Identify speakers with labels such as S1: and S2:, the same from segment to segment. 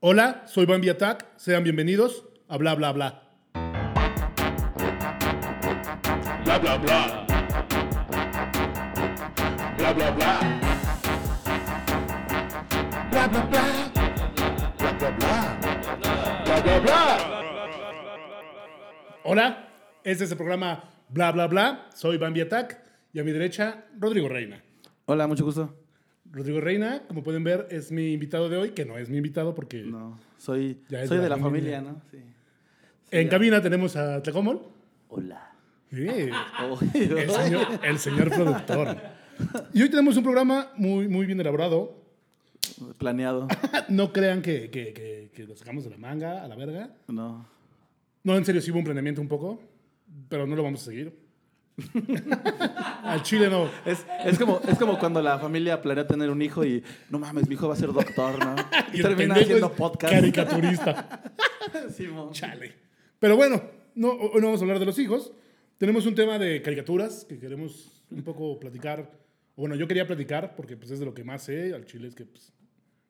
S1: Hola, soy Bambi Attack, sean bienvenidos a Bla Bla Bla.
S2: Bla bla bla. Bla bla bla. Bla bla bla. Bla bla bla. Bla bla bla.
S1: Hola, este es el programa Bla Bla Bla, soy Bambi Attack y a mi derecha Rodrigo Reina.
S3: Hola, mucho gusto.
S1: Rodrigo Reina, como pueden ver, es mi invitado de hoy, que no es mi invitado porque
S3: No, soy,
S1: Ya es
S3: soy
S1: la
S3: de la
S1: familia.
S3: familia, ¿no? Sí.
S1: en cabina tenemos a Tecomol.
S3: Hola.
S1: Sí,
S3: Oh,
S1: el, señor, el señor productor. Y hoy tenemos un programa muy, muy bien elaborado.
S3: Planeado.
S1: No crean que, que- que- que lo sacamos de la manga, a la verga.
S3: No.
S1: No, en serio, sí hubo un planeamiento un poco, pero no lo vamos a seguir. Al chile no.
S3: Es, es, como, es como cuando la familia planea tener un hijo y no mames, mi hijo va a ser doctor, ¿no? Y,
S1: el
S3: termina
S1: pendejo
S3: haciendo
S1: es
S3: podcast.
S1: Caricaturista.
S3: Simón.
S1: Chale. Pero bueno, no, hoy no vamos a hablar de los hijos. Tenemos un tema de caricaturas que queremos un poco platicar. O Bueno, yo quería platicar porque pues, es de lo que más sé. Al chile es que pues,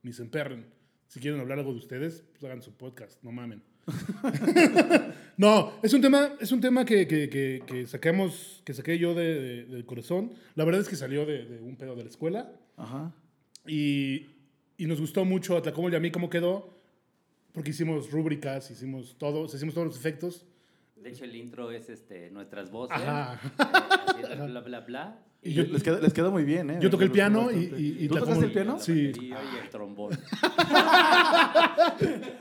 S1: ni se emperren. Si quieren hablar algo de ustedes, pues hagan su podcast, no mamen. no, es un tema, es un tema que, que, que- que saquemos, que saqué yo de- de- del corazón. La verdad es que salió de, de un pedo de la escuela.
S3: Ajá. y
S1: Y, y nos gustó mucho a Tlacomol y a mí cómo quedó, porque hicimos rúbricas, hicimos todo, o sea, hicimos todos los efectos.
S4: De hecho, el intro es este, nuestras voces.
S1: Ajá.
S4: Haciendo bla, bla, bla.
S1: Y yo,
S3: les, quedó, les quedó muy bien, ¿eh?
S1: yo toqué el piano y...
S3: Bastante.
S1: y- y
S3: ¿Tú tocaste
S1: Tlacomol-
S3: el piano?
S1: Sí.
S4: Y oye, el trombón.
S1: Ah,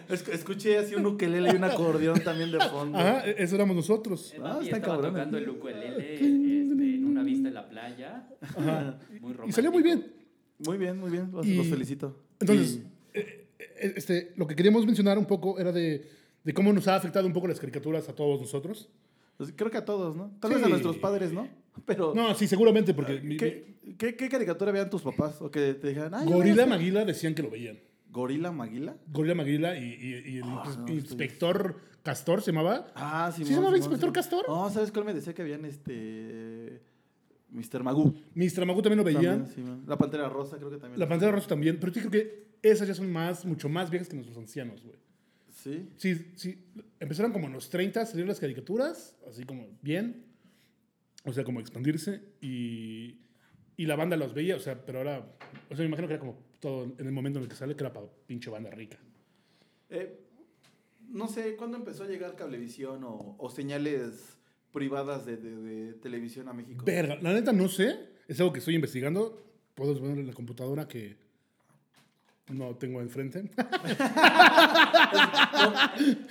S3: Es- escuché así un ukelele y un acordeón también de fondo.
S1: Ajá, e- eso éramos nosotros.
S4: Eh, No, y
S3: está
S4: estaba
S3: cabrón.
S4: tocando el ukulele este, en una vista en la playa. Muy romántico.
S1: Y salió muy bien.
S3: Muy bien, muy bien. Los,
S1: Y-
S3: los felicito.
S1: Entonces, eh, eh, este, lo que queríamos mencionar un poco era de, de cómo nos ha afectado un poco las caricaturas a todos nosotros.
S3: Pues, creo que a todos, ¿no? Tal vez
S1: Sí.
S3: a nuestros padres, ¿no? Pero.
S1: No, sí, seguramente, porque... mi-
S3: ¿Qué, qué, qué caricatura veían tus papás? ¿O que te dijeran, ay,
S1: mi-
S3: yo
S1: Gorila
S3: veía esto"?
S1: Maguila decían que lo veían.
S3: ¿Gorila Maguila?
S1: Gorila Maguila y, y- y el
S3: Ah,
S1: ins-
S3: no, estoy-
S1: inspector Castor se llamaba.
S3: Ah, sí.
S1: ¿Sí se llamaba Inspector Castor?
S3: No, ¿sabes cuál me decía que habían este. Mr. Magoo.
S1: Mr. Magoo también lo veían.
S3: También, sí, man. la Pantera Rosa, creo que también.
S1: La pantalla rosa también, pero yo creo que esas ya son más, mucho más viejas que nuestros ancianos, güey.
S3: Sí.
S1: Sí, sí, empezaron como en los 30 a salir las caricaturas, así como bien, o sea, como expandirse, y, y la banda los veía, o sea, pero ahora, o sea, me imagino que era como todo en el momento en el que sale, que era para pinche banda rica.
S3: Eh, no sé, ¿cuándo empezó a llegar cablevisión o, o señales privadas de, de- de televisión a México?
S1: Verga, la neta no sé, es algo que estoy investigando, puedo ponerlo en la computadora que no tengo enfrente.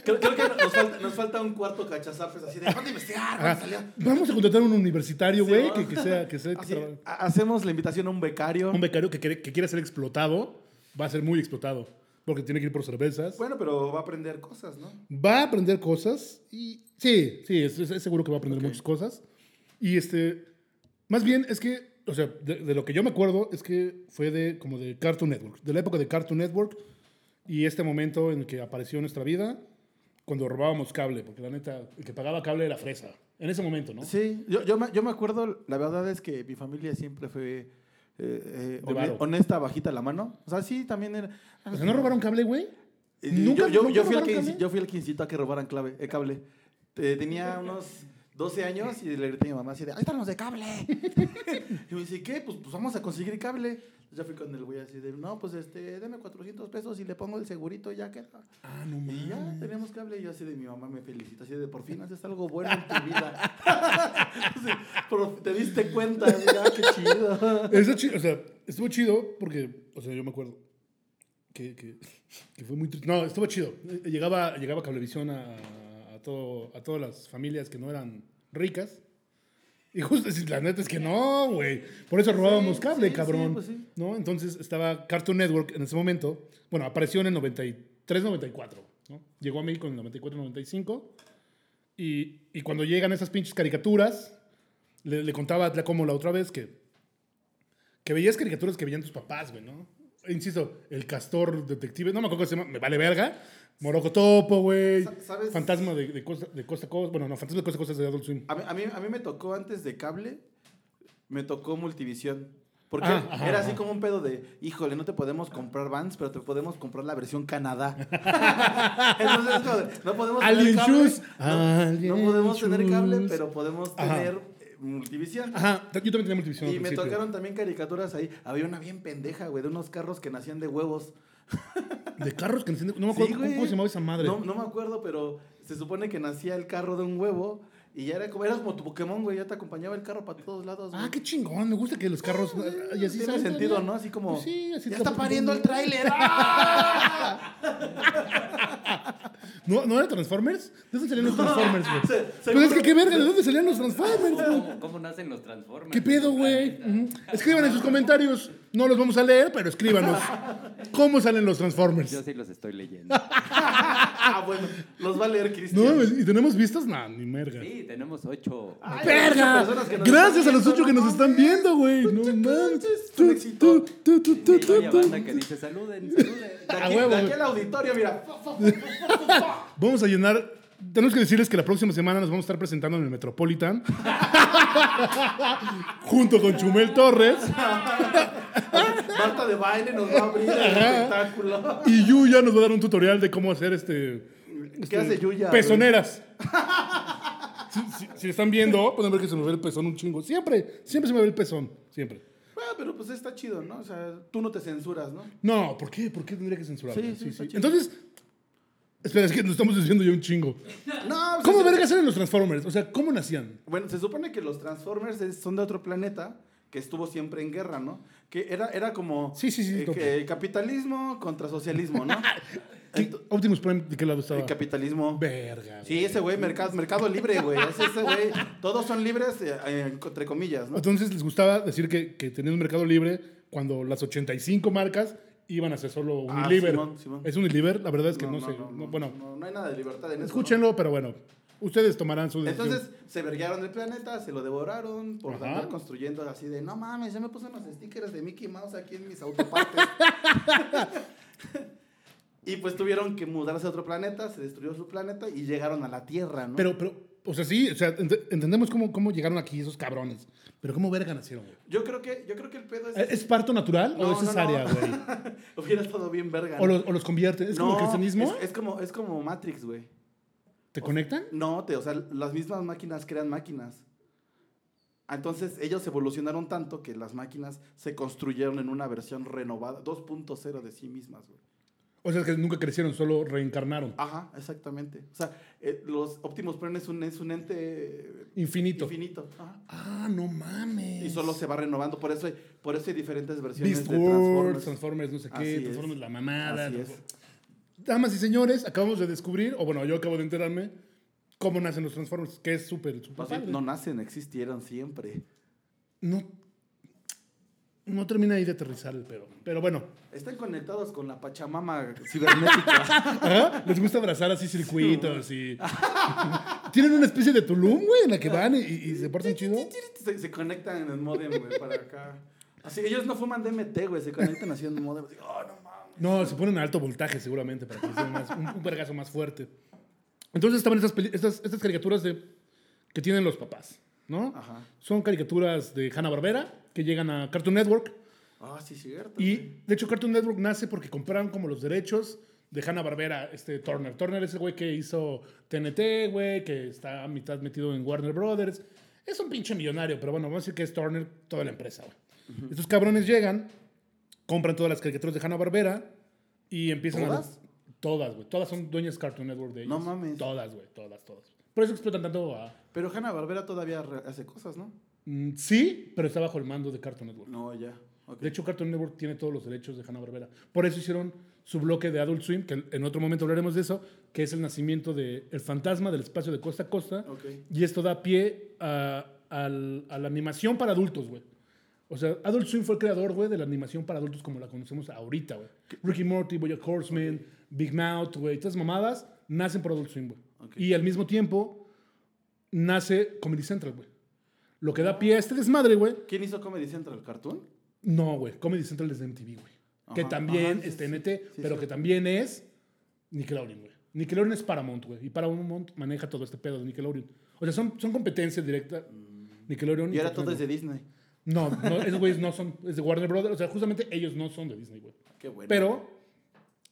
S3: Creo, creo que nos falta, nos falta un cuarto cachazapes así de, ¿dónde investigar? ¿Dónde Ah, salió?
S1: Vamos a contratar a un universitario,
S3: Sí,
S1: güey,
S3: ¿no?
S1: que, que sea, que sea, que
S3: Así,
S1: trabaje.
S3: ha- hacemos la invitación a un becario.
S1: un becario que, quiere- que quiera ser explotado va a ser muy explotado porque tiene que ir por cervezas.
S3: Bueno, pero va a aprender cosas, ¿no?
S1: Va a aprender cosas y sí, sí, es, es- es seguro que va a aprender
S3: Ok.
S1: muchas cosas. Y este, más bien es que, o sea, de, de lo que yo me acuerdo es que fue de como de Cartoon Network, de la época de Cartoon Network y este momento en el que apareció en nuestra vida cuando robábamos cable, porque la neta, el que pagaba cable era fresa. En ese momento, ¿no?
S3: Sí, yo, yo, me, yo me acuerdo, la verdad es que mi familia siempre fue eh, eh,
S1: De varo.
S3: hone- honesta, bajita la mano. O sea, sí, también era...
S1: O sea, ¿no robaron cable, güey?
S3: Eh,
S1: ¿Nunca-
S3: yo, yo-
S1: nunca
S3: yo fui al
S1: robaron
S3: que,
S1: cable?
S3: inci- yo fui el que incitó a que robaran clave, eh, cable. Eh, tenía unos 12 años y le grité a mi mamá así de, ¡ahí están los de cable! y me dice, ¿qué? Pues, pues vamos a conseguir cable. Ya fui con el güey así de, no, pues este, deme 400 pesos y le pongo el segurito y ya queda.
S1: Ah, no mames.
S3: Y ya tenemos cable y yo así de mi mamá me felicita, así de por fin haces algo bueno en tu vida. Así, "Por- te diste cuenta, mira, qué chido.
S1: Está chido, o sea, estuvo chido porque, o sea, yo me acuerdo que, que- que fue muy triste. No, estuvo chido. Eh, Llegaba, llegaba Cablevisión a, a, todo, a todas las familias que no eran ricas. Y justo, si la neta es que no, güey. Por eso robábamos
S3: Sí,
S1: cable,
S3: sí,
S1: cabrón.
S3: sí, pues sí.
S1: ¿No? Entonces estaba Cartoon Network en ese momento. Bueno, apareció en el 93, 94. ¿no? Llegó a México en el 94, 95. Y, y cuando llegan esas pinches caricaturas, le, le contaba a Tlacomo la otra vez que, que veías caricaturas que veían tus papás, güey, ¿no? E Insisto, el castor detective, no me acuerdo cómo se llama, me vale verga. Morocotopo, güey.
S3: Sa- ¿sabes?
S1: Fantasma de, de, costa, de costa a costa. Bueno, no, fantasma de costa a costa es de Adult Swim.
S3: A mí, a, mí, a mí me tocó antes de cable, me tocó Multivisión. Porque
S1: Ah, ajá,
S3: era así
S1: ajá.
S3: como un pedo de, híjole, no te podemos comprar Vans, pero te podemos comprar la versión Canadá. Entonces, es como de, no podemos
S1: Alien
S3: tener cable.
S1: Shoes.
S3: No,
S1: Alien
S3: no podemos tener cable,
S1: Shoes.
S3: pero podemos
S1: Ajá.
S3: tener eh, multivisión.
S1: Ajá, yo también tenía multivisión.
S3: Y
S1: al
S3: me
S1: principio.
S3: tocaron también caricaturas ahí. Había una bien pendeja, güey, de unos carros que nacían de huevos.
S1: De carros que encienden- No me acuerdo
S3: Sí,
S1: cómo-
S3: güey.
S1: cómo se llamaba esa madre.
S3: No, no me acuerdo, pero se supone que nacía el carro de un huevo y ya era como, eras como tu Pokémon, güey, ya te acompañaba el carro para todos lados.
S1: Ah,
S3: güey.
S1: qué chingón. Me gusta que los carros. Y así
S3: Tiene
S1: saltan,
S3: sentido,
S1: ya.
S3: ¿no? Así como,
S1: Pues sí, así
S3: ya
S1: te
S3: está
S1: la-
S3: pariendo el tráiler. ¡Ah!
S1: ¿No, ¿No era Transformers? ¿De dónde salían los Transformers, güey?
S3: Se-
S1: Pues es
S3: seguro-
S1: que qué verga, ¿de dónde salían los Transformers, güey?
S4: ¿Cómo, cómo nacen los Transformers?
S1: ¿Qué pedo, güey?
S4: La neta.
S1: Ujú. Escriban en sus comentarios. No los vamos a leer, pero escríbanos. ¿Cómo salen los
S4: Yo
S1: Transformers?
S4: sí los estoy leyendo.
S3: Ah, bueno, los va a leer Cristian.
S1: No, pues, ¿y tenemos vistas? Nah, ni merga.
S4: Sí, tenemos ocho.
S3: Ay,
S1: ¡Verga!
S3: muchas personas que nos
S1: Gracias a
S3: están
S1: los ocho
S3: viendo,
S1: que nos
S3: no
S1: están
S3: mames.
S1: viendo, güey. No mames.
S3: es un éxito.
S1: Tu, tu, tu, tu,
S4: Sí,
S1: tu,
S4: hay
S1: tu.
S4: banda que dice saluden, saluden.
S3: De
S1: A
S3: aquí,
S1: huevo,
S3: de aquí
S1: güey.
S3: al auditorio, mira.
S1: Vamos a llenar. Tenemos que decirles que la próxima semana nos vamos a estar presentando en el Metropolitan. junto con Chumel Torres.
S3: Marta de baile nos va a abrir el espectáculo.
S1: Y Yuya nos va a dar un tutorial de cómo hacer este. este,
S3: hace Yuya,
S1: Pezoneras. si, si- si están viendo, pueden ver que se me ve el pezón un chingo. Siempre, siempre se me ve el pezón. Siempre.
S3: Ah, pero pues está chido, ¿no? O sea, tú no te censuras, ¿no?
S1: No, ¿por qué? ¿Por qué tendría que censurar?
S3: Sí, sí, está chido.
S1: Entonces. Espera, es que nos estamos diciendo ya un chingo.
S3: No, pues,
S1: ¿Cómo
S3: es-
S1: vergas eran los Transformers? O sea, ¿cómo nacían?
S3: Bueno, se supone que los Transformers es- son de otro planeta que estuvo siempre en guerra, ¿no? Que era, era como
S1: Sí, sí, sí,
S3: eh,
S1: topo.
S3: que capitalismo contra socialismo, ¿no?
S1: ¿Qué-
S3: Ento-
S1: Optimus Prime, ¿de qué lado estaba?
S3: el capitalismo.
S1: Verga.
S3: Sí, ese güey, mercado, mercado libre, güey. Es ese güey. Todos son libres, eh, eh, entre comillas, ¿no?
S1: Entonces les gustaba decir que, que tenían un mercado libre cuando las 85 marcas iban a ser solo un
S3: Ah,
S1: liber.
S3: Simón, Simón.
S1: Es un liber, la verdad es que no, sé. no, bueno,
S3: no, no hay nada de libertad en eso. ¿no?
S1: escúchenlo, pero bueno, ustedes tomarán su decisión.
S3: Entonces se verguearon el planeta, se lo devoraron por
S1: Ajá.
S3: andar construyendo así de no mames, ya me puse unos stickers de Mickey Mouse aquí en mis autopartes. y pues tuvieron que mudarse a otro planeta, se destruyó su planeta y llegaron a la Tierra, ¿no?
S1: pero, pero, o sea, sí, o sea, ent- entendemos cómo, cómo llegaron aquí esos cabrones, pero cómo verga nacieron, güey.
S3: yo creo que yo creo que el pedo es
S1: ¿Es es parto natural
S3: No,
S1: o es
S3: no, no.
S1: cesárea, güey?
S3: hubiera estado bien verga.
S1: O,
S3: ¿no?
S1: los, o los convierten. ¿Es como el
S3: No,
S1: cristianismo?
S3: Es, es como es como Matrix, güey.
S1: ¿Te conectan?
S3: No, te, o sea, las mismas máquinas crean máquinas. Entonces, ellos evolucionaron tanto que las máquinas se construyeron en una versión renovada, 2.0 de sí mismas, güey.
S1: O sea, es que nunca crecieron, solo reencarnaron.
S3: Ajá, exactamente. O sea, eh, los Optimus Prime es un, es un ente eh,
S1: Infinito.
S3: infinito. Ajá.
S1: Ah, no mames.
S3: Y solo se va renovando, por eso, hay- por eso hay diferentes versiones
S1: Beast
S3: de
S1: Wars,
S3: Transformers.
S1: Transformers, no sé
S3: Así
S1: qué,
S3: es.
S1: Transformers la mamada.
S3: Así es.
S1: Transform- Damas y señores, acabamos de descubrir, o bueno, yo acabo de enterarme, cómo nacen los Transformers, que es súper, súper
S3: Más
S1: padre.
S3: bien, Pues no
S1: No,
S3: nacen, existieron siempre.
S1: no, termina ahí de aterrizar el pedo. Pero bueno,
S3: Están conectados con la Pachamama cibernética.
S1: ajá, les gusta abrazar así circuitos y... Tienen una especie de Tulum, güey, en la que van y, y se portan chido.
S3: se, se conectan en el modem, güey, para acá. Así, ellos no fuman DMT, güey, se conectan así en el modem. Así, oh, no mames.
S1: No, se ponen a alto voltaje seguramente para que sea más- un, un vergazo más fuerte. Entonces estaban estas, peli- estas, estas caricaturas de, que tienen los papás, ¿no?
S3: Ajá.
S1: Son caricaturas de Hanna-Barbera que llegan a Cartoon Network.
S3: Ah, sí, cierto.
S1: Y
S3: güey.
S1: de hecho Cartoon Network nace porque compraron como los derechos de Hanna-Barbera, este Turner. Turner es el güey que hizo TNT, güey, que está a mitad metido en Warner Brothers. Es un pinche millonario, pero bueno, vamos a decir que es Turner toda la empresa, güey. Estos cabrones llegan, compran todas las caricaturas de Hanna-Barbera y empiezan
S3: ¿Todas?
S1: a... Todas, güey. Todas son dueñas Cartoon Network de ellos.
S3: No mames.
S1: Todas, güey. Todas, todas. Por eso explotan tanto a...
S3: Pero Hanna Barbera todavía re- hace cosas, ¿no?
S1: Mm, sí, pero está bajo el mando de Cartoon Network.
S3: No, ya. ok.
S1: De hecho, Cartoon Network tiene todos los derechos de Hanna-Barbera. Por eso hicieron su bloque de Adult Swim, que en otro momento hablaremos de eso, que es el nacimiento de El Fantasma del Espacio de Costa a Costa.
S3: Ok.
S1: Y esto da pie a, al- a la animación para adultos, güey. O sea, Adult Swim fue el creador, güey, de la animación para adultos como la conocemos ahorita, güey. Ricky Morty, Bojack Horseman, Big Mouth, güey. Todas esas mamadas nacen por Adult Swim, güey.
S3: Ok.
S1: Y al mismo tiempo nace Comedy Central, güey. Lo que da pie a este desmadre, güey,
S3: ¿Quién hizo Comedy Central? ¿Cartoon?
S1: no, güey. Comedy Central es de MTV, güey.
S3: Ajá,
S1: Que también
S3: ajá, sí,
S1: es
S3: sí,
S1: TNT,
S3: sí,
S1: pero
S3: sí.
S1: que también es Nickelodeon, güey. Nickelodeon es Paramount, güey. Y Paramount maneja todo este pedo de Nickelodeon. O sea, son, son competencia directa. Nickelodeon.
S3: Mm. Y ahora
S1: Cartoon
S3: todo es de
S1: Network.
S3: Disney.
S1: No, no, esos güeyes no son, es de Warner Brothers. O sea, justamente ellos no son de Disney, güey.
S3: Qué bueno.
S1: Pero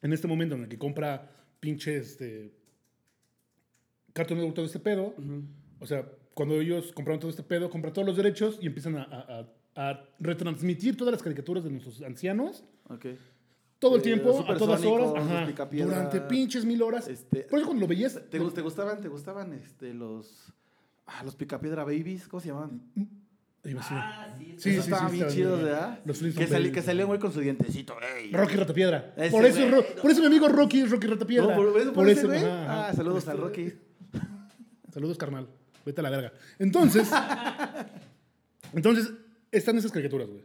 S1: en este momento en el que compra pinche este Cartoon Network todo este pedo, o sea, cuando ellos compraron todo este pedo, compran todos los derechos y empiezan a, a- a- a retransmitir todas las caricaturas de nuestros ancianos
S3: Ok.
S1: todo el
S3: Eh,
S1: tiempo, a todas
S3: Supersónicos,
S1: horas, ajá,
S3: los Picapiedra,
S1: durante pinches mil horas.
S3: este-
S1: Por eso cuando lo veías,
S3: ¿Te, gu- te gustaban, te gustaban este, los. Ah, los Picapiedra Babies, ¿cómo se llamaban?
S1: iba así,
S4: Ah, sí.
S1: Sí,
S3: Esos estaban bien
S1: estaban
S3: chidos,
S1: bien.
S3: ¿verdad?
S1: Los Flintstone
S3: que, sali-
S1: Babies.
S3: que salía un güey con su dientecito, ey.
S1: Rocky Ratapiedra.
S3: Ese
S1: por, eso,
S3: güey,
S1: Ro- por eso mi amigo Rocky es Rocky
S3: No,
S1: Ratapiedra.
S3: por, por, por ese güey.
S1: ajá, ajá. eh.
S3: Ah, saludos al Rocky.
S1: Saludos, carnal. Vete a la verga. Entonces, entonces están esas caricaturas, güey.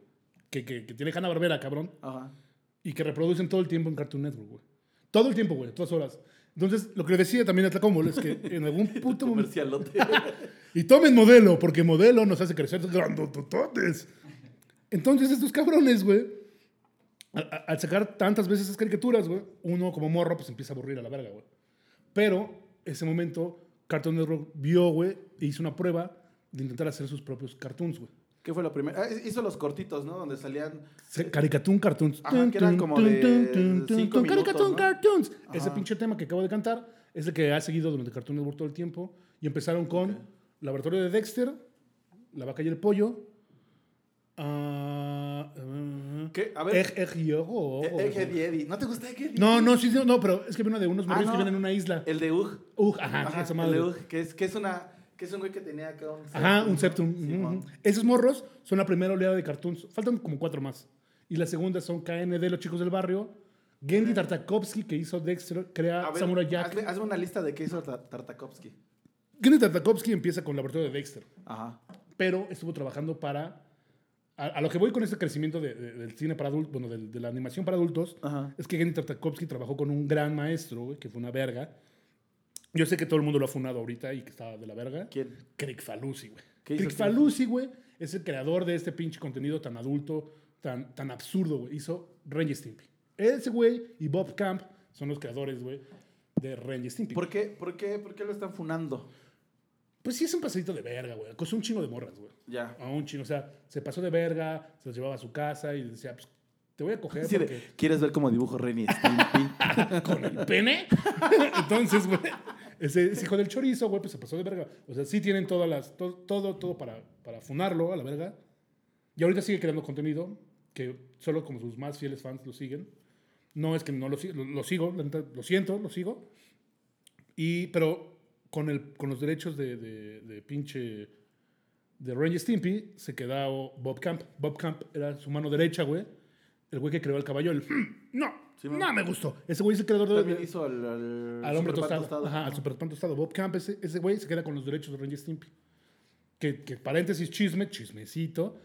S1: Que, que, que tiene Hanna Barbera, cabrón.
S3: Ajá.
S1: Y que reproducen todo el tiempo en Cartoon Network, güey. Todo el tiempo, güey. a Todas horas. Entonces, lo que le decía también a Tlacomol es que en algún puto momento...
S3: Comercialote.
S1: Y tomen modelo, porque modelo nos hace crecer grandotototes. Entonces, estos cabrones, güey, al, a- al sacar tantas veces esas caricaturas, güey, uno como morro, pues empieza a aburrir a la verga, güey. Pero, ese momento, Cartoon Network vio, güey, e hizo una prueba de intentar hacer sus propios cartoons, güey.
S3: ¿Qué fue lo primero? Ah, hizo los cortitos, ¿no? Donde salían.
S1: Se- Caricatún Cartoons.
S3: Ajá, que eran como de cinco minutos,
S1: Caricatún
S3: ¿no?
S1: Cartoons.
S3: Ajá.
S1: Ese pinche tema que acabo de cantar es el que ha seguido durante Cartoon Network todo el tiempo. Y empezaron con Laboratorio de Dexter, La Vaca y el Pollo. ah, ah,
S3: ¿Qué? A ver.
S1: Egg, Egg y Ojo, Ojo.
S3: Eh, Egghead y Eddie. ¿No te gusta E Egghead? y
S1: Oh, No,
S3: Eddie?
S1: no, sí, no, pero es que viene de unos morrillos
S3: Ah, no.
S1: que viven en una isla.
S3: El de Ugg.
S1: Ugh, ajá,
S3: Ajá,
S1: esa
S3: el
S1: madre.
S3: de Ugg, que es, que es una. Que es un güey que tenía acá un
S1: Ajá, un septum.
S3: septum, ¿no?
S1: ujú,
S3: Simón.
S1: ujú. Esos morros son la primera oleada de cartoons. Faltan como cuatro más. Y la segunda son KND, Los Chicos del Barrio. Gendy Tartakovsky, que hizo Dexter,
S3: A
S1: crea
S3: ver,
S1: Samurai Jack.
S3: Hazme, hazme una lista de qué hizo Tar- Tartakovsky.
S1: Gendy Tartakovsky empieza con el laboratorio de Dexter,
S3: Ajá.
S1: pero estuvo trabajando para... A, a lo que voy con este crecimiento de- de- del cine para adultos, bueno, del- de, la animación para adultos,
S3: Ajá.
S1: es que Gendy Tartakovsky trabajó con un gran maestro, güey, que fue una verga. Yo sé que todo el mundo lo ha funado ahorita y que estaba de la verga.
S3: ¿Quién?
S1: Crick Falusi, güey.
S3: ¿Qué hizo
S1: Crick
S3: Crick?
S1: Falusi, güey, es el creador de este pinche contenido tan adulto, tan, tan absurdo, güey. Hizo Ren y Stimpy. Ese güey y Bob Camp son los creadores, güey, de Ren y Stimpy.
S3: ¿Por qué, por, qué, ¿Por qué lo están funando?
S1: Pues sí es un pasadito de verga, güey. Acosó un chingo de morras, güey.
S3: Ya.
S1: A un chingo. O sea, se pasó de verga, se los llevaba a su casa y decía, pues, te voy a coger
S3: Sí, de,
S1: porque...
S3: ¿Quieres ver cómo dibujo Renny Stimpy?
S1: con el pene. Entonces, güey, ese, ese hijo del chorizo, güey, pues se pasó de verga. O sea, sí tienen todas las, to- todo, todo para, para funarlo a la verga. Y ahorita sigue creando contenido que solo como sus más fieles fans lo siguen. No es que no lo, sig- lo, lo sigo, la neta, lo siento, lo sigo. Y, pero con, el, con los derechos de, de, de pinche de Randy Stimpy se queda Bob Camp. Bob Camp era su mano derecha, güey. El güey que creó el caballo, el... "Mm, no,
S3: Sí, me-
S1: no me gustó. Ese güey es el creador de-
S3: También
S1: de-
S3: hizo al, al,
S1: eh, al hombre
S3: Superman
S1: tostado.
S3: tostado.
S1: Ajá, al superpan tostado. Bob Camp, ese, ese güey se queda con los derechos de Randy Stimpy. Que, que paréntesis, chisme, chismecito.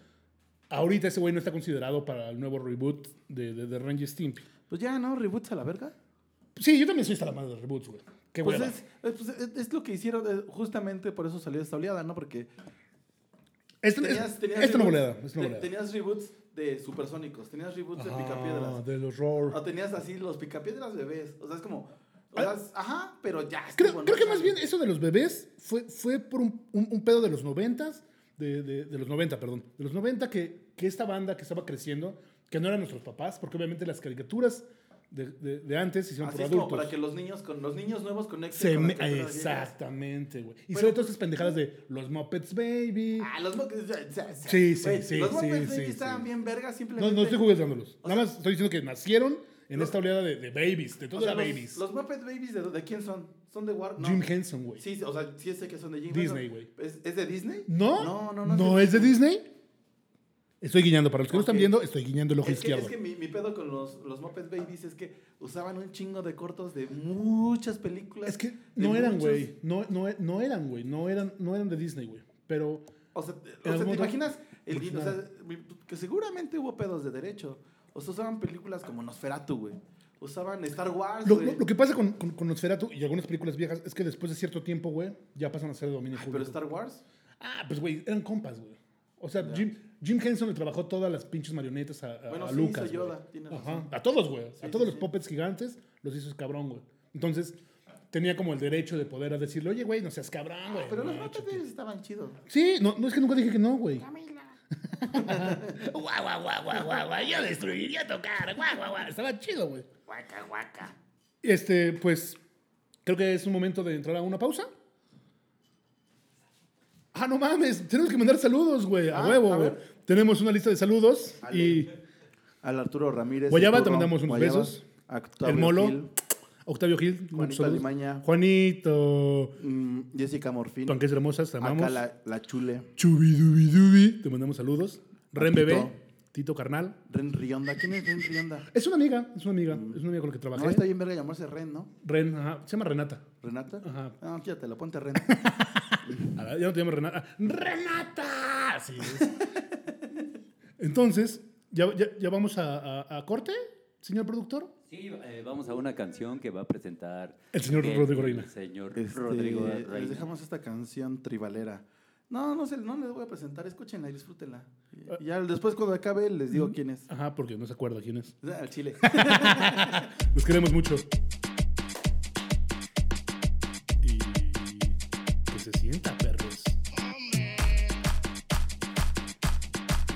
S1: Ahorita ese güey no está considerado para el nuevo reboot de, de, de Randy Stimpy.
S3: Pues ya, ¿no? Reboots a la verga.
S1: Sí, yo también soy hasta la madre de reboots, güey. Qué
S3: Pues
S1: hueva.
S3: es, es- pues es- es lo que hicieron, eh, justamente por eso salió esta oleada, ¿no? Porque
S1: Esta-
S3: tenías,
S1: Este, es-
S3: tenías
S1: esta no
S3: reboots-
S1: volada, esta no
S3: te-
S1: volada.
S3: tenías reboots de supersónicos, tenías reboots de
S1: Ajá,
S3: picapiedras,
S1: de los roar.
S3: o tenías así los picapiedras bebés, o sea, es como, o sea, es- ajá, pero ya.
S1: Ah. Creo,
S3: estuvo, ¿no?
S1: creo que
S3: O sea,
S1: más bien eso de los bebés fue, fue por un, un- un pedo de los noventas, de, de- de los 90, perdón, de los 90 que, que esta banda que estaba creciendo, que no eran nuestros papás, porque obviamente las caricaturas de, de- de antes se hicieron
S3: Así
S1: por
S3: es
S1: adultos.
S3: como para que los niños, con los niños nuevos conecten
S1: Se
S3: con
S1: me-
S3: las caricaturas
S1: exactamente, güey. Y
S3: Pero-
S1: sobre todo esas pendejadas de los Muppets Baby.
S3: viejas. Ah, los Muppets. ya, ya, ya.
S1: Sí, sí,
S3: Güey,
S1: sí,
S3: Los
S1: sí,
S3: Muppets
S1: sí,
S3: Baby
S1: sí.
S3: estaban bien vergas,
S1: No,
S3: simplemente.
S1: no estoy juzgándolos.
S3: o
S1: Nada más estoy diciendo que nacieron en esta oleada de, de babies, de
S3: o
S1: toda
S3: sea,
S1: la
S3: los-
S1: babies.
S3: Los Muppets Babies, ¿de, de quién son? ¿Son de Warner?
S1: Jim Henson, güey.
S3: Sí, sí, o sea, sí sé que son de Jim
S1: Disney,
S3: Henson.
S1: güey.
S3: ¿Es, es de Disney?
S1: ¿No?
S3: No, no, no.
S1: no. es de Disney? Estoy guiñando. Para los que no están
S3: Ok.
S1: viendo, estoy guiñando el ojo
S3: Es que,
S1: izquierdo.
S3: es que mi, mi pedo con los, los Muppet Babies es que usaban un chingo de cortos de muchas películas.
S1: Es que
S3: de
S1: no eran,
S3: muchos-
S1: güey. No, no, no eran, güey. No eran, no eran de Disney, güey. Pero
S3: O sea,
S1: En
S3: o sea,
S1: algún
S3: ¿te
S1: momento-
S3: imaginas? El,
S1: Pues
S3: o
S1: nada.
S3: sea, mi- que seguramente hubo pedos de derecho. O sea, usaban películas como Nosferatu, güey. Usaban Star Wars,
S1: lo,
S3: Ah, güey.
S1: lo- lo que pasa con, con, con Nosferatu y algunas películas viejas es que después de cierto tiempo, güey, ya pasan a ser de dominio
S3: Ay,
S1: público.
S3: pero Star Wars.
S1: Ah, pues, güey, eran compas, güey. O sea, Jim, Jim Henson le trabajó todas las pinches marionetas a, a-
S3: Bueno,
S1: a
S3: sí
S1: Lucas.
S3: hizo Yoda,
S1: güey.
S3: tienes
S1: Ajá.
S3: razón.
S1: A todos, güey.
S3: Sí,
S1: a todos
S3: sí,
S1: los
S3: sí.
S1: puppets gigantes los hizo ese cabrón, güey. Entonces, tenía como el derecho de poder a decirle, oye, güey, no seas cabrón, güey.
S3: Ah, Pero los
S1: no,
S3: Muppet
S1: chiqui-".
S3: Babies estaban chidos.
S1: Sí, no, no es que nunca dije que no, güey.
S5: Guau, guau, guau, guau, guau, guau. Yo destruiría tocar. Guau, guau, guau.
S1: Estaba chido, güey.
S5: Guaca, guaca.
S1: Este, pues, creo que es un momento de entrar a una pausa. Ah, no mames, tenemos que mandar saludos, güey, a
S3: Ah,
S1: huevo,
S3: a
S1: güey.
S3: ver.
S1: Tenemos una lista de saludos y
S3: Al Arturo Ramírez.
S1: Guayaba,
S3: el
S1: te
S3: Turro,
S1: mandamos unos
S3: Guayaba,
S1: besos.
S3: a Octavio
S1: el Molo,
S3: Gil,
S1: Octavio Gil, muchos saludos.
S3: Alimaña.
S1: Juanito,
S3: mm, Jessica Morfín.
S1: Panques Hermosas, te amamos.
S3: Acá la, la chule.
S1: Chubidubidubi, te mandamos saludos. Ren
S3: Tito.
S1: Bebé, Tito Carnal.
S3: Ren Rionda. ¿Quién es Ren Rionda?
S1: Es una amiga, es una amiga, es una amiga con la que trabajé.
S3: Mm. No, está bien verga llamarse Ren, ¿no?
S1: Ren, ajá, se llama Renata.
S3: ¿Renata?
S1: Ajá.
S3: No, quítate, la ponte Ren.
S1: A ver, ya no te llamas Renata. ¡Renata! Así es. Entonces, ¿ya, ya, ya vamos a, a- a corte, señor productor?
S4: Sí, eh, vamos a una canción que va a presentar
S1: El señor Rodrigo Reina.
S4: El señor
S3: Este,
S4: Rodrigo
S3: Les
S4: Reina.
S3: dejamos esta canción tribalera. No, no sé, no les voy a presentar. Escúchenla y disfrútenla. Y- y ya después cuando acabe les digo quién es.
S1: Ajá, porque no se acuerda quién es.
S3: Al chile.
S1: Los queremos mucho. Y que se sienta, perros.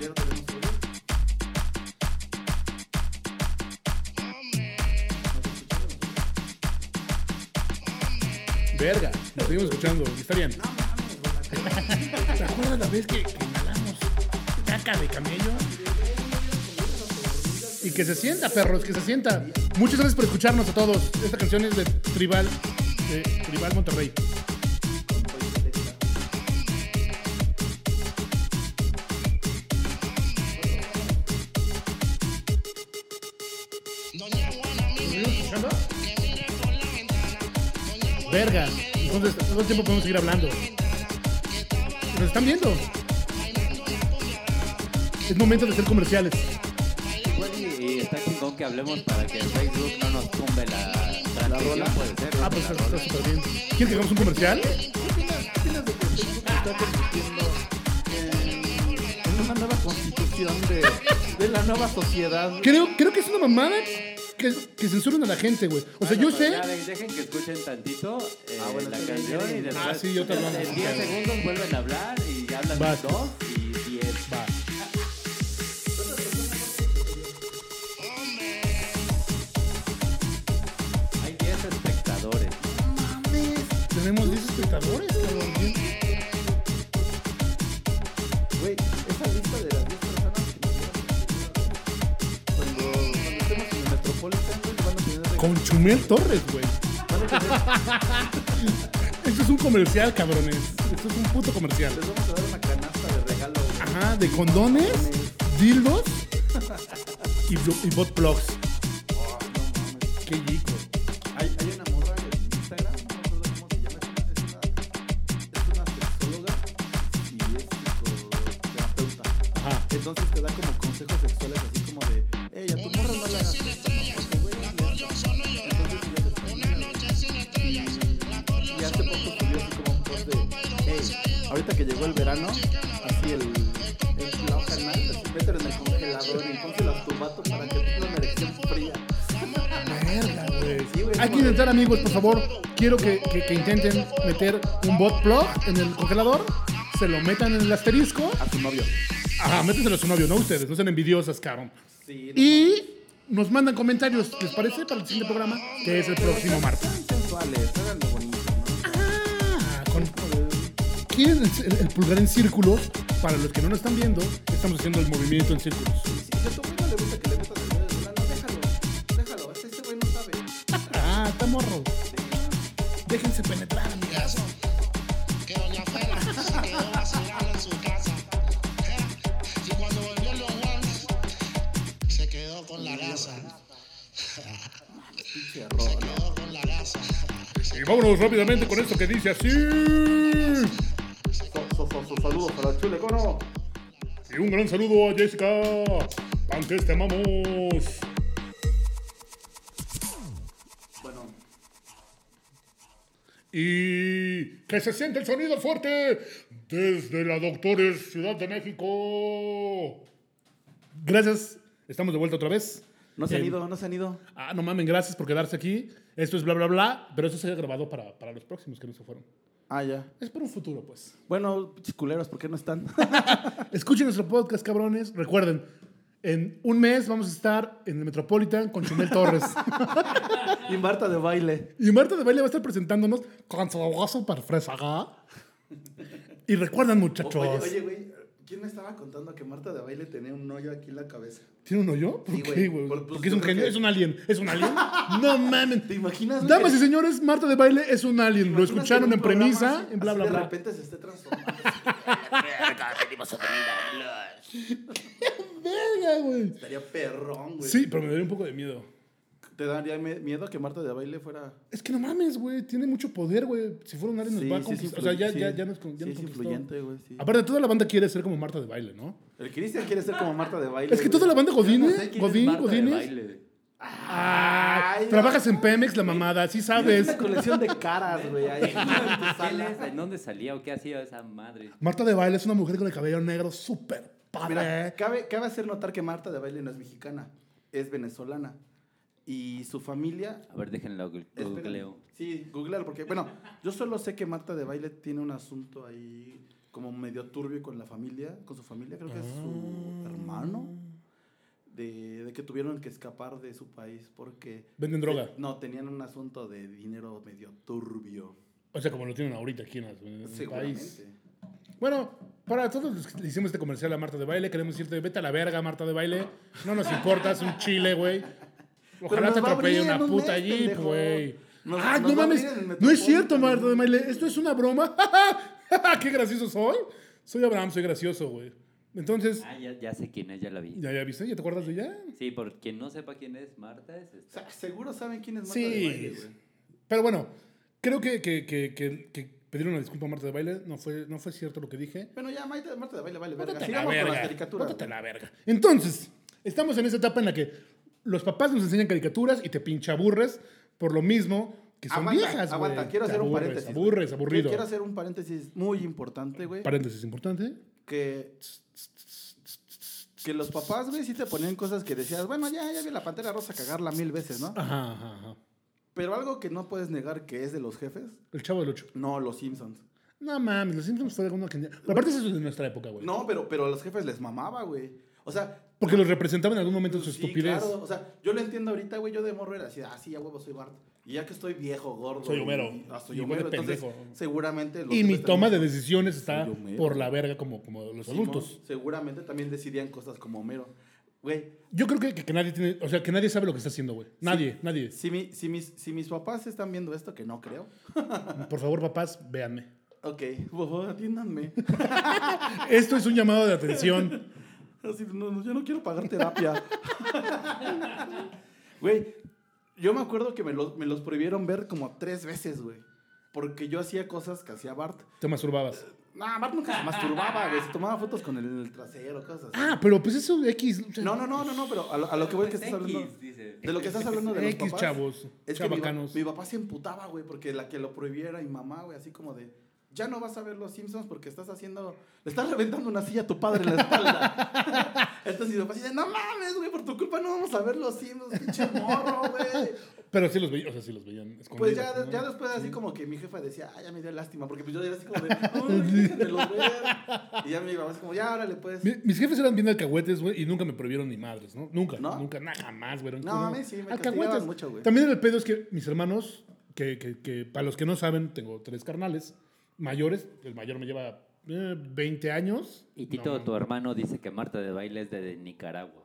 S3: Ya lo tenemos todo.
S1: Verga, nos seguimos escuchando. y Está bien. ¿Te acuerdas la vez que, que inhalamos caca de camello? Y que se sienta, perros, que se sienta. Muchas gracias por escucharnos a todos. Esta canción es de Tribal, de Tribal Monterrey. ¿Seguimos escuchando? Verga. Entonces, todo el tiempo podemos seguir hablando. Nos están viendo. Es momento de hacer comerciales.
S4: Igual Pues y- y está chingón que hablemos para que el Facebook no nos tumbe la transmisión,
S3: rola.
S4: puede ser.
S1: Ah, pues está súper bien. ¿Quieres que hagamos un comercial?
S3: ¿Qué opinas de que Facebook está convirtiendo en, en una nueva constitución de, de la nueva sociedad?
S1: Creo, creo que es una mamada que, que censuran a la gente, güey. O sea, Pues, yo
S4: Bueno, pero
S1: sé.
S4: ya ven, dejen que escuchen tantito eh,
S3: Ah, bueno,
S4: la
S3: está bien,
S4: canción
S3: bien.
S4: y después.
S1: Ah, sí, yo te hablamos.
S4: En 10 segundos vuelven a hablar y hablan
S1: Va.
S4: los dos y 10. Va. Hay 10 espectadores.
S1: Tenemos 10 espectadores, cabrón. Bien.
S3: Güey, esa lista de las 10 personas que nos dieron cuando, cuando estemos en el Metropolitan, güey, van a tener reg-
S1: Con Chumel Torres, güey.
S3: van a tener-
S1: Esto es un comercial, cabrones. Esto es un puto comercial.
S3: les vamos a dar una canasta de regalo. güey.
S1: Ajá, de condones, dildos y, blo- y bot plugs. Qué chico.
S3: Hay, hay una morra en Instagram, no me acuerdo cómo se llama, es una, es una, es una sexóloga y es psicoterapeuta.
S1: Ajá.
S3: Entonces te da como consejos sexuales así como de, hey, a tu morra no le hagas esto, porque güey, no le hagas esto". Entonces ella te pone una noche Y hace poco subió así como un post de, hey, ahorita que llegó el verano, así el, el la hoja nada, así mételo en el congelador y pónselo a tu vato para que tenga una erección fría.
S1: Verga, güey.
S3: Sí, güey,
S1: Hay
S3: como
S1: que intentar, amigos, por favor. Quiero que, que- que intenten meter un bot plug en el congelador, se lo metan en el asterisco.
S3: A tu novio.
S1: Ajá, métenselo a su novio, no ustedes, no sean envidiosas, cabrón.
S3: Sí, no,
S1: Y nos mandan comentarios, ¿les parece? Para el siguiente programa, que es el próximo martes.
S3: sean sensuales, háganlo bonito, ¿no?
S1: Ah, con, ¿Quieren el, el pulgar en círculos? Para los que no nos están viendo, estamos haciendo el movimiento en círculos.
S3: Si a tu güey no le gusta que le metas el dedo en el ano, déjalo, déjalo, este güey no sabe.
S1: Ah, está morro. Déjense penetrar, amigas.
S6: que doña Fela se quedó vacilando en su casa. Y cuando volvió León Juan, se quedó con la raza.
S3: Pinche rola.
S6: Se quedó con la raza.
S1: Y vámonos rápidamente con esto que dice así. Y
S3: So- so- so- Saludos a la chule, ¿cómo no?
S1: un gran saludo a Jessica. Panques, te amamos.
S3: Bueno,
S1: Y que se siente el sonido fuerte desde la Doctores Ciudad de México. Gracias. Estamos de vuelta otra vez.
S3: no se han
S1: Eh,
S3: ido, no se han ido.
S1: Ah, no mamen, gracias por quedarse aquí. Esto es bla, bla, bla. Pero esto se ha grabado para, para los próximos que no se fueron.
S3: Ah, ya.
S1: Es por un futuro, pues.
S3: Bueno, pinches culeros, ¿por qué no están?
S1: Escuchen nuestro podcast, cabrones. Recuerden, en un mes vamos a estar en el Metropolitan con Chumel Torres.
S3: y Marta de baile.
S1: y Marta de Baile va a estar presentándonos con su abrazo para fresada. Y recuerden, muchachos.
S3: Oye, oye, güey, ¿quién me estaba contando que Marta de baile tenía un hoyo aquí en la cabeza?
S1: ¿Tiene un hoyo? ¿Por
S3: Sí,
S1: qué,
S3: güey.
S1: güey?
S3: Por- pues,
S1: Porque es un
S3: yo creo
S1: genio,
S3: que-
S1: es un alien. ¿Es un alien? No mames.
S3: ¿Te imaginas? güey,
S1: Damas
S3: que-
S1: y señores, Marta de Baile es un alien. Lo
S3: imaginas
S1: escucharon
S3: un
S1: en
S3: programa
S1: premisa,
S3: así-
S1: en bla,
S3: así
S1: bla,
S3: De
S1: bla.
S3: repente se esté transformando.
S1: Verga, güey.
S3: Estaría perrón, güey.
S1: Sí, pero me daría un poco de miedo.
S3: ¿Te daría me- miedo que Marta de baile fuera.
S1: Es que no mames, güey. Tiene mucho poder, güey. Si fuera un alien nos va a
S3: sí, es
S1: conquistar. o sea, ya,
S3: influ-
S1: ya,
S3: sí.
S1: ya nos, con- ya
S3: Sí,
S1: nos
S3: es
S1: conquistó. Ah.
S3: influyente, güey. sí.
S1: Aparte, toda la banda quiere ser como Marta de Baile, ¿no?
S3: El Cristian quiere ser como Marta de baile.
S1: Es que
S3: güey.
S1: toda la banda Godine,
S4: No sé quién es
S1: Godín,
S4: Marta de
S1: Godines.
S4: baile.
S1: Ay,
S3: Ay,
S1: trabajas en Pemex, la mamada, sí
S3: Es
S1: sabes.
S3: una colección de caras, güey. Ahí en tu
S4: ¿Quién
S3: sala.
S4: es? ¿En dónde salía o qué hacía esa madre?
S1: Marta de Baile es una mujer con el cabello negro súper padre.
S3: Ah, Mira, cabe, cabe hacer notar que Marta de baile no es mexicana, es venezolana. Y su familia.
S4: A ver, déjenla gl-
S3: espérame.
S4: googleo.
S3: Sí, googlealo, porque, bueno, yo solo sé que Marta de baile tiene un asunto ahí como medio turbio con la familia, con su familia, creo que es su
S1: Ah.
S3: hermano, de, de que tuvieron que escapar de su país porque.
S1: Venden droga.
S3: No, tenían un asunto de dinero medio turbio.
S1: O sea, como lo tienen ahorita aquí en el- en el país.
S3: Seguramente.
S1: Bueno, para todos los que le hicimos este comercial a Marta de Baile, queremos decirte, vete a la verga, Marta de Baile. No nos importa, es un chile, güey. Ojalá
S3: nos
S1: te
S3: va a
S1: atropelle
S3: abrir
S1: una
S3: en un
S1: puta
S3: mes,
S1: allí,
S3: pendejo.
S1: güey.
S3: Nos-
S1: Ah,
S3: nos
S1: no
S3: va a
S1: mames.
S3: abrir en el
S1: No es
S3: Metropolitan.
S1: cierto, Marta de Baile. Esto es una broma. Qué gracioso soy. Soy Abraham, soy gracioso, güey. Entonces,
S4: Ah, ya, ya sé quién es, ya la vi.
S1: ¿ya, ya viste? ¿Ya te acuerdas de ella?
S4: Sí, por quien no sepa quién es Marta, es este.
S3: O
S4: esta.
S3: sea, seguro saben quién es Marta de
S1: Sí.
S3: baile, güey.
S1: Pero bueno, creo que, que, que, que- que pedir una disculpa a Marta de Baile no fue, no fue cierto lo que dije.
S3: Bueno, ya Maite- Marta de baile vale verga.
S1: Bótate la
S3: Sigamos con las
S1: verga.
S3: caricaturas.
S1: Bótate
S3: güey.
S1: la verga. Entonces, estamos en esa etapa en la que los papás nos enseñan caricaturas y te pinchaburres por lo mismo que son
S3: Aguanta,
S1: viejas, güey.
S3: aguanta, quiero
S1: Te
S3: hacer un
S1: aburres,
S3: paréntesis. güey.
S1: Aburres, aburrido.
S3: Quiero hacer un paréntesis muy importante, güey.
S1: Paréntesis importante.
S3: Que, que los papás, güey, sí te ponían cosas que decías, bueno, ya, ya vi la pantera rosa cagarla mil veces, ¿no?
S1: Ajá, ajá, ajá.
S3: Pero algo que no puedes negar que es de los jefes,
S1: El chavo del 8.
S3: no, los Simpsons.
S1: No mames, los Simpsons fue alguna genial. Pero aparte, eso es de nuestra época, güey.
S3: No, pero, pero a los jefes les mamaba, güey. O sea,
S1: Porque los representaban en algún momento en su
S3: Sí,
S1: estupidez.
S3: claro, o sea, yo lo entiendo ahorita, güey, yo de morro era así, ah, sí, a huevo soy Bart. Y ya que estoy viejo, gordo.
S1: Soy Homero.
S3: y- ah, soy
S1: Y
S3: Homero,
S1: huele
S3: entonces,
S1: pendejo.
S3: seguramente. los
S1: Y mi
S3: jefes
S1: toma de
S3: también-
S1: decisiones está
S3: Soy Homero.
S1: por la verga como, como los
S3: Simón,
S1: adultos.
S3: Seguramente también decidían cosas como Homero. Güey,
S1: Yo creo que, que- que nadie tiene, o sea, que nadie sabe lo que está haciendo, güey. Nadie, nadie.
S3: si, mi- si mis, si mis papás están viendo esto, que no creo.
S1: Por favor, papás, véanme.
S3: Ok, por favor, atiéndanme.
S1: Esto es un llamado de atención.
S3: Así, no, no, yo no quiero pagar terapia. Güey, yo me acuerdo que me los, me los prohibieron ver como tres veces, güey. Porque yo hacía cosas que hacía Bart.
S1: Te masturbabas.
S3: No, Bart nunca se masturbaba, güey. Se tomaba fotos con el, el trasero, cosas así.
S1: Ah, pero pues eso X. o sea,
S3: No, no, no, no, no, pero a lo, a lo que voy que estás hablando.
S4: X, dice.
S3: De lo que estás hablando de los
S1: X
S3: papás.
S1: chavos,
S3: Es que mi, pa-
S1: chavacanos.
S3: mi papá se emputaba, güey, porque la que lo prohibiera y mamá, güey, así como de. Ya no vas a ver los Simpsons porque estás haciendo. Le estás reventando una silla a tu padre en la espalda. Entonces mi papá dice: No mames, güey, por tu culpa no vamos a ver los Simpsons, pinche morro, güey.
S1: Pero sí los veían, o sea, sí los veían
S3: Pues
S1: escondidos,
S3: ya,
S1: ¿no?
S3: ya después así como que mi jefa decía, ah, ya me dio lástima, porque pues yo era así como de, ay, déjenmelos ver. Y ya mi papá es como, ya, órale, pues.
S1: Mi- Mis jefes eran bien alcahuetes, güey, y nunca me prohibieron ni madres, ¿no? Nunca,
S3: ¿No?
S1: nunca, nada, jamás, güey. eran
S3: No,
S1: como-
S3: a mí sí, me castigaban mucho, güey.
S1: También el pedo es que mis hermanos, que, que, que para los que no saben, tengo tres carnales mayores. El mayor me lleva eh, 20 años.
S4: Y Tito,
S1: No,
S4: tu hermano, dice que Marta de baile es de Nicaragua.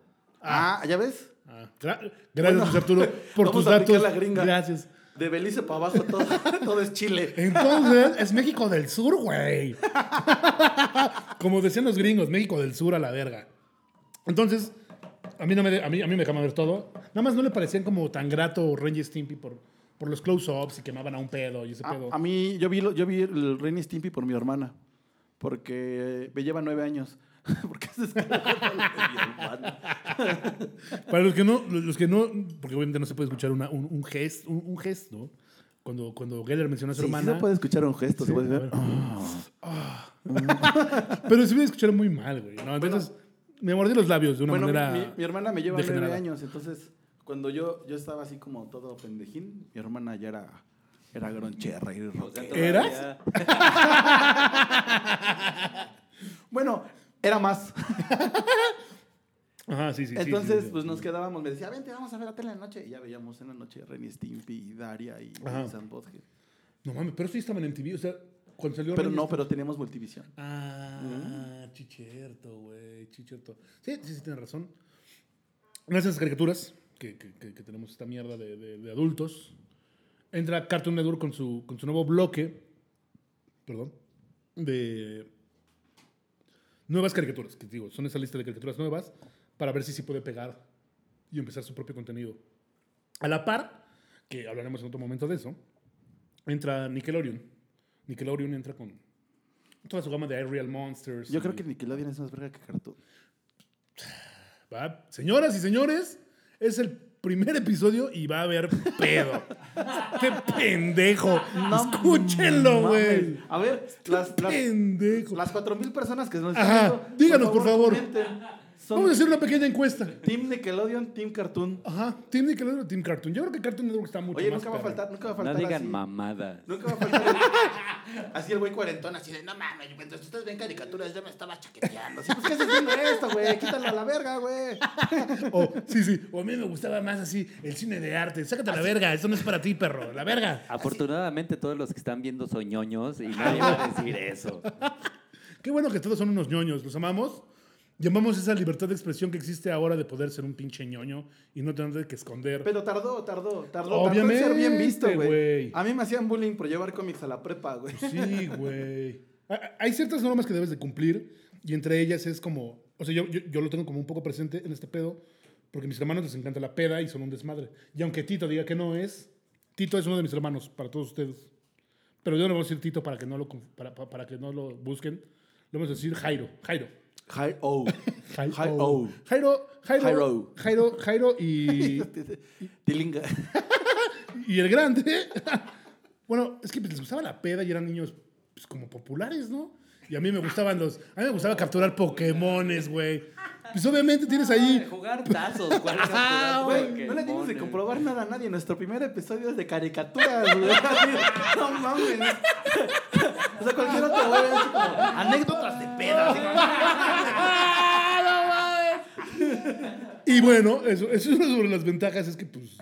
S3: Ah, ¿ya ves?
S1: ah, gra- gracias, Luis Arturo, por
S3: vamos
S1: tus
S3: a aplicar
S1: datos.
S3: la gringa.
S1: Gracias.
S3: De Belice para abajo todo, todo es Chile.
S1: Entonces, es México del Sur, güey. Como decían los gringos, México del Sur a la verga. Entonces, a mí, no me, de- a mí, a mí me dejaban ver todo. Nada más no le parecían como tan grato Renji Stimpy por, por los close-ups y quemaban a un pedo y ese
S3: A,
S1: pedo.
S3: a mí, yo vi, lo- yo vi el Ren y Stimpy por mi hermana. Porque me lleva nueve años. porque es
S1: Para los que no, los que no, porque obviamente no se puede escuchar una- un, un gesto, un, un gesto. Cuando, cuando Geller menciona a su
S3: Sí, sí
S1: hermana.
S3: se puede escuchar un gesto. se puede
S1: a
S3: ver.
S1: ver. Pero se hubiera escuchado muy mal, güey. No, entonces, me mordí los labios de una
S3: Bueno, mi,
S1: manera.
S3: mi- mi hermana me lleva nueve
S1: degenerada.
S3: años. Entonces, cuando yo, yo estaba así como todo pendejín, mi hermana ya era Era groncherra y rockera.
S1: ¿Eras?
S3: Bueno, era más.
S1: Ajá, sí, sí. sí,
S3: Entonces,
S1: sí, sí.
S3: pues nos quedábamos. Me decía, vente, vamos a ver la tele en la noche. Y ya veíamos en la noche Ren y Stimpy y Daria y
S1: Ajá.
S3: Sam Butthead.
S1: No mames, pero sí estaban en TV. O sea, cuando salió.
S3: Pero
S1: Ren-
S3: no, pero teníamos multivisión.
S1: Ah, chicherto, güey, chicherto. Sí, sí, sí, tienes razón. Gracias a esas caricaturas que, que- que- que tenemos esta mierda de, de- de adultos, entra Cartoon Network con su, con su nuevo bloque, perdón, de nuevas caricaturas, que digo, son esa lista de caricaturas nuevas, para ver si se puede pegar y empezar su propio contenido. A la par, que hablaremos en otro momento de eso, entra Nickelodeon. Nickelodeon entra con toda su gama de Real Monsters.
S3: Yo
S1: y-
S3: creo que Nickelodeon es más verga que Cartoon.
S1: Va- Señoras y señores, es el primer episodio y va a haber pedo. ¡Qué pendejo! Escúchenlo, güey.
S3: Mames. A ver, las, las,
S1: Este Pendejo.
S3: las 4.000 personas que nos están
S1: Ajá,
S3: viendo,
S1: díganos, por favor.
S3: comenten. Son
S1: Vamos a hacer una pequeña encuesta.
S3: Team Nickelodeon, Team Cartoon.
S1: Ajá, Team Nickelodeon o Team Cartoon. Yo creo que Cartoon Network está mucho
S3: Oye,
S1: más
S3: nunca va a
S1: perro.
S3: faltar, nunca va a
S4: No
S3: faltar
S4: digan
S3: así.
S4: mamadas.
S3: Nunca va a faltar el- así el güey cuarentón, así de no mames.
S5: Mames, mientras ustedes ven caricaturas, yo me estaba chaqueteando.
S3: Así, pues, ¿qué estás haciendo esto, güey? Quítalo a la verga, güey.
S1: O, sí, sí. O a mí me gustaba más así el cine de arte. Sácate la verga. Eso no es para ti, perro. La verga.
S4: Afortunadamente todos los que están viendo son ñoños y nadie va a decir eso.
S1: Qué bueno que todos son unos ñoños. Los amamos. Llamamos esa libertad de expresión que existe ahora de poder ser un pinche ñoño y no tener que esconder.
S3: Pero tardó, tardó, tardó.
S1: Obviamente,
S3: Tardó en ser bien visto,
S1: güey.
S3: güey. A mí me hacían bullying por llevar cómics a la prepa, güey.
S1: Sí, güey. Ha- Hay ciertas normas que debes de cumplir y entre ellas es como, o sea, yo, yo, yo lo tengo como un poco presente en este pedo, porque a mis hermanos les encanta la peda y son un desmadre. Y aunque Tito diga que no es, Tito es uno de mis hermanos para todos ustedes. Pero yo no le voy a decir Tito para que no lo, conf- para, para- para que no lo busquen. Le vamos a decir Jairo. Jairo.
S3: Hi, oh.
S1: Jai-
S3: Jairo.
S1: oh. Jairo. Jairo.
S3: Jairo.
S1: Jairo. Jairo y,
S3: Tilinga.
S1: y el grande. bueno, es que pues, les gustaba la peda y eran niños pues, como populares, ¿no? Y a mí me gustaban los. A mí me gustaba capturar Pokémones, güey. Pues obviamente tienes ahí.
S4: Jugar tazos, ¿cuál
S7: Ah,
S1: Ajá,
S3: Güey, no le tienes que comprobar nada a nadie. Nuestro primer episodio es de caricaturas, güey. No mames. O sea, cualquier otro, güey. así como, Anécdotas de pedas.
S1: Y bueno, eso, eso es una sobre las ventajas, es que pues.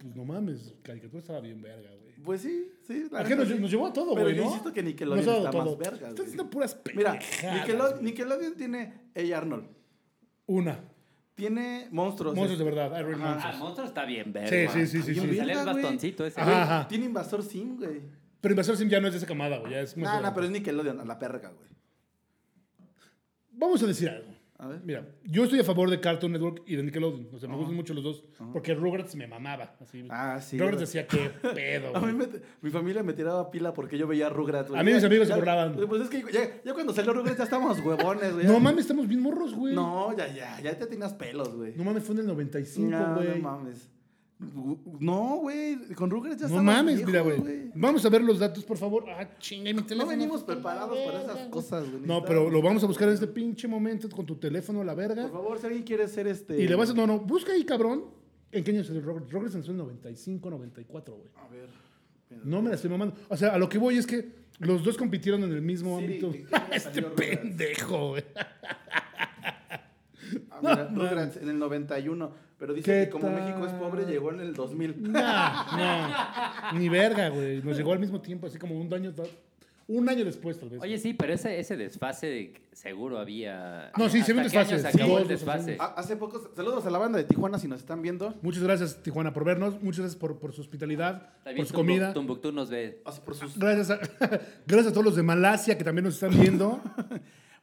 S1: Pues no mames, caricatura estaba bien verga, güey.
S3: Pues sí, sí. la
S1: ¿A qué nos,
S3: neta sí.
S1: nos llevó a todo,
S3: Pero
S1: güey?
S3: yo
S1: ¿no?
S3: insisto que Nickelodeon
S1: Nos ha dado
S3: está más
S1: todo.
S3: verga,
S1: Están
S3: güey.
S1: haciendo puras
S3: Mira,
S1: pendejadas.
S3: Nickelode- Nickelodeon tiene Hey Arnold.
S1: Una.
S3: Tiene monstruos. este,
S1: Monstruos de verdad, Iron
S3: Ajá.
S1: Monsters.
S4: Ah, monstruo está bien
S1: Sí,
S4: verde.
S1: sí, sí, sí,
S3: Bien
S1: sí.
S3: verga,
S4: Sale el
S3: güey.
S4: bastoncito ese.
S1: Ajá.
S3: Güey, Tiene Invasor Sim, güey.
S1: Pero Invasor Sim ya no es de esa camada, güey. ya es más
S3: Ah, No, no,
S1: adelante.
S3: pero es Nickelodeon, a la perga, güey.
S1: Vamos a decir algo.
S3: A ver.
S1: Mira, yo estoy a favor de Cartoon Network y de Nickelodeon. O sea, me gustan mucho los dos. Porque Rugrats me mamaba. Así.
S3: Ah, sí,
S1: Rugrats decía,
S3: ¿verdad?
S1: qué pedo.
S3: A mí
S1: güey".
S3: me, mi familia me tiraba pila porque yo veía Rugrats, güey.
S1: A mí mis
S3: Ya-
S1: amigos se
S3: ya-
S1: burlaban.
S3: Pues es que ya, ya cuando salió Rugrats ya estábamos huevones, güey.
S1: No mames, estamos bien morros, güey.
S3: No, ya, ya, ya te tenías pelos, güey.
S1: No mames, fue en el 95,
S3: no,
S1: güey.
S3: no mames. No, güey, con Rugrats ya
S1: No
S3: estábamos
S1: mames,
S3: viejos,
S1: mira, güey. Vamos a ver los datos, por favor. Ah, chinga, mi
S3: No
S1: teléfono.
S3: venimos preparados para esas cosas, güey.
S1: No, pero lo vamos a buscar en este pinche momento con tu teléfono a la verga.
S3: Por favor, si alguien quiere ser este...
S1: Y le vas a... No, no, busca ahí, cabrón. ¿En qué año salió Rugrats? Rugrats nació en 95, 94, güey.
S3: A ver.
S1: No me la estoy mamando. O sea, a lo que voy es que los dos compitieron en el mismo
S3: Siri,
S1: ámbito.
S3: ¿en qué año
S1: este
S3: salió Rugrats?
S1: pendejo, güey.
S3: Ah, mira,
S1: No,
S3: Rugrats en el 91. Pero
S1: ¿Qué
S3: dice que como
S1: tal?
S3: México es pobre, llegó en el 2000.
S1: No, no. Ni verga, güey. Nos llegó al mismo tiempo, así como un año, un año después, tal vez.
S4: Oye, sí, pero ese, ese desfase de- seguro había.
S1: No, sí,
S4: ¿Hasta
S1: sí había un
S4: qué año
S1: desfase,
S4: se
S1: sí,
S4: acabó
S1: dos,
S4: el
S1: dos, dos
S4: desfase.
S1: años.
S3: Ah, Hace poco, saludos a la banda de Tijuana si nos están viendo.
S1: Muchas gracias, Tijuana, por vernos. Muchas gracias por, por su hospitalidad,
S4: También
S1: por su
S4: Tumbu-
S1: comida.
S4: Tumbuctú nos ve.
S3: Así por sus-
S1: Gracias a, gracias a todos los de Malasia que también nos están viendo.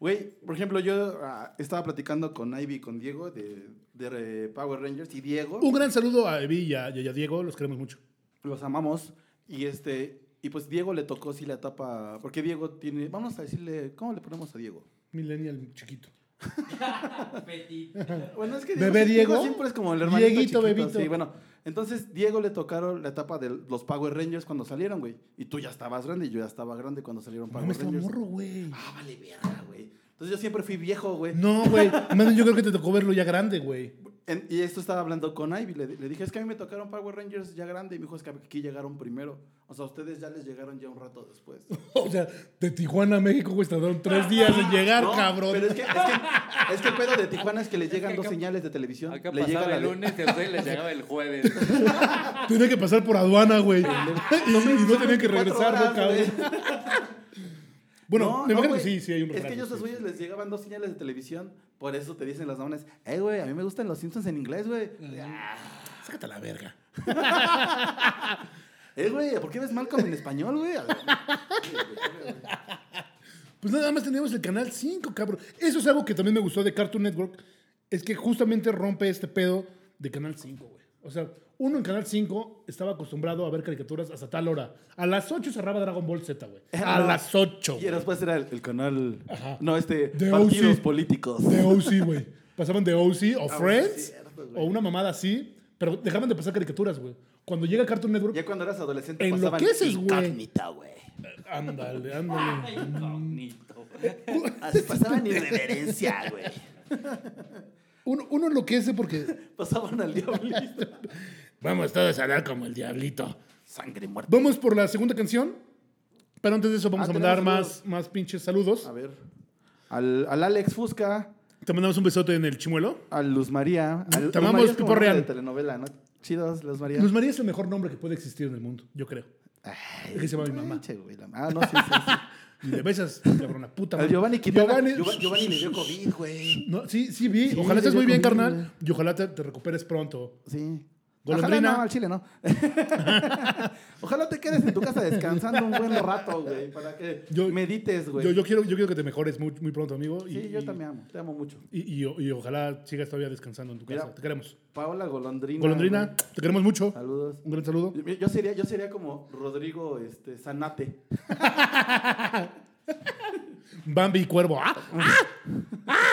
S3: Güey, por ejemplo, yo ah, estaba platicando con Ivy y con Diego de, de, eh, Power Rangers y Diego,
S1: Un gran saludo a Evi y a, y a Diego, los queremos mucho.
S3: los amamos. Y este, y pues Diego le tocó sí la etapa, porque Diego tiene, vamos a decirle, ¿cómo le ponemos a Diego?
S1: Millennial chiquito.
S3: Bueno, es que
S1: ¿Bebé Diego?
S3: siempre es como el hermanito
S1: Dieguito,
S3: chiquito,
S1: bebito.
S3: sí, bueno, entonces Diego le tocaron la etapa de los Power Rangers cuando salieron, güey. Y tú ya estabas grande y yo ya estaba grande cuando salieron Power
S1: Mames, está
S3: Rangers.
S1: morro, güey.
S3: Ah, vale verga, güey. Entonces yo siempre fui viejo, güey.
S1: No, güey. Más bien, yo creo que te tocó verlo ya grande, güey.
S3: en- y esto estaba hablando con Ivy. Le, le dije, es que a mí me tocaron Power Rangers ya grande. Y me dijo, es que aquí llegaron primero. O sea, ustedes ya les llegaron ya un rato después.
S1: O sea, de Tijuana a México, güey, tardaron tres días en llegar,
S3: No,
S1: Ah, cabrón.
S3: Pero es que, es, que, es que el pedo de Tijuana es que le llegan
S4: que
S3: dos
S4: acá-
S3: señales de televisión.
S4: Acá
S3: Le llega
S4: pasaba
S3: la
S4: el
S3: de-
S4: lunes y a ustedes les llegaba el jueves.
S1: Tenía que pasar por aduana, güey. y, y no tenían que
S3: 24
S1: regresar,
S3: horas,
S1: ¿no, cabrón?
S3: güey.
S1: Bueno,
S3: No,
S1: me
S3: no,
S1: imagino que
S3: güey.
S1: sí, sí hay un
S3: Es que
S1: refrán,
S3: ellos a
S1: sí.
S3: sus güeyes les llegaban dos señales de televisión. Por eso te dicen las novenas, eh, güey, a mí me gustan los Simpsons en inglés, güey. Ah,
S1: Sácate a la verga.
S3: Eh, güey, ¿por qué ves Malcolm en español, güey?
S1: Pues nada más tenemos el canal 5, cabrón. Eso es algo que también me gustó de Cartoon Network. Es que justamente rompe este pedo de Canal 5, güey. O sea, uno en Canal 5 estaba acostumbrado a ver caricaturas hasta tal hora. A las 8 cerraba Dragon Ball Z, güey. A
S3: Eh, No.
S1: las 8.
S3: Y después era el, el canal,
S1: Ajá.
S3: no, este,
S1: The
S3: partidos
S1: OC.
S3: políticos.
S1: De OC, güey. Pasaban de OC o
S3: Ah,
S1: Friends
S3: cierto, güey.
S1: o una mamada así, pero dejaban de pasar caricaturas, güey. Cuando llega Cartoon Network,
S3: Ya cuando eras adolescente
S1: En lo
S3: pasaban
S1: que ese es, güey.
S3: incógnita, güey.
S1: ándale, ándale.
S3: Así pasaban irreverencia, güey.
S1: Uno, uno enloquece porque
S3: Pasaban al diablito.
S1: vamos todos a dar como el diablito.
S3: Sangre muerta.
S1: Vamos por la segunda canción. Pero antes de eso vamos
S3: Ah,
S1: a mandar
S3: tenemos
S1: más,
S3: saludos.
S1: más pinches saludos.
S3: A ver, al, al Alex Fusca,
S1: Te mandamos un besote en el chimuelo.
S3: a Luz María. a Luz
S1: Te
S3: María
S1: amamos,
S3: es como
S1: Pipo
S3: nombre
S1: Real.
S3: De telenovela, ¿no? Chidos, Luz María.
S1: Luz María es el mejor nombre que puede existir en el mundo, yo creo.
S3: Ay,
S1: Es que se llama mi mamá.
S3: pinche güey, la- Ah, no, sí, sí, sí.
S1: Y le besas, cabrón, la puta.
S3: Al
S1: madre.
S3: Giovanni Quintana.
S1: Giovanni-
S3: Giova- Giovanni le dio COVID, güey.
S1: No, sí, sí vi.
S3: Sí,
S1: ojalá estés
S3: le
S1: muy
S3: dio
S1: bien,
S3: COVID,
S1: carnal. Y ojalá te, te recuperes pronto.
S3: Sí.
S1: Golondrina.
S3: Ojalá no, al Chile no. Ojalá te quedes en tu casa descansando un buen rato, güey, para que
S1: Yo-
S3: medites, güey.
S1: Yo, yo, quiero, yo quiero que te mejores muy, muy pronto, amigo. y-
S3: sí, yo
S1: y-
S3: también amo, te amo mucho.
S1: Y, y- y ojalá sigas todavía descansando en tu casa.
S3: Mira.
S1: Te queremos.
S3: Paola Golondrina.
S1: Golondrina,
S3: güey.
S1: te queremos mucho.
S3: Saludos.
S1: Un gran saludo.
S3: Yo, yo sería, yo sería como Rodrigo este, Zanate.
S1: Bambi y Cuervo. ¡Ah!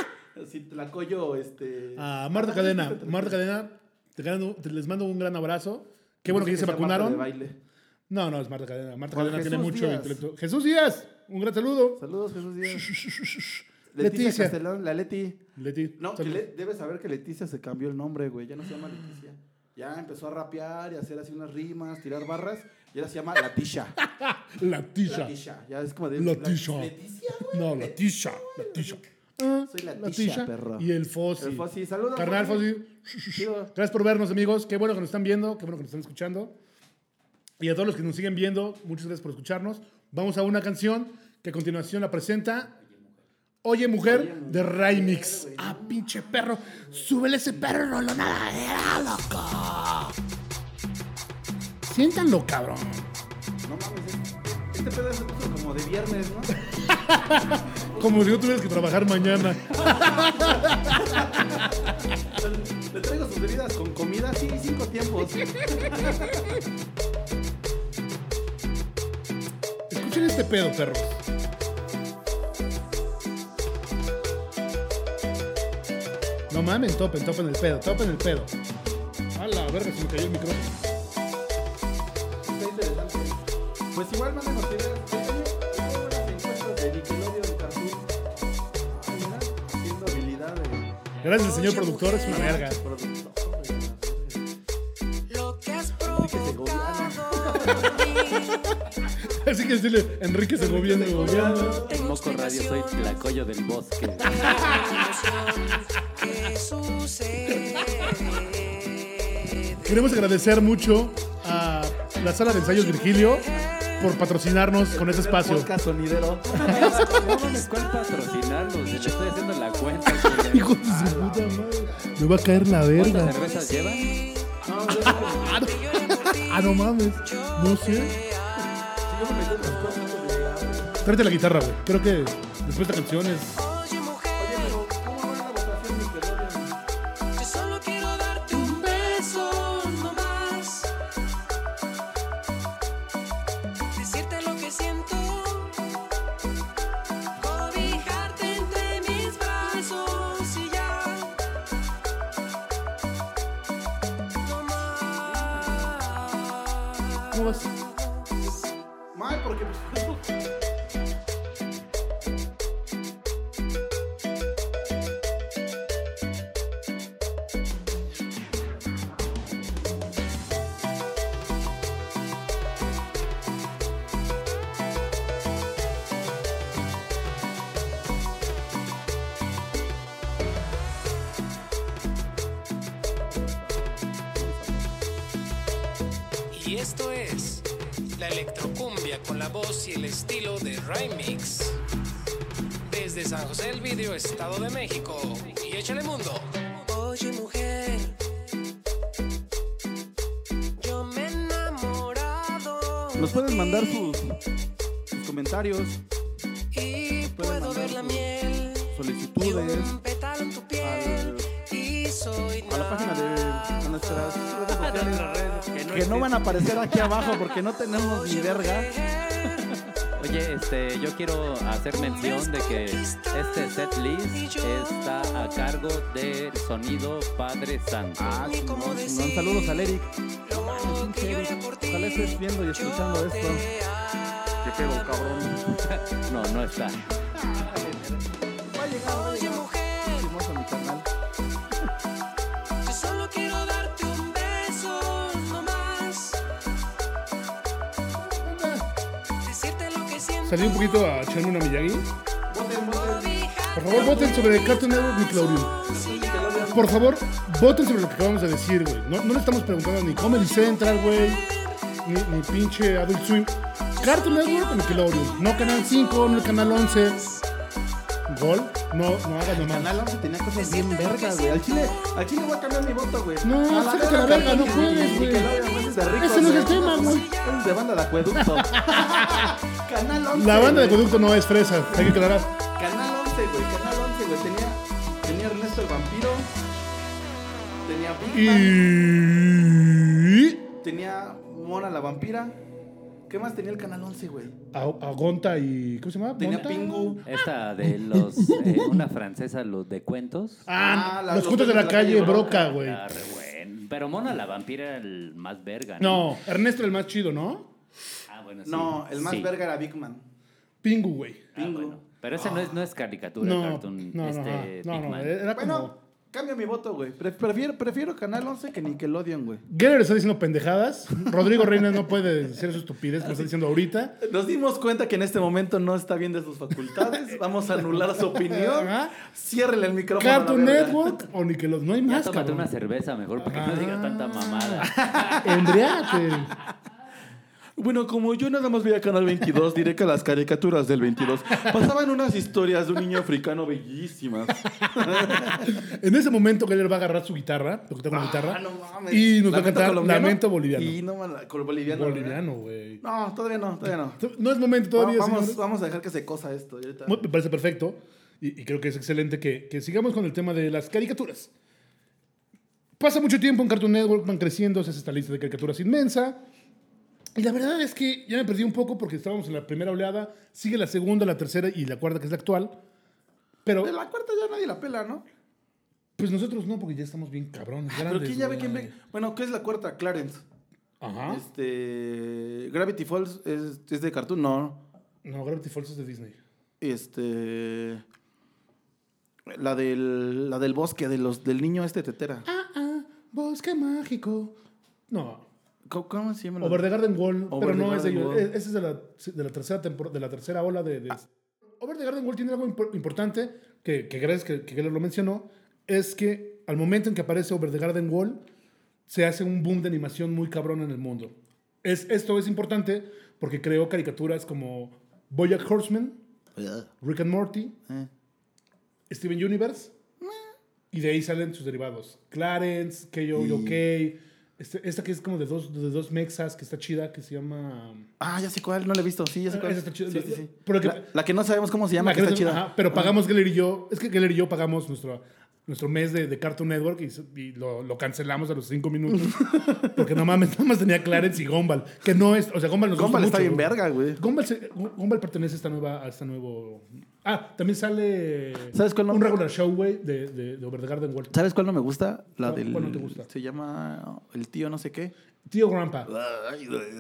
S3: Así, Tlacoyo, este.
S1: A Marta Cadena. Marta Cadena, te quedan- te- les mando un gran abrazo. Qué bueno que ya se
S3: sea Marta de
S1: vacunaron.
S3: baile.
S1: No, no, es Marta Cadena. Marta
S3: Juan
S1: Cadena tiene
S3: Jesús
S1: mucho
S3: Díaz.
S1: intelecto. Jesús Díaz, un gran saludo.
S3: Saludos, Jesús Díaz. Leticia,
S1: Leticia.
S3: Castellón, la Leti.
S1: Leti.
S3: No, que
S1: saludos.
S3: le- debes saber que Leticia se cambió el nombre, güey. Ya no se llama Leticia. Ya empezó a rapear y a hacer así unas rimas, tirar barras. Y ahora se llama Latisha.
S1: Latisha.
S3: Latisha. Ya es como de.
S1: Latisha.
S3: La- Leticia, güey.
S1: No, Latisha. Latisha.
S3: Ah, Soy
S1: La
S3: Latisha, perro.
S1: Y el Fossi.
S3: El Fossi. Saludos,
S1: Carnal
S3: Fossi.
S1: Fossi.
S3: Chido.
S1: Gracias por vernos, amigos. Qué bueno que nos están viendo, qué bueno que nos están escuchando. Y a todos los que nos siguen viendo, muchas gracias por escucharnos. Vamos a una canción que a continuación la presenta Oye Mujer, de Raimix.
S5: Ah, pinche perro. Súbele ese perro, rolón a la era, loco. Siéntanlo, cabrón.
S3: No mames. este- Este pedo es como de viernes, ¿no?
S1: Como si no tuvieras que trabajar mañana.
S3: Le traigo sus bebidas con comida, sí, cinco tiempos.
S1: Escuchen este pedo, perros. No mamen, topen, topen el pedo, topen el pedo. A la verga, se me cayó el micrófono.
S3: Está interesante. Pues igual mándanos ideas. Yo tenía- yo tengo unas encuestas de Nickelodeon Cartoon. Ah, mira, haciendo habilidad de
S1: Gracias, señor productor, es una verga.
S3: productor.
S8: Lo que has
S3: que se gobierna.
S8: provocado en mí.
S1: Así que decirle, Enrique se gobierna, gobierna.
S8: Tengo
S4: Moco Radio, soy
S8: explicaciones
S4: Tlacoyo del Bosque.
S8: de la emoción que sucede.
S1: Queremos agradecer mucho a la sala de ensayos Virgilio por patrocinarnos con este espacio.
S3: Podcast sonidero.
S4: ¿Sabes cuál patrocinarnos? Le estoy haciendo la cuenta.
S1: Hijo de su puta madre. Me va a caer la verga.
S4: ¿Cuántas cervezas lleva?
S3: No, yo, yo
S1: Ah, no mames. No sé.
S3: me metí en los códigos de la-
S1: Tráete la guitarra, güey. Creo que después de canciones.
S8: Oye, mujer,
S3: Oye, pero ¿cómo va la votación de Nickelodeon?
S8: yo solo quiero darte un beso, no más. Decirte lo que siento. Cobijarte entre mis brazos y ya. No más.
S1: ¿Cómo vas?
S3: Mal, porque pues,
S8: Oye,
S9: la electrocumbia con la voz y el estilo de Rymix. Desde San José el Video, Estado de México. Y échale mundo.
S8: Oye mujer, yo me he enamorado.
S3: Nos pueden mandar
S8: su
S3: sus, sus comentarios,
S8: y puedo ver la miel. Y
S3: solicitudes
S8: un pétalo en tu piel y soy
S3: a la página de a nuestras redes sociales Ah, que
S7: es-
S3: no van a aparecer aquí abajo porque no tenemos ni verga.
S7: Oye, este, yo quiero hacer mención de que este set list está a cargo del sonido Padre Santo.
S3: Ah, chingón, chingón. Saludos al Eric.
S8: lo que lloré por ti.
S3: Ojalá estés viendo y escuchando esto. Qué pedo, cabrón.
S7: No, no está.
S3: Va a llegar, va a
S8: Oye
S3: llegar.
S8: mujer,
S3: Fuimos a mi canal.
S8: yo solo quiero darte un beso, no más. Decirte lo que siento.
S1: Salí un poquito a echarme una Miyagi. Por
S8: Por
S1: favor, voten sobre Cartoon Network Nickelodeon. Por favor, voten sobre lo que acabamos de decir, güey. No, no le estamos preguntando ni Comedy Central, güey. Ni, ni pinche Adult Swim. Cartoon Network o Nickelodeon. No Canal 5, no el Canal 11. Gol. No, no hagas nomás.
S3: Canal 11 tenía cosas bien vergas, güey. Al chile, al chile voy a cambiar mi voto, güey.
S1: No,
S3: A la
S1: sácate la verga, no juegues, güey.
S3: Nickelodeon, güey, es de ricos,
S1: Ese no es el
S3: güey.
S1: tema, güey.
S3: Es de banda de acueducto. Canal 11.
S1: La banda de
S3: güey.
S1: producto no es fresa, hay que aclarar.
S3: Canal 11, güey. Canal 11, güey. Tenía, tenía Ernesto el Vampiro. Tenía Big Bang.
S1: Y.
S3: Tenía Mona la Vampira. ¿Qué más tenía el Canal 11, güey?
S1: A, a Gonta y. ¿Cómo se llama?
S3: Tenía
S1: ¿Gonta?
S3: Pingu.
S7: Esta de los, eh, una francesa, los de cuentos.
S1: Ah,
S3: Ah, la-
S1: los cuentos de la calle, Broca, güey.
S7: Está re buen. Pero Mona la vampira era el más verga.
S1: No, Ernesto el más chido, ¿no?
S7: Ah, bueno, sí.
S3: No, el más
S7: Sí.
S3: verga era Big Man.
S1: Pingu, güey.
S7: Ah, bueno. Pero ese no es, no es caricatura,
S1: No, no,
S7: cartoon.
S1: no,
S7: este,
S1: ajá. no, no,
S7: Pigman.
S1: era como...
S3: Bueno, cambio mi voto, güey. Pre- Prefiero, prefiero Canal 11 que Nickelodeon, güey.
S1: Geller está diciendo pendejadas. Rodrigo Reina no puede decir su estupidez, como está diciendo ahorita.
S3: Nos dimos cuenta que en este momento no está bien de sus facultades. Vamos a anular su opinión.
S1: Ajá.
S3: Ciérrele el micrófono. a la
S1: Cartoon
S3: verga.
S1: Network o Nickelodeon. No hay
S7: Ya
S1: más,
S7: tómate una
S1: cabrón.
S7: cerveza mejor para que
S1: Ah.
S7: no digas tanta mamada.
S1: Embriágate.
S3: Bueno, como yo nada más veía Canal 22, diré que las caricaturas del 22 pasaban unas historias de un niño africano bellísimas.
S1: En ese momento Geller va a agarrar su guitarra, lo que tengo una guitarra,
S3: Ah, no mames.
S1: y nos va a
S3: Lamento
S1: cantar
S3: colombiano.
S1: Lamento Boliviano.
S3: Y no mames, col- boliviano.
S1: Boliviano, güey.
S3: No, todavía no, todavía no.
S1: No es momento todavía,
S3: Va- vamos,
S1: señores.
S3: vamos a dejar que se cosa esto. ahorita.
S1: Muy- Me parece perfecto. Y, y creo que es excelente que, que sigamos con el tema de las caricaturas. Pasa mucho tiempo en Cartoon Network, van creciendo, se hace esta lista de caricaturas inmensa. Y la verdad es que ya me perdí un poco porque estábamos en la primera oleada, sigue la segunda, la tercera y la cuarta, que es la actual. Pero,
S3: De la cuarta ya nadie la pela, ¿no?
S1: pues nosotros no, porque ya estamos bien cabrones.
S3: Ah, Pero
S1: grandes,
S3: quién ya ve
S1: güey.
S3: quién ve. Bueno, ¿qué es la cuarta? Clarence.
S1: Ajá.
S3: Este. Gravity Falls es, es de cartoon, no.
S1: No, Gravity Falls es de Disney.
S3: Este. La del, la del bosque, de los, del niño este tetera.
S1: Ah, ah, Bosque Mágico. No.
S3: ¿Cómo, cómo se llama? la-
S1: Over the Garden Wall,
S3: Over
S1: pero
S3: the
S1: no es de,
S3: Garden Wall.
S1: e- ese es de la, de la tercera tempor- de la tercera ola de, de- Over the Garden Wall tiene algo impor- importante que, que gracias que, que Keller lo mencionó, es que al momento en que aparece Over the Garden Wall se hace un boom de animación muy cabrón en el mundo. Es, esto es importante porque creó caricaturas como Bojack Horseman, Rick and Morty,
S3: Eh.
S1: Steven Universe. Y de ahí salen sus derivados. Clarence, KOYOK. Este, esta que es como de dos, de dos mexas, que está chida, que se llama...
S3: Ah, ya sé cuál, no la he visto. Sí, ya sé
S1: Ah,
S3: cuál.
S1: esa está chida.
S3: Sí, sí, sí.
S1: Pero que-
S3: la, la que no sabemos cómo se llama, que está
S1: Imagínate,
S3: chida.
S1: ajá, pero pagamos Geller y yo. Es que Geller y yo pagamos nuestro, nuestro mes de, de Cartoon Network y, se- y lo, lo cancelamos a los cinco minutos. porque no mames, nada más tenía Clarence y Gumball. Que no es... O sea, Gumball nos gusta
S3: Gumball está
S1: mucho,
S3: bien
S1: güey.
S3: verga, güey.
S1: Gumball, se- Gu- Gumball pertenece a esta nueva, a esta nuevo. Ah, también sale.
S3: ¿Sabes cuál
S1: Un
S3: nombre?
S1: regular show, güey, de, de, de Over the Garden World.
S3: ¿Sabes cuál no me gusta? La
S1: ¿Cuál-
S3: del.
S1: cuál no te gusta?
S3: Se llama El tío no sé qué.
S1: Tío Grandpa.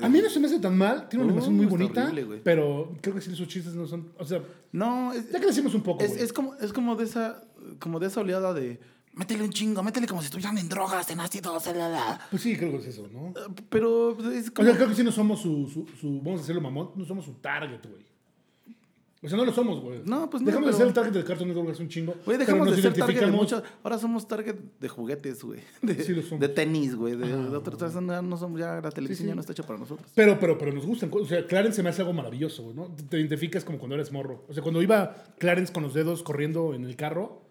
S1: A mí no se me hace tan mal, tiene una
S3: Uh,
S1: animación muy
S3: está
S1: bonita,
S3: horrible, güey.
S1: pero creo que sí sus chistes no son, o sea,
S3: No, es,
S1: ya crecimos un poco,
S3: es,
S1: güey.
S3: es como, es como de esa. Como de esa oleada de.
S2: Métele un chingo, métele como si estuvieran en drogas, en ácido, salada.
S1: Pues sí, creo que es eso, ¿no?
S3: "Ah, Pero es
S1: O
S3: como.
S1: sea, creo que sí no somos su, su, su- vamos a hacerlo mamón, no somos su target, güey. O sea, no lo somos, güey.
S3: No, pues no,
S1: Dejamos de
S3: pero-
S1: ser el target de Cartoon Network hace un chingo.
S3: Güey,
S1: pero
S3: dejamos
S1: nos
S3: de ser target de
S1: identificamos-
S3: muchos. Ahora somos target de juguetes, güey. De,
S1: Sí, lo somos.
S3: de tenis, güey. De, de otras cosas. No, no somos ya, la televisión ya no está hecha para nosotros.
S1: Pero, pero, pero nos gustan. O sea, Clarence se me hace algo maravilloso, güey, ¿no? Te identificas como cuando eres morro. O sea, cuando iba Clarence con los dedos corriendo en el carro,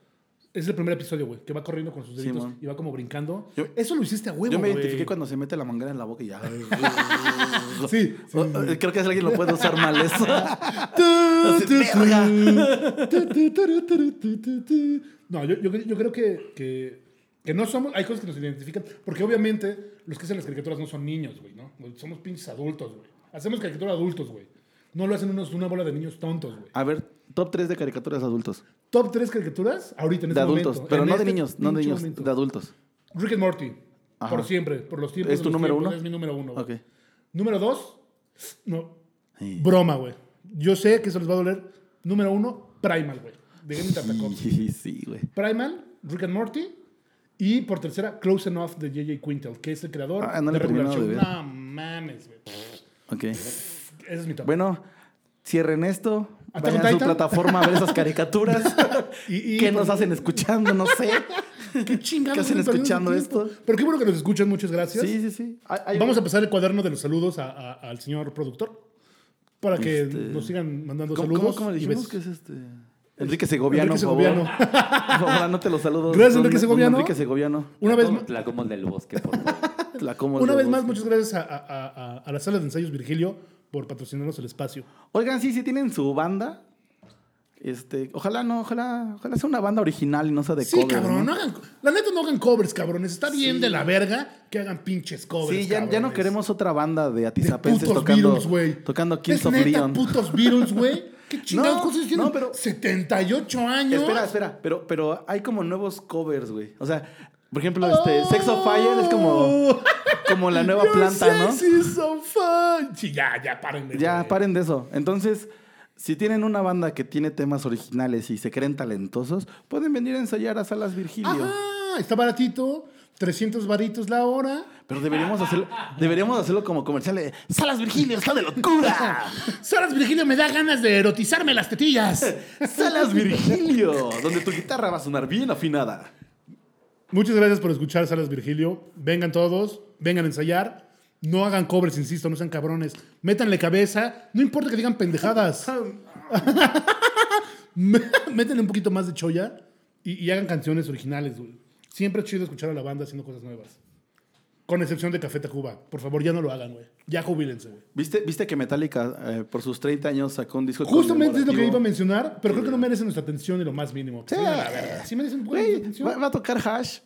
S1: es el primer episodio, güey, que va corriendo con sus deditos
S3: Simón.
S1: y va como brincando.
S3: Yo-
S1: Eso lo hiciste a huevo,
S3: Yo me
S1: güey.
S3: identifiqué cuando se mete la manguera en la boca y ya.
S1: Sí, sí.
S3: Oh, oh, Creo que alguien lo puede usar mal eso.
S1: Tu, tu, tu.
S3: verga.
S1: Tu, tu, tu, tu, tu, tu, tu. No, yo, yo, yo creo que, que, que no somos. Hay cosas que nos identifican. Porque obviamente los que hacen las caricaturas no son niños, güey, ¿no? Somos pinches adultos, güey. Hacemos caricatura adultos, güey. No lo hacen unos, una bola de niños tontos, güey.
S3: A ver, top 3 de caricaturas adultos.
S1: Top 3 caricaturas ahorita en
S3: De
S1: este momento.
S3: adultos, pero
S1: En
S3: no de
S1: este
S3: niños, no de
S1: pinche
S3: niños,
S1: momento.
S3: de adultos.
S1: Rick and Morty.
S3: Ajá.
S1: Por siempre, por los tiempos.
S3: ¿Es
S1: de
S3: tu
S1: los
S3: número
S1: tiempos,
S3: uno?
S1: Es mi número uno. güey.
S3: Ok.
S1: Número dos, no.
S3: Sí.
S1: Broma, güey. Yo sé que eso les va a doler. Número uno, Primal, güey. De Game Tartakovsky.
S3: Sí, sí, güey.
S1: Primal, Rick and Morty. Y por tercera, Close Enough de J.J. Quintel, que es el creador
S3: Ah, no
S1: de
S3: lo he
S1: Regular
S3: terminado
S1: Show.
S3: de ver.
S1: No mames, güey.
S3: Ok.
S1: Ese es mi top.
S3: Bueno, cierren esto.
S1: ¿Attack
S3: Vayan
S1: on
S3: a su
S1: Titan?
S3: plataforma a ver esas caricaturas.
S1: Y- y-
S3: ¿Qué nos hacen escuchando? No sé.
S1: ¿Qué chingados?
S3: ¿Qué hacen
S1: nos perdimos
S3: escuchando
S1: el tiempo?
S3: esto?
S1: Pero qué bueno que nos escuchan. Muchas gracias.
S3: Sí, sí, sí. Hay- hay-
S1: Vamos a pasar el cuaderno de los saludos a- a- al señor productor para que
S3: Este,
S1: nos sigan mandando
S3: ¿Cómo,
S1: saludos.
S3: cómo, cómo le
S1: y
S3: dijimos
S1: besos.
S3: que es este? Enrique Segoviano,
S1: Enrique
S3: por favor.
S1: Segoviano.
S3: Por favor, anote los saludos.
S1: Gracias,
S3: Don-
S1: Enrique
S3: don
S1: Segoviano.
S3: Enrique Segoviano.
S1: Una vez, ma-
S7: La como del bosque, por favor.
S3: La como
S1: una
S3: de
S1: vez
S3: voz.
S1: más, muchas gracias a, a- a- a la sala de ensayos Virgilio por patrocinarnos el espacio.
S3: Oigan, sí, sí tienen su banda. Este, ojalá no, ojalá, ojalá sea una banda original y no sea de
S1: Sí,
S3: cover,
S1: cabrón, no
S3: ¿no?
S1: hagan, la neta no hagan covers, cabrones. Está bien de la verga que hagan pinches covers.
S3: Sí, ya, ya no
S1: cabrones.
S3: queremos otra banda de
S1: De
S3: atizapenses
S1: putos
S3: tocando,
S1: Beatles, güey.
S3: tocando
S1: ¿Es
S3: Kings of
S1: neta,
S3: Leon.
S1: putos Beatles, güey? ¿Qué chingados
S3: No,
S1: cosas tienen?
S3: no, pero-
S1: 78 años.
S3: Espera, espera, pero, pero hay como nuevos covers, güey. O sea, por ejemplo, este,
S1: Oh.
S3: Sex of Fire es como, como la nueva
S1: Your
S3: planta, ¿no?
S1: sex is on fire. Sí, ya, ya, paren.
S3: Ya, paren de eso. Entonces, si tienen una banda que tiene temas originales y se creen talentosos, pueden venir a ensayar a Salas Virgilio.
S1: Ajá, está baratito, 300 varitos la hora.
S3: Pero deberíamos hacerlo, deberíamos hacerlo como comercial de Salas Virgilio está de locura.
S1: Salas Virgilio me da ganas de erotizarme las tetillas.
S3: Salas Virgilio, donde tu guitarra va a sonar bien afinada.
S1: Muchas gracias por escuchar Salas Virgilio. Vengan todos, vengan a ensayar. No hagan cobres, insisto, no sean cabrones. Métanle cabeza, no importa que digan pendejadas. Mé- Métanle un poquito más de choya y, y hagan canciones originales, güey. Siempre es chido escuchar a la banda haciendo cosas nuevas. Con excepción de Café Tacuba. Por favor, ya no lo hagan, güey. Ya jubílense, güey.
S3: ¿Viste, viste que Metallica eh, por sus 30 años sacó un disco
S1: Justamente es lo que iba a
S3: conmemorativo?
S1: mencionar, pero creo que no merece nuestra atención ni lo más mínimo. Sí, la verga. Sí merecen un poco de
S3: Güey, va,
S1: atención.
S3: va a tocar Hash.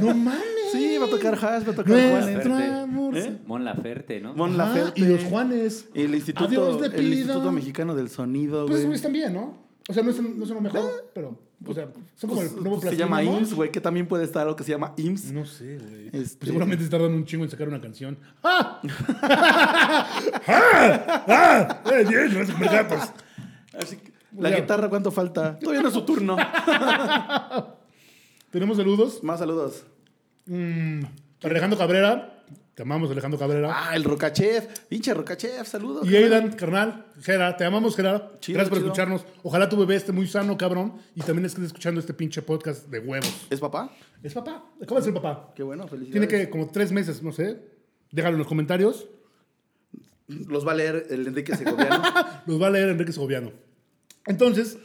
S1: No mames.
S3: Sí, va a tocar Hash, va a tocar Juanes.
S1: Nuestro amor.
S3: ¿Eh?
S7: Mon Laferte, ¿no?
S3: Mon
S1: Ajá,
S3: Laferte.
S1: Ah, y los Juanes.
S3: Y El
S1: A Dios
S3: instituto,
S1: le
S3: el
S1: pido.
S3: instituto Mexicano del Sonido,
S1: Pues esos
S3: güey.
S1: güeyes también, ¿no? O sea, no son, no son lo mejor, pero. O sea, son como el nuevo
S3: Ah. Pues se
S1: plastilina,
S3: llama
S1: ¿no?
S3: IMSS, güey, que también puede estar algo que se llama IMSS.
S1: No sé, güey.
S3: Este-
S1: Pues seguramente se tardan un chingo en sacar una canción. ¡Ah! ¡Ah! ¡Ah! ¡Eh, bien, los mergatos!
S3: Así que, la
S1: Ya.
S3: guitarra, ¿cuánto falta? Todavía no es su turno.
S1: Tenemos saludos.
S3: Más saludos.
S1: Mm, Alejandro Cabrera. Te amamos, Alejandro Cabrera.
S3: Ah, el Rocachef. Pinche Rocachef, saludos.
S1: Y Aidan, carnal, Gera, te amamos, Gera.
S3: Chido,
S1: Gracias por
S3: chido.
S1: escucharnos. Ojalá tu bebé esté muy sano, cabrón, y también estés escuchando este pinche podcast de huevos.
S3: ¿Es papá?
S1: Es papá, acaba de ser papá.
S3: Qué bueno,
S1: Tiene
S3: felicidades.
S1: que como tres meses, no sé. Déjalo en los comentarios.
S3: Los va a leer el Enrique Segoviano.
S1: Los va a leer Enrique Segoviano. Entonces,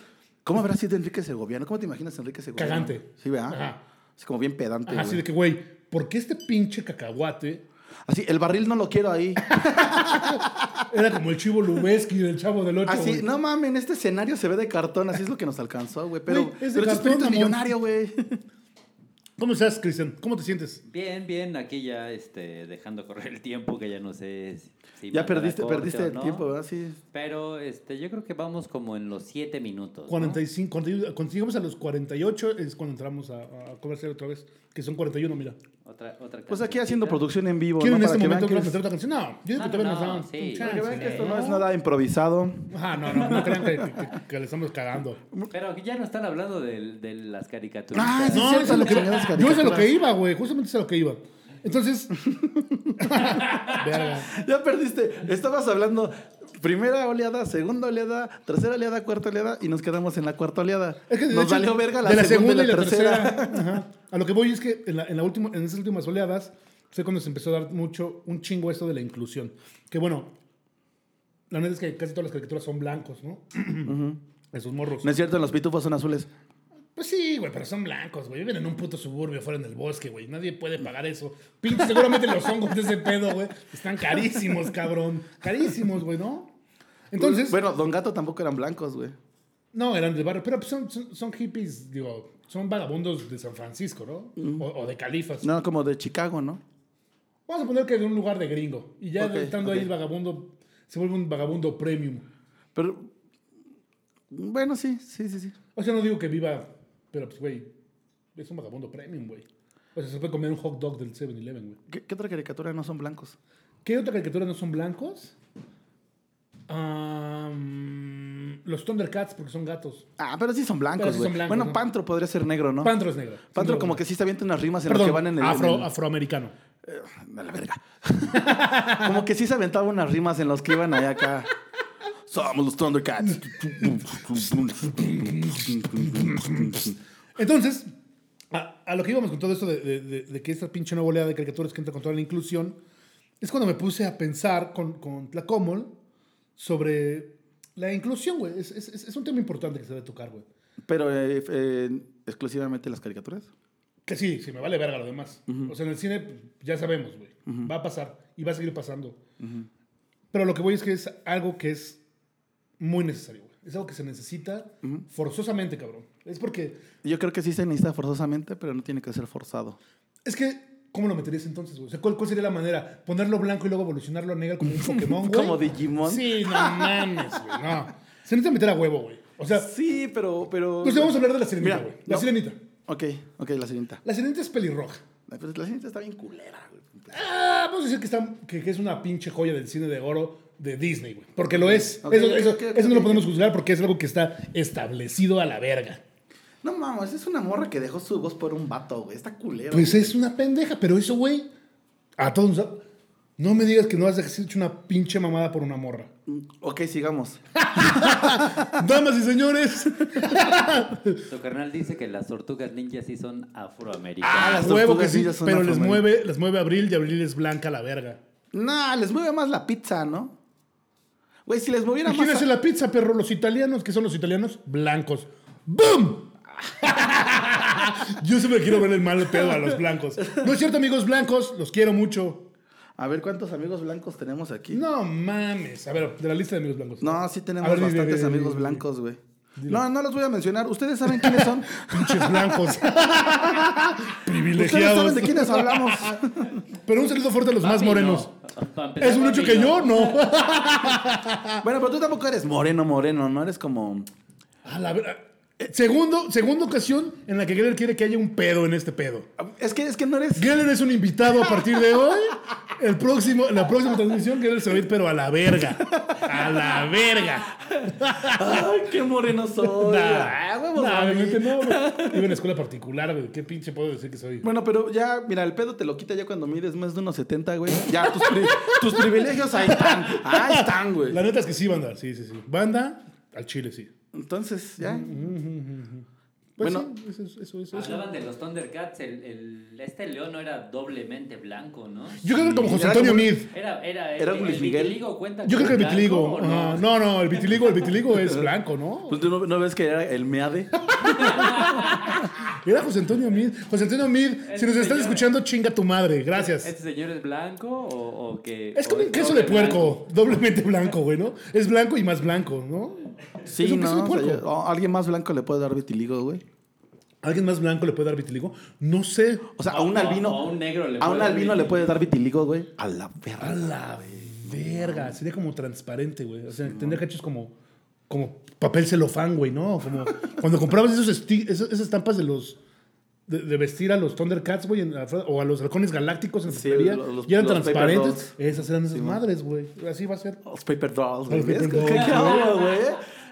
S3: ¿Cómo habrá sido Enrique Segoviano? ¿Cómo te imaginas Enrique Segoviano?
S1: Cagante.
S3: Sí, ¿verdad?
S1: Ajá.
S3: Así como bien pedante.
S1: así
S3: güey.
S1: de que, güey, ¿por qué este pinche cacahuate
S3: Así, el barril no lo quiero ahí.
S1: era como el chivo Lubeski del chavo del ocho?
S3: Así,
S1: güey?
S3: no mamen, este escenario se ve de cartón, así es lo que nos alcanzó, güey. Pero,
S1: Güey, es de
S3: pero
S1: cartón,
S3: Chespirito es
S1: mamón.
S3: millonario, güey.
S1: ¿Cómo estás, Cristian? ¿Cómo te sientes?
S7: Bien, bien, aquí ya este, dejando correr el tiempo, que ya no sé si- si
S3: Ya
S7: mandar a
S3: perdiste,
S7: corte
S3: perdiste
S7: o
S3: el
S7: no.
S3: tiempo, ¿verdad? Sí.
S7: Pero este, yo creo que vamos como en los siete minutos. ¿no?
S1: 45, cuando cuando llegamos a los 48 es cuando entramos a, a comercial otra vez, que son 41, mira.
S7: Otra, otra
S3: Pues aquí haciendo
S7: cancioncita.
S3: producción en vivo.
S1: ¿Quieren en
S3: ¿no?
S1: este
S3: que
S1: momento
S3: vean que
S1: meter otra canción? No, yo digo que
S7: No,
S1: todavía
S7: no,
S1: nos dan
S7: sí.
S1: un
S7: Para
S1: chance.
S7: que
S3: vean que esto no es nada improvisado.
S1: Ajá, no, no, no crean que, que- que le estamos cagando.
S7: Pero ya no están hablando de, de las caricaturas.
S3: Ah, sí,
S1: No,
S3: cierto,
S1: eso es lo que,
S3: chingadas
S1: yo es a lo
S3: caricaturas.
S1: que iba, güey. Justamente es a lo que iba. Entonces. Verga.
S3: Ya perdiste. Estabas hablando. Primera oleada, segunda oleada, tercera oleada, cuarta oleada y nos quedamos en la cuarta oleada.
S1: Es que, de
S3: nos
S1: hecho,
S3: valió verga la,
S1: de
S3: segunda, y la tercera.
S1: Ajá. A lo que voy es que en, la, en, la última, en esas últimas oleadas fue cuando se empezó a dar mucho, un chingo eso de la inclusión. Que bueno, la neta es que casi todas las caricaturas son blancos, ¿no? Esos morros.
S3: No es cierto, en los pitufos son azules.
S1: Pues sí, güey, pero son blancos, güey. Viven en un puto suburbio, fuera en el bosque, güey. Nadie puede pagar eso. Pinche, seguramente los hongos de ese pedo, güey. Están carísimos, cabrón. Carísimos, güey, ¿no? Entonces,
S3: Bueno, Don Gato tampoco eran blancos, güey.
S1: no, eran del barrio, pero pues, son, son, son hippies, digo, son vagabundos de San Francisco, ¿no? O, o de Califas.
S3: No, como de Chicago, ¿no?
S1: Vamos a poner que de un lugar de gringo. Y ya
S3: Ok,
S1: estando ahí
S3: ok.
S1: el vagabundo, se vuelve un vagabundo premium.
S3: Pero. Bueno, sí, sí, sí, sí.
S1: O sea, no digo que viva, pero pues, güey, es un vagabundo premium, güey. O sea, se puede comer un hot dog del 7-Eleven, güey.
S3: ¿Qué, qué otra caricatura no son blancos?
S1: ¿Qué otra caricatura no son blancos? Am, los Thundercats, porque son gatos.
S3: Ah, pero sí son
S1: Pero
S3: blancos,
S1: sí
S3: güey.
S1: son blancos,
S3: bueno,
S1: ¿no?
S3: Pantro podría ser negro, ¿no?
S1: Pantro es negro.
S3: Pantro
S1: Sin
S3: como
S1: duda.
S3: que sí está viendo unas rimas en
S1: Perdón,
S3: las que van en el...
S1: afro,
S3: en el-
S1: afroamericano.
S3: verga. Como que sí se aventaba unas rimas en los que iban allá acá. Somos los Thundercats.
S1: Entonces, a, a lo que íbamos con todo esto de, de- de- de que esta pinche nueva oleada de caricaturas que entra con toda la inclusión, es cuando me puse a pensar con, con Tlacomol sobre la inclusión, güey. Es, es- es- es un tema importante que se debe tocar, güey.
S3: Pero eh, eh, exclusivamente las caricaturas.
S1: Que sí, sí, me vale verga lo demás. O sea, en el cine pues, ya sabemos, güey. Va a pasar y va a seguir pasando. Pero lo que voy es que es algo que es muy necesario, güey. Es algo que se necesita forzosamente, cabrón. Es porque,
S3: Yo creo que sí se necesita forzosamente, pero no tiene que ser forzado.
S1: es que, ¿cómo lo meterías entonces, güey? O sea, ¿cuál, cuál sería la manera? ¿Ponerlo blanco y luego evolucionarlo a negro como un Pokémon, güey?
S3: Como Digimon.
S1: Sí, no mames, güey. No. Se necesita meter a huevo, güey. O sea,
S3: Sí, pero... pero...
S1: pues vamos a hablar de la sirenita,
S3: Mira,
S1: güey. La
S3: no.
S1: sirenita.
S3: Ok, ok, la sirenita.
S1: La sirenita es pelirroja.
S3: La, pues, la sirenita está bien culera, güey.
S1: Ah, vamos a decir que, está, que, que es una pinche joya del cine de oro de Disney, güey. Porque lo es.
S3: Ok,
S1: eso
S3: ok,
S1: eso-
S3: ok, ok,
S1: eso no lo
S3: ok.
S1: podemos juzgar porque es algo que está establecido a la verga.
S3: No mames, es una morra que dejó su voz por un vato, güey. Está culera.
S1: Pues es una pendeja, pero eso, güey, a todos nos da- No me digas que no has hecho una pinche mamada por una morra.
S3: Ok, sigamos.
S1: Damas y señores,
S7: Tu carnal dice que las tortugas ninjas sí son
S3: Ah,
S7: afroamericanas.
S3: las
S1: huevo que
S3: tortugas
S1: sí,
S3: ninjas son
S1: pero les
S3: afroamericanas.
S1: mueve, les mueve abril y abril es blanca la verga.
S3: Nah, les mueve más la pizza, ¿no? Güey, si les moviera
S1: ¿Y quién
S3: más.
S1: hace
S3: a-
S1: la pizza, perro? Los italianos, ¿qué son los italianos? Blancos. ¡Boom! Yo siempre quiero ver el mal pedo a los blancos. No es cierto, amigos blancos, los quiero mucho.
S3: A ver cuántos amigos blancos tenemos aquí.
S1: No mames. A ver, de la lista de amigos blancos.
S3: No, sí tenemos
S1: A ver, di, di,
S3: bastantes
S1: di, di,
S3: amigos
S1: di.
S3: blancos, güey. No, no los voy a mencionar. Ustedes saben quiénes son.
S1: Pinches blancos.
S3: Ustedes
S1: Privilegiados.
S3: saben de quiénes hablamos.
S1: Pero un saludo fuerte a los más morenos. Es un hecho que yo no.
S3: bueno, pero tú tampoco eres moreno, moreno, ¿no? Eres como.
S1: A la ver- eh, Segundo, segunda ocasión en la que Geller quiere que haya un pedo en este pedo.
S3: Es que, es que no eres.
S1: Geller es un invitado a partir de hoy. El próximo, la próxima transmisión, Geller se va a ir, pero a la verga. A la verga.
S3: ¡Ay, qué moreno soy!
S1: Nah,
S3: Ah, huevos,
S1: nah,
S3: mami.
S1: obviamente no, güey. Vivo en escuela particular, güey. ¿Qué pinche puedo decir que soy?
S3: Bueno, pero ya, mira, el pedo te lo quita ya cuando mides más de unos 70, güey. Ya, tus, pri- tus privilegios ahí están. Ahí están, güey.
S1: La neta es que sí, banda. Sí, sí, sí. Banda al chile, sí.
S3: Entonces, ya.
S1: Pues
S3: Bueno.
S1: sí, eso, es- eso, eso es.
S7: Hablaban de los Thundercats, el, el- este león no era doblemente blanco, ¿no?
S1: Yo creo que como José
S3: Era
S1: Antonio
S3: como-
S1: Mid.
S7: Era, era,
S3: Era
S7: el,
S3: Luis
S7: el
S3: Miguel.
S7: vitiligo cuenta
S1: Yo creo que el
S7: como blanco,
S1: vitiligo.
S7: ¿o
S1: ajá.
S7: no?
S1: No, no, el vitiligo, el vitiligo es blanco, ¿no?
S3: Pues, ¿tú no, no ves que era el meade?
S1: Era José Antonio Mid. José Antonio Mid, si nos estás escuchando, chinga tu madre. Gracias.
S7: ¿Este señor es blanco o, o que.?
S1: Es
S7: o
S1: como un queso de
S7: doble
S1: puerco, doblemente blanco, güey, ¿no? Es blanco y más blanco, ¿no? Es
S3: Sí,
S1: un
S3: no.
S1: queso de
S3: o sea,
S1: puerco.
S3: yo- oh, alguien más blanco le puede dar vitiligo, güey.
S1: ¿Alguien más blanco le puede dar vitiligo? No sé.
S3: O sea, a un
S7: O-
S3: albino.
S7: o a un negro le
S3: A un
S7: puede dar
S3: albino le puede dar vitiligo, güey. A la
S1: A
S3: verga.
S1: la verga. Sería como transparente, güey. O sea, tendría cachos como, como papel celofán, güey, ¿no? Como cuando comprabas esos esti- esas, esas estampas de los. De, de vestir a los Thundercats, güey, en la fra- o a los halcones galácticos en la
S3: Sí,
S1: feria,
S3: los- los-
S1: y eran
S3: los paper
S1: transparentes.
S3: dolls.
S1: Esas eran esas madres, güey. Así va a ser.
S3: Los paper dolls, güey.
S1: Los paper
S3: ¿Ves?
S1: dolls,
S3: ¿Qué- qué
S1: güey.
S3: hago, güey?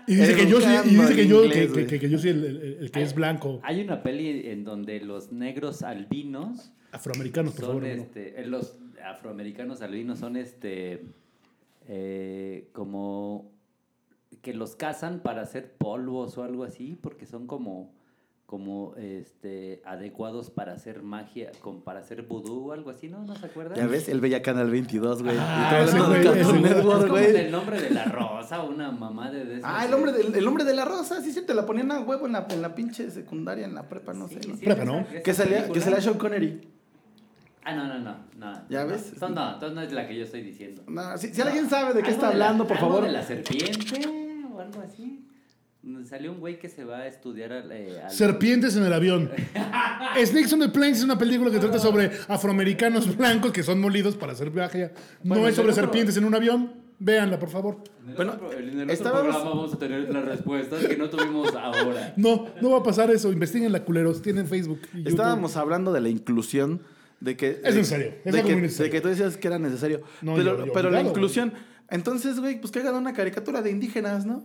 S1: Y dice que yo sí, y dice que yo, que,
S3: Educando en
S1: que-
S3: inglés,
S1: que- que yo soy el, el- el que es blanco.
S7: Hay una peli en donde los negros albinos
S1: Afroamericanos, por
S7: son
S1: favor. hermano.
S7: este. eh, Los afroamericanos albinos son este. eh, como que los cazan para hacer polvos o algo así, porque son como, como este, adecuados para hacer magia, como para hacer vudú o algo así, ¿no? ¿No se acuerdan?
S10: Ya ves, él veía Canal 22, güey.
S1: Ah,
S10: y
S1: ese
S10: todo hablando de
S1: güey,
S10: Cartoon
S1: ese güey.
S10: Network,
S7: Es como
S10: güey.
S7: el nombre de la rosa, una mamá de... de esas,
S3: Ah, el hombre, del, el hombre de la rosa, sí, sí, te la ponían a huevo en la, en la pinche secundaria, en la prepa, no
S7: Sí,
S3: sé. ¿no?
S7: sí,
S1: Prepa,
S7: esa-
S1: ¿no?
S7: esa
S3: Que salía, que
S7: película.
S3: salía Sean Connery.
S7: Ah, no, no, no. no
S3: ¿Ya
S7: no,
S3: ves?
S7: No, no, entonces no es la que yo estoy diciendo.
S3: No, si, si alguien sabe de qué
S7: Algo
S3: está
S7: la-
S3: hablando, por
S7: algo
S3: favor.
S7: de la serpiente o algo así. Salió un güey que se va a estudiar al... eh, al-
S1: Serpientes en el avión. Snakes on the Plains es una película que trata sobre
S7: Ah.
S1: afroamericanos blancos que son molidos para hacer viaje. No
S3: Bueno,
S1: es sobre
S3: pero-
S1: serpientes en un avión. Véanla, por favor.
S7: En el
S3: Bueno,
S7: otro- en el otro
S3: estábamos-
S7: programa vamos a tener las respuestas que no tuvimos ahora.
S1: No, no va a pasar eso. Investíguenla, culeros. Tienen Facebook. y YouTube.
S10: Estábamos hablando de la inclusión, de que...
S1: Es
S10: de-
S1: necesario, es
S10: de
S1: algo
S10: que,
S1: muy necesario.
S10: de que tú decías que era necesario.
S1: No,
S10: pero
S1: yo- yo
S10: pero la
S1: obligado,
S10: inclusión...
S3: Entonces, güey, pues que hagan una caricatura de indígenas, ¿no?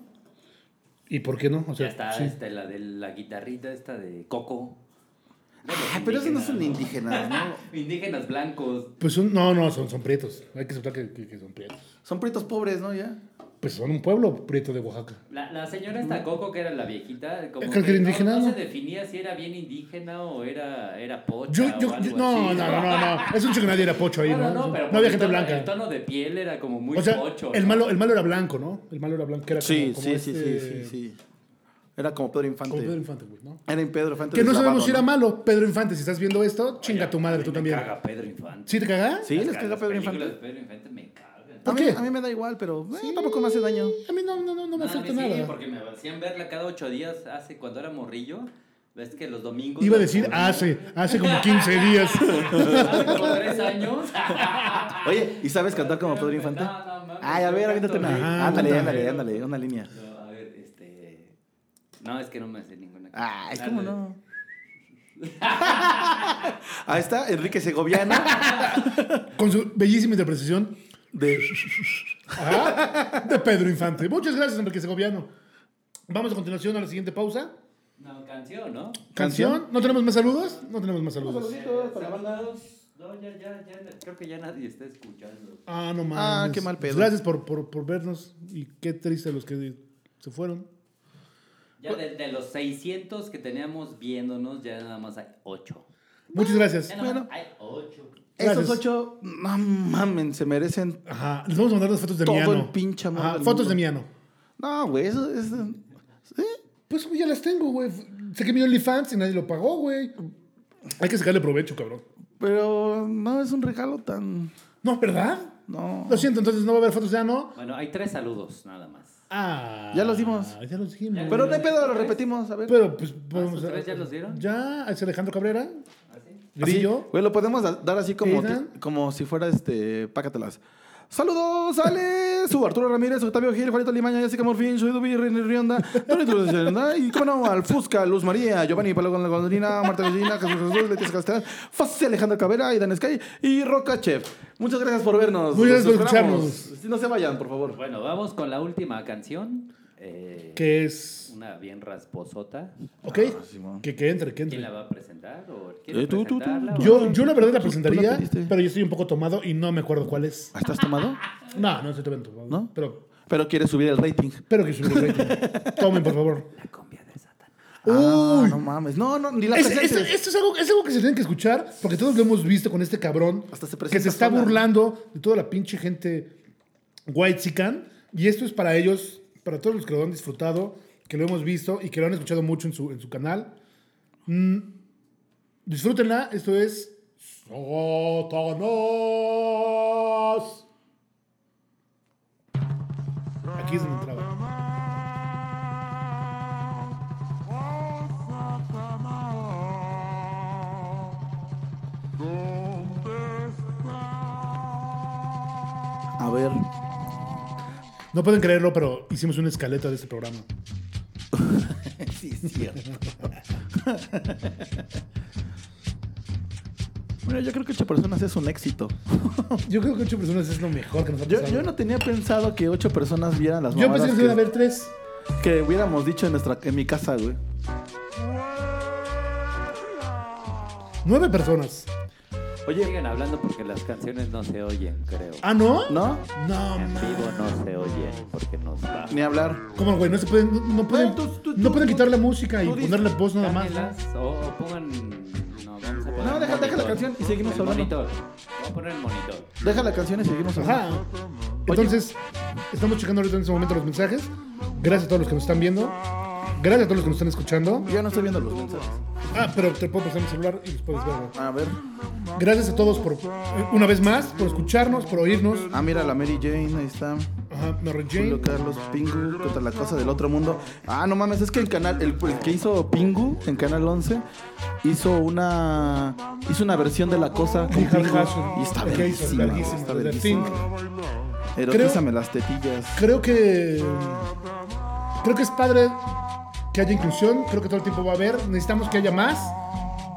S1: ¿Y por qué no? O
S7: Ya
S1: sea,
S7: está
S1: sí.
S7: este, la de la guitarrita esta de Coco. De los
S3: Ah, pero esos no son
S7: indígenas,
S3: indígenas, ¿no?
S7: ¿no? Indígenas blancos.
S1: Pues un- no, no, son, son prietos. Hay que aceptar que, que- que son prietos.
S3: Son prietos pobres, ¿no? Ya.
S1: Pues son un pueblo prieto de Oaxaca.
S7: La, la señora esta Coco, que era la viejita, como
S1: Mm. Creo
S7: que
S1: que era
S7: no-
S1: indígena,
S7: no,
S1: ¿no?
S7: se definía si era bien indígena o era, era pocha
S1: Yo,
S7: o
S1: yo,
S7: algo
S1: yo- no, no,
S7: así.
S1: no, no, no. Es un chico que nadie era pocho ahí,
S7: Bueno,
S1: ¿no?
S7: no, pero eh,
S1: no había
S7: el
S1: gente
S7: tono- El
S1: blanca.
S7: tono de piel era como muy
S1: O sea,
S7: pocho.
S1: el
S7: ¿no?
S1: malo, el malo era blanco, ¿no? El malo era blanco. que era
S10: Sí,
S1: como- como
S10: sí, sí, sí,
S1: este-
S10: sí, sí.
S3: Era como Pedro
S1: Como Pedro
S3: Infante.
S1: Infante, güey, ¿no?
S10: Era en Pedro Infante
S1: Que no
S10: deslavado,
S1: sabemos si era
S10: ¿no?
S1: malo. Pedro Infante, si estás viendo esto,
S7: Oye,
S1: chinga tu
S7: a
S1: madre,
S7: mí
S1: tú
S7: me
S1: también.
S7: caga Pedro Infante.
S1: ¿Sí te cagas?
S10: Sí, les
S7: Las-
S10: caga
S7: las
S10: Pedro
S7: películas
S10: Infante.
S7: de Pedro Infante me cagan.
S1: ¿Por
S3: a, mí,
S1: qué?
S3: a mí me da igual, pero eh, tampoco me hace daño.
S1: A mí no, no, no, no me
S7: No, a mí
S1: afecta
S7: sí,
S1: nada.
S7: porque me hacían verla cada ocho días hace cuando era morrillo. Ves que los domingos.
S1: Iba a
S7: los
S1: decir
S7: ponían-
S1: hace, hace como 15 días.
S7: Hace como tres años.
S3: Ah.
S10: Oye, ¿y sabes cantar como Pedro Infante?
S7: No, no, mames,
S10: Ay, a
S7: yo
S10: ver,
S7: canto
S10: aviéntate
S7: bien.
S1: Ajá,
S10: una. Ándale,
S1: ándale.
S10: ándale, ándale, una línea.
S7: No, a ver, este. No, es que no me hace ninguna.
S10: Ay,
S7: Dale.
S10: ¿cómo Ah, no? Ahí está Enrique Segoviana
S1: Con su bellísima interpretación
S10: de
S1: ajá, de Pedro Infante. Muchas gracias, Enrique Segoviano. Vamos a continuación a la siguiente pausa.
S7: No, canción, ¿no?
S1: Canción. ¿No tenemos más saludos? No tenemos más saludos.
S7: Saludos. No, ya, ya, ya. Creo que ya nadie está escuchando.
S1: Ah, no mames.
S3: Ah, qué mal pedo.
S1: Pues Gracias por, por, por vernos y qué triste los que se fueron.
S7: Ya de, de los 600 que teníamos viéndonos, ya nada más hay 8.
S1: Muchas gracias.
S7: Bueno, hay 8.
S3: Esos
S1: Gracias.
S3: ocho, no mamen, se merecen.
S1: Ajá, les vamos a mandar las fotos de
S3: Todo
S1: Miano.
S3: el pinche amor
S1: Ajá,
S3: del
S1: fotos
S3: mundo.
S1: de Miano.
S3: No, güey, eso es. ¿sí?
S1: Pues güey, ya las tengo, güey. Sé que mi OnlyFans y nadie lo pagó, güey. Hay que sacarle provecho, cabrón.
S3: Pero no es un regalo tan.
S1: No, ¿verdad?
S3: No.
S1: Lo siento, entonces no va a haber fotos de Ano.
S7: Bueno, hay 3 saludos nada más.
S1: Ah.
S3: Ya los dimos.
S1: Ya los dimos.
S3: Pero no hay pedo, lo repetimos, a ver.
S1: Pero pues
S7: Ah,
S1: podemos.
S7: ¿esos tres ya los dieron? ¿Ah,
S1: Ya, es Alejandro Cabrera,
S7: ¿Así?
S3: Así,
S1: Grillo.
S3: güey, lo podemos da- dar así como,
S1: Aidan.
S3: ti- como si fuera este. Pácatelas. Saludos, Ale, su Arturo Ramírez, Octavio Gil, Juanito Limaña, Jessica Morfín, Soy Dubi, René Rionda, Tony Cruz, Rionda, y cómo no, al Fusca, Luz María, Giovanni Palo con la Gondrina, Marta Medina, Jesús Jesús, Leticia Castellán, Fácil Alejandra Cabera, Idan Sky y Roca Chef. Muchas gracias por vernos.
S1: Muchas gracias
S3: Los
S1: por
S3: esperamos.
S1: escucharnos.
S3: Sí, No se vayan, por favor.
S7: Bueno, vamos con la última canción. Eh,
S1: Que es.
S7: Una bien rasposota.
S1: Ok.
S3: Ah,
S1: que, que entre, que
S7: ¿Quién la
S1: entre.
S7: va a presentar? ¿O
S10: Eh,
S7: ¿Quieres
S10: tú, tú, tú,
S7: presentarla?
S10: tú.
S7: o-
S1: Yo, yo la verdad la
S3: Tú- tú la
S1: presentaría,
S3: pediste.
S1: pero yo estoy un poco tomado y no me acuerdo cuál
S7: Ah.
S1: es.
S10: ¿Estás tomado?
S1: No, no estoy tan tomado.
S10: ¿No?
S1: Pero,
S10: Pero quieres subir el rating.
S1: pero que subir el rating. Tomen, por favor.
S7: La cumbia de Satán.
S3: Ah, no mames. No, no, ni la
S1: Es- es-
S3: presentes.
S1: esto es algo, es algo que se tienen que escuchar porque todos lo hemos visto con este cabrón
S3: Hasta se
S1: que
S3: presenta
S1: se está
S3: sola.
S1: burlando de toda la pinche gente white Y esto es para ellos, para todos los que lo han disfrutado, que lo hemos visto y que lo han escuchado mucho en su, en su canal. Mm, disfrútenla. Esto es Satanás. Aquí es donde entraba.
S10: A ver.
S1: No pueden creerlo, pero hicimos una escaleta de este programa.
S10: Sí, es cierto.
S3: Mira, yo creo que ocho personas es un éxito.
S1: Yo creo que ocho personas es lo mejor que nos ha
S3: Yo,
S1: pasado.
S3: yo no tenía pensado que ocho personas vieran las
S1: Yo pensé
S3: mamadas
S1: que se iban a
S3: que,
S1: ver tres.
S3: que hubiéramos dicho en, nuestra, en mi casa, güey.
S1: Nueve personas.
S7: Oye. Siguen hablando porque las canciones no se oyen, creo.
S1: ¿Ah, no?
S10: ¿No?
S1: No,
S7: En
S1: man.
S7: vivo no se oyen porque nos va.
S10: Ni hablar.
S1: ¿Cómo, güey? No, se pueden, no, no pueden,
S3: Bueno, tú- tú-
S1: no
S3: tú-
S1: pueden
S3: tú-
S1: quitar la música y
S3: tú dices,
S1: ponerle voz nada más. ¿no?
S7: Cámbialas O, o pongan. No, vamos a poner
S3: No, deja-
S7: el
S3: deja la
S7: monitor.
S3: canción y seguimos
S7: El
S3: hablando.
S7: Monitor. Voy a poner el monitor.
S3: Deja la canción y seguimos hablando.
S1: Ajá. Entonces, estamos checando ahorita en este momento los mensajes. Gracias a todos los que nos están viendo. Gracias a todos los que nos están escuchando.
S3: Yo no estoy viendo los mensajes.
S1: Ah, pero te puedo pasar mi celular y los puedes ver. güey.
S3: A ver.
S1: Gracias a todos por, eh, una vez más, por escucharnos, por oírnos.
S3: Ah, mira, la Mary Jane, ahí está.
S1: Ajá, Mary Jane.
S3: Julio Carlos Pingu contra la cosa del otro mundo. Ah, no mames, es que el canal, el, el que hizo Pingu en Canal 11 hizo una hizo una versión de la cosa con
S1: Y Hard
S3: Pingu,
S1: Hasson.
S3: y está
S1: Que hizo,
S3: bellísima,
S1: larguísima,
S3: está
S1: de
S3: bellísima. Erotízame las tetillas.
S1: Creo que. Creo que es padre que haya inclusión. Creo que todo el tiempo va a haber. Necesitamos que haya más.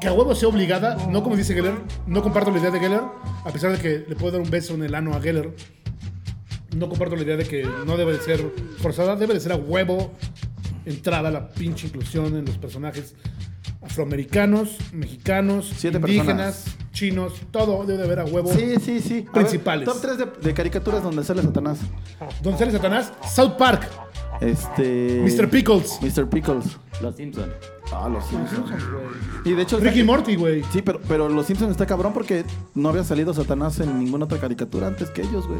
S1: Que a huevo sea obligada. No como dice Geller. No comparto la idea de Geller. A pesar de que le puedo dar un beso en el ano a Geller. No comparto la idea de que no debe de ser forzada. Debe de ser a huevo entrada la pinche inclusión en los personajes afroamericanos, mexinos,
S3: Siete
S1: indígenas, chinos. Todo debe de haber a huevo.
S3: Sí, sí, sí. A
S1: Principales.
S3: ver, top 3 de, de caricaturas donde sale Satanás.
S1: Don César Satanás, South Park,
S3: Este
S1: Mr. Pickles,
S3: Mr. Pickles.
S7: Los Simpsons.
S3: Ah, los Simpsons. Y de hecho
S1: Ricky Morty, güey.
S3: Sí, pero, pero Los Simpsons está cabrón porque no había salido Satanás en ninguna otra caricatura antes que ellos, güey.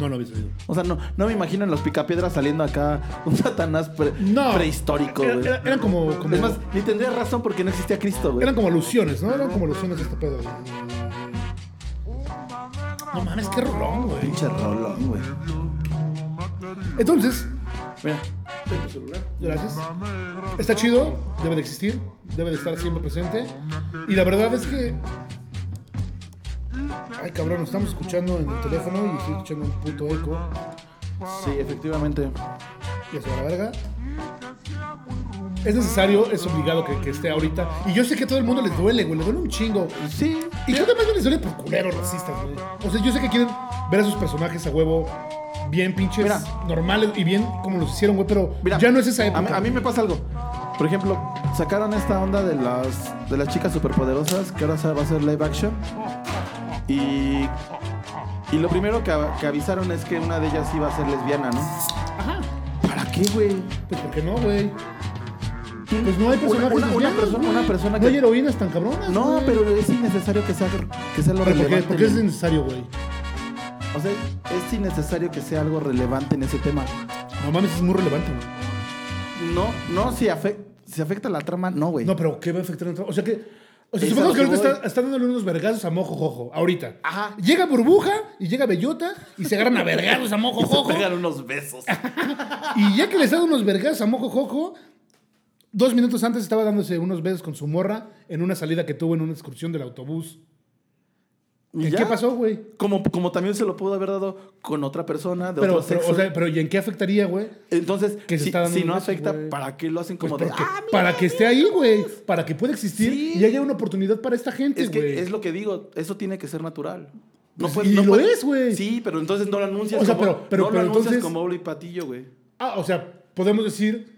S1: No lo había salido.
S3: O sea, no, no me imagino en los picapiedras saliendo acá un Satanás pre-
S1: No. Eh,
S3: prehistórico,
S1: Era-
S3: güey.
S1: era- eran como, como-
S3: Es más, ni tendrías razón porque no existía Cristo, güey.
S1: eran como alusiones, ¿no? Eran como alusiones a este pedo. güey. No mames, qué rolón, güey.
S3: Pinche rolón, güey.
S1: Entonces,
S3: Mira,
S1: gracias. Está chido, debe de existir, debe de estar siempre presente. Y la verdad es que. Ay, cabrón, nos estamos escuchando en el teléfono y estoy escuchando un puto eco.
S3: sí, efectivamente.
S1: y hacia la verga. Es necesario, es obligado que, que esté ahorita. Y yo sé que a todo el mundo les duele, güey. Les duele un chingo.
S3: Sí.
S1: Y yo además no les duele por culeros racistas, güey. O sea, yo sé que quieren ver a sus personajes a huevo bien pinches
S3: Mira.
S1: normales y bien como los hicieron, güey. Pero
S3: Mira,
S1: ya no es esa
S3: a
S1: época.
S3: mí- A, mí me pasa algo. Por ejemplo, sacaron esta onda de las, de las chicas superpoderosas, que ahora se va a ser live action. Y, y lo primero que, que avisaron es que una de ellas iba a ser lesbiana, ¿no? ¿Para qué, güey?
S1: Pues ¿por qué no, güey? Pues no hay personajes
S3: una- una
S1: lesbianas,
S3: persona-
S1: güey.
S3: una persona
S1: No
S3: que-
S1: hay heroínas tan cabronas,
S3: No,
S1: güey.
S3: pero es innecesario que sea, que sea
S1: ¿Pero por
S3: lo
S1: qué?
S3: relevante.
S1: ¿Por qué es
S3: en-
S1: necesario, güey?
S3: O sea, es innecesario que sea algo relevante en ese tema.
S1: No mames, es muy relevante, güey.
S3: No, no, si, afecta si afecta la trama, no, güey.
S1: No, pero ¿qué va a afectar en el trabajo? O sea que. O sea,
S3: Es
S1: supongamos
S3: a
S1: que
S3: lo que
S1: ahorita
S3: voy.
S1: está- están dándole unos vergazos a Mojo Jojo, ahorita.
S3: Ajá.
S1: Llega Burbuja y llega Bellota y se agarran a vergazos a Mojo Jojo.
S3: pegan unos besos.
S1: Y ya que les dan unos vergazos a Mojo Jojo, dos minutos antes estaba dándose unos besos con su morra en una salida que tuvo en una excursión del autobús.
S3: ¿Y
S1: ¿En
S3: ya?
S1: qué pasó, güey?
S3: Como, como también se lo pudo haber dado con otra persona de
S1: Pero,
S3: otro
S1: pero,
S3: sexo.
S1: o sea, pero ¿y en qué afectaría, güey?
S3: Entonces,
S1: que se
S3: si,
S1: está dando
S3: si
S1: un
S3: no
S1: beso,
S3: afecta,
S1: güey.
S3: ¿para qué lo hacen
S1: Pues
S3: como de
S1: porque-
S3: "Ah, mira,
S1: para que esté ahí, güey. Para que pueda existir
S3: Sí.
S1: y haya una oportunidad para esta gente,
S3: Es que
S1: güey.
S3: es lo que digo, eso tiene que ser natural.
S1: Pues, y lo
S3: puedes-
S1: es, güey.
S3: Sí, pero entonces no lo anuncias
S1: O sea,
S3: como,
S1: pero- pero-
S3: no lo
S1: pero
S3: anuncias
S1: entonces-
S3: como Oli Patillo, güey.
S1: Ah, o sea, podemos decir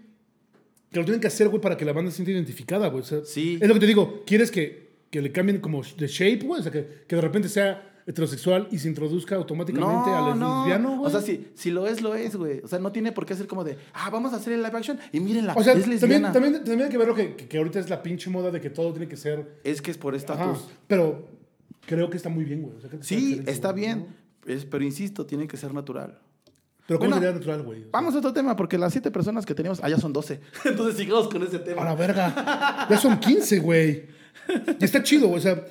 S1: que lo tienen que hacer, güey, para que la banda se sienta identificada, güey. O sea,
S3: Sí.
S1: Es lo que te digo. ¿Quieres que, que le cambien como de shape, güey? O sea, que, que de repente sea heterosexual y se introduzca automáticamente al lesbiano, güey.
S3: O sea, si, si lo es, lo es, güey. O sea, no tiene por qué ser como de, ah, vamos a hacer el live action y mírenla,
S1: O sea,
S3: es
S1: también,
S3: lesbiana.
S1: también, también hay que ver lo que, que ahorita es la pinche moda de que todo tiene que ser.
S3: Es que es por
S1: Ajá,
S3: estatus.
S1: pero creo que está muy bien, güey. O sea, creo que
S3: Sí,
S1: excelente,
S3: está
S1: güey, ¿no?
S3: bien. Es- pero insisto, tiene que ser natural.
S1: Pero ¿cómo
S3: Bueno,
S1: sería natural, güey? O sea,
S3: Vamos a otro tema, porque las siete personas que teníamos, allá son 12. Entonces sigamos con ese tema.
S1: A la verga. Ya son 15, güey. Y está chido, güey. O sea,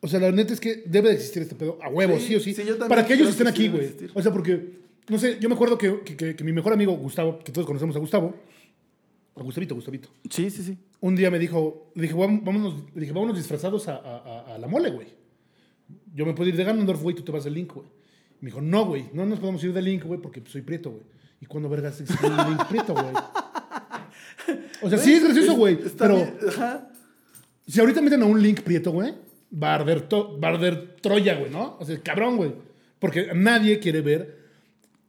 S1: o sea, la neta es que debe de existir este pedo. A huevo, sí,
S3: Sí,
S1: o sí.
S3: sí, yo también
S1: Para que ellos estén
S3: creo que sí
S1: aquí,
S3: debe
S1: güey.
S3: existir.
S1: O sea, porque, no sé, yo me acuerdo que, que- que- que mi mejor amigo, Gustavo, que todos conocemos a Gustavo, a Gustavito, Gustavito,
S3: Sí, sí, sí.
S1: un día me dijo, le dije, "Vam- vámonos, le dije, vámonos disfrazados a, a- a- a la mole, güey. Yo me puedo ir de Ganondorf, güey, tú te vas del Link, güey. Me dijo, no, güey, no nos podemos ir del Link, güey, porque soy prieto, güey. ¿Y cuándo vergas existe un Link prieto, güey? O sea, sí es gracioso, güey,
S3: Está
S1: pero...
S3: bien, ajá.
S1: Si ahorita meten a un Link prieto, güey, va a arder, to- va a arder Troya, güey, ¿no? O sea, cabrón, güey. Porque nadie quiere ver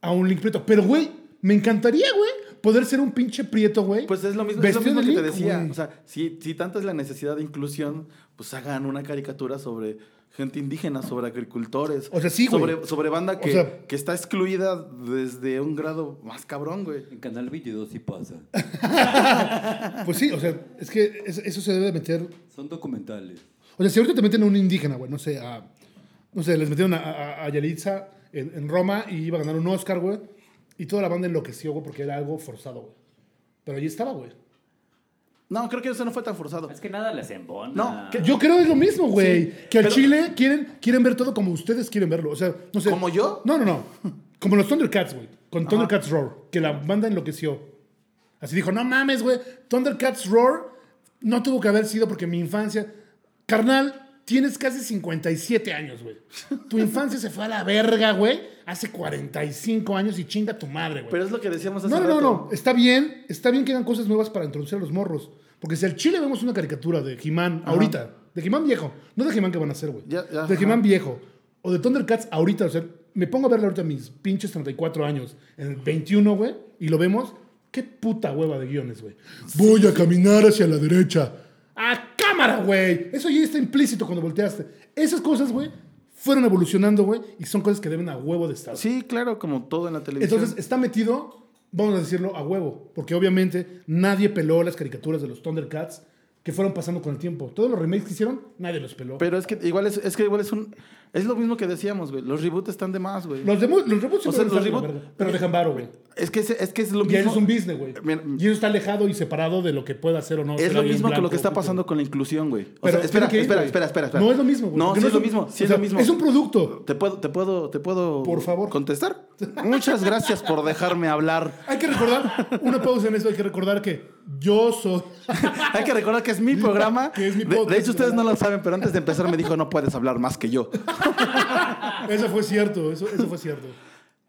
S1: a un Link prieto. Pero, güey, me encantaría, güey, poder ser un pinche prieto, güey.
S3: Pues es lo mismo, es lo
S1: vestido
S3: mismo que
S1: de
S3: te
S1: Link,
S3: decía.
S1: güey.
S3: O sea, si, si tanta es la necesidad de inclusión, pues hagan una caricatura sobre gente indígena, sobre agricultores.
S1: O sea, sí, güey.
S3: Sobre, sobre banda que,
S1: O sea-
S3: que está excluida desde un grado más cabrón, güey.
S7: En Canal 22 sí pasa.
S1: Pues sí, o sea, es que es- eso se debe de meter.
S7: Son documentales.
S1: O sea, si ahorita te meten a un indígena, güey, no sé, a. No sé, les metieron a, a- a Yalitza en, en Roma y iba a ganar un Oscar, güey. Y toda la banda enloqueció, güey, porque era algo forzado, güey. Pero ahí estaba, güey.
S3: No, creo que eso no fue tan forzado.
S7: Es que nada les embona.
S3: No, que-
S1: Yo creo que es lo mismo, güey.
S3: Sí,
S1: que al
S3: pero-
S1: Chile quieren, quieren ver todo como ustedes quieren verlo. O sea, no sé.
S3: ¿Como yo?
S1: No, no, no. Como los Thundercats, güey. Con Thundercats Roar. Que la banda enloqueció. Así dijo, no mames, güey. Thundercats Roar no tuvo que haber sido porque mi infancia... Carnal, tienes casi 57 años, güey. Tu infancia se fue a la verga, güey. Hace 45 años y chinga tu madre, güey.
S3: Pero es lo que decíamos hace
S1: No, no, no,
S3: rato.
S1: no. Está bien, está bien que hagan cosas nuevas para introducir a los morros. Porque si al Chile vemos una caricatura de He-Man ahorita, de He-Man viejo, no de He-Man que van a hacer, güey.
S3: Ya, ya,
S1: De
S3: ajá.
S1: He-Man viejo. O de Thundercats ahorita, o sea, me pongo a verlo ahorita a mis pinches 34 años, en el 21, güey, y lo vemos. Qué puta hueva de guiones, güey. Voy a caminar hacia la derecha. ¡A cámara, güey! Eso ya está implícito cuando volteaste. Esas cosas, güey, fueron evolucionando, güey, y son cosas que deben a huevo de estar.
S3: Sí, claro, como todo en la televisión.
S1: Entonces está metido, vamos a decirlo, a huevo, porque obviamente nadie peló las caricaturas de los Thundercats que fueron pasando con el tiempo. Todos los remakes que hicieron, nadie los peló.
S3: Pero es que igual es, es que igual es un es lo mismo que decíamos, güey. Los reboots están de más, güey.
S1: los, demo- los reboots
S3: O
S1: siempre van a
S3: sea, los
S1: estar de la
S3: reboot-
S1: verga, pero dejan varo, güey.
S3: Es que es, es que es lo
S1: Ya
S3: mismo.
S1: eso es un business, güey.
S3: Mira,
S1: Y eso está alejado y separado de lo que pueda hacer o no.
S3: Es
S1: ser
S3: lo
S1: alguien
S3: mismo que lo
S1: blanco,
S3: que está
S1: puto.
S3: pasando con la inclusión, güey. O
S1: Pero
S3: sea,
S1: tiene
S3: espera,
S1: que ir,
S3: espera,
S1: güey.
S3: espera, espera, espera.
S1: No es lo mismo, güey.
S3: No,
S1: porque
S3: sí es lo
S1: un-
S3: mismo, sí
S1: o
S3: es
S1: sea,
S3: lo mismo.
S1: Es un producto.
S3: Te puedo te puedo te puedo
S1: Por favor.
S3: contestar. Muchas gracias por dejarme hablar.
S1: Hay que recordar, una pausa en eso, hay que recordar que yo soy...
S3: Hay que recordar que es mi programa.
S1: Que es mi
S3: De- de,
S1: podcast,
S3: hecho ustedes
S1: ¿verdad?
S3: no lo saben, pero antes de empezar me dijo, "No puedes hablar más que yo."
S1: Eso fue cierto, eso, eso fue cierto.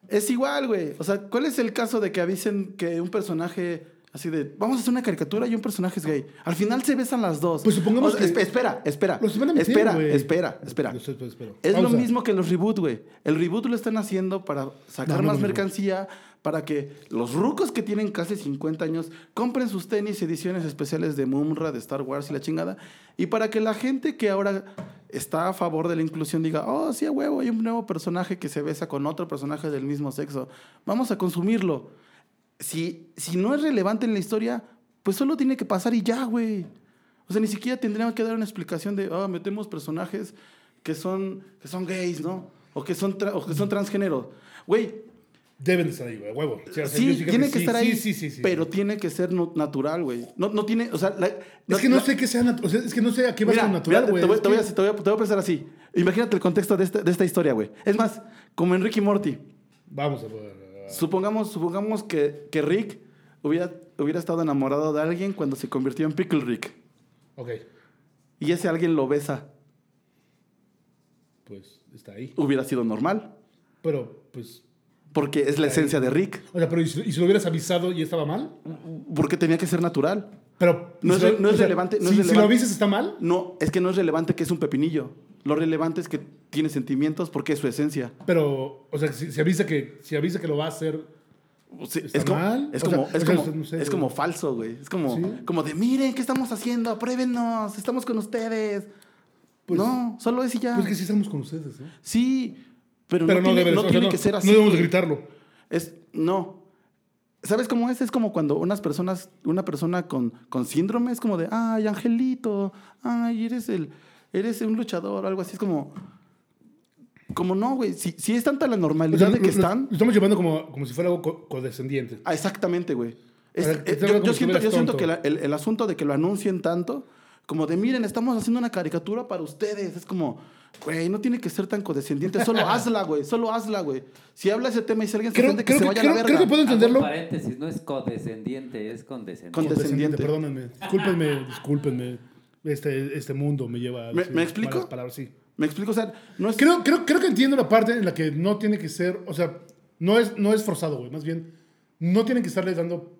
S3: Es igual, güey. O sea, ¿cuál es el caso de que avisen que un personaje así de, vamos a hacer una caricatura y un personaje es gay? Al final se besan las dos.
S1: Pues supongamos
S3: O sea,
S1: que-
S3: esp- Espera, espera.
S1: Los van a meter,
S3: espera,
S1: güey.
S3: espera, espera.
S1: Lo sé, pues, espero.
S3: Es lo
S1: Pausa.
S3: mismo que los reboot, güey. El reboot lo están haciendo para sacar
S1: No, no,
S3: más
S1: no, no.
S3: mercancía, para que los rucos que tienen casi 50 años compren sus tenis, ediciones especiales de Mumra, de Star Wars y la chingada, y para que la gente que ahora está a favor de la inclusión diga, oh, sí, a huevo, hay un nuevo personaje que se besa con otro personaje del mismo sexo. Vamos a consumirlo. Si, si no es relevante en la historia, pues solo tiene que pasar y ya, güey. O sea, ni siquiera tendríamos que dar una explicación de, ah, metemos personajes que son, que son gays, ¿no? O que son, tra- o que son transgénero. Güey,
S1: Deben de estar ahí, güey, a huevo. O sea, yo
S3: sí,
S1: creo que
S3: tiene
S1: sí,
S3: que estar
S1: sí,
S3: ahí,
S1: sí, sí, sí.
S3: pero tiene que ser no- natural, güey. No, no tiene, o sea... la-
S1: Es que no
S3: la-
S1: sé qué sea natural. es que no sé a qué va
S3: Mira,
S1: a ser natural,
S3: mira,
S1: güey.
S3: te, voy-
S1: Es
S3: te voy
S1: que-
S3: a- te voy a- te voy a pensar así. Imagínate el contexto de esta, de esta historia, güey. Es más, como en Ricky Morty.
S1: Vamos a ver.
S3: Supongamos, supongamos que, que Rick hubiera, hubiera estado enamorado de alguien cuando se convirtió en Pickle Rick.
S1: Ok,
S3: Y ese alguien lo besa.
S1: pues está ahí.
S3: Hubiera sido normal.
S1: Pero, pues.
S3: Porque es la esencia de Rick.
S1: O sea, pero ¿y si, y si lo hubieras avisado y estaba mal?
S3: Porque tenía que ser natural.
S1: Pero.
S3: No
S1: y
S3: es
S1: si
S3: re-
S1: lo-
S3: no es relevante, no
S1: si,
S3: es
S1: si lo
S3: relevante.
S1: avisas, está mal.
S3: No, es que no es relevante que es un pepinillo. Lo relevante es que tiene sentimientos porque es su esencia.
S1: Pero, o sea, si, si avisa, que, si avisa que lo va a hacer.
S3: O sea,
S1: ¿Está
S3: es como,
S1: mal?
S3: Es
S1: O
S3: como,
S1: sea,
S3: es
S1: o sea,
S3: como,
S1: no sé,
S3: es
S1: güey.
S3: como falso, güey. Es como,
S1: ¿Sí?
S3: como de, miren, ¿qué estamos haciendo? Apruébennos, estamos con ustedes.
S1: Pues-
S3: no, solo es y ya.
S1: Pues que sí estamos con ustedes, ¿no?
S3: Sí, pero,
S1: Pero
S3: no, tiene,
S1: debe de-
S3: no
S1: o sea,
S3: tiene que ser así.
S1: No debemos de gritarlo.
S3: Es, no. ¿Sabes cómo es? Es como cuando unas personas, una persona con, con síndrome es como de, ay, angelito, ay, eres el, eres un luchador o algo así. Es como, como no, güey. Si, si es tanta la
S1: O
S3: normalidad
S1: sea,
S3: de que
S1: lo- lo-
S3: están,
S1: lo estamos llevando como, como si fuera algo co- codescendiente.
S3: ah, exactamente, güey. Es-
S1: O sea, que
S3: eh,
S1: te hablan
S3: yo,
S1: como
S3: yo
S1: si
S3: siento,
S1: fueras
S3: yo siento
S1: tonto.
S3: que la- el, el asunto de que lo anuncien tanto, como de, miren, estamos haciendo una caricatura para ustedes. Es como, güey, no tiene que ser tan condescendiente. Solo hazla, güey. Solo hazla, güey. Si habla ese tema y si alguien se
S1: Creo,
S3: ofende, que
S1: creo
S3: se
S1: que,
S3: vaya a
S1: creo-
S3: la
S1: creo
S3: verga.
S1: que puedo entenderlo.
S7: Hago un paréntesis, no es condescendiente, es condescendiente.
S3: Conde-
S1: Condescendiente,
S3: Condescendiente.
S1: perdónenme. Discúlpenme, discúlpenme. Este, este mundo me lleva a
S3: ¿Me-
S1: decir
S3: me explico?
S1: malas palabras, sí.
S3: Me explico, o sea, no es
S1: Creo, creo, creo que entiendo la parte en la que no tiene que ser, o sea, no es, no es forzado, güey. Más bien, no tienen que estarles dando.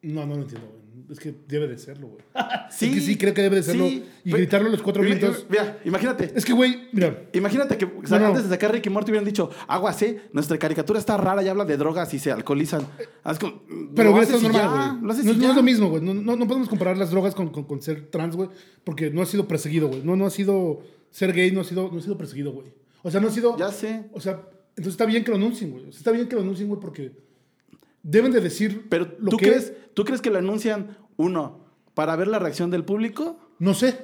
S1: No, no lo entiendo, güey. Es que debe de serlo, güey. Sí, que sí, creo que debe de serlo.
S3: sí,
S1: y
S3: pero-
S1: gritarlo a los cuatro
S3: Mira,
S1: vientos.
S3: Mira, imagínate.
S1: Es que, güey, mira,
S3: Imagínate que o sea,
S1: No, no.
S3: antes de sacar Ricky Morty hubieran dicho, aguas, eh, nuestra caricatura está rara y habla de drogas y se alcoholizan. Haz como,
S1: Pero
S3: lo
S1: hubiera
S3: haces
S1: estado
S3: y ya,
S1: normal,
S3: Lo
S1: güey.
S3: haces
S1: No,
S3: y
S1: no
S3: ya.
S1: es lo mismo, güey. No, no, no podemos comparar las drogas con, con- con ser trans, güey. Porque no ha sido perseguido, güey. No, no ha sido ser gay no ha sido, no ha sido perseguido, güey. O sea, no ha sido.
S3: Ya sé.
S1: O sea, entonces está bien que lo anuncien, güey. O sea, está bien que lo anuncien, güey, porque deben de decir
S3: Pero
S1: lo
S3: ¿tú,
S1: que
S3: crees,
S1: es.
S3: ¿tú crees que lo anuncian, uno, para ver la reacción del público?
S1: No sé.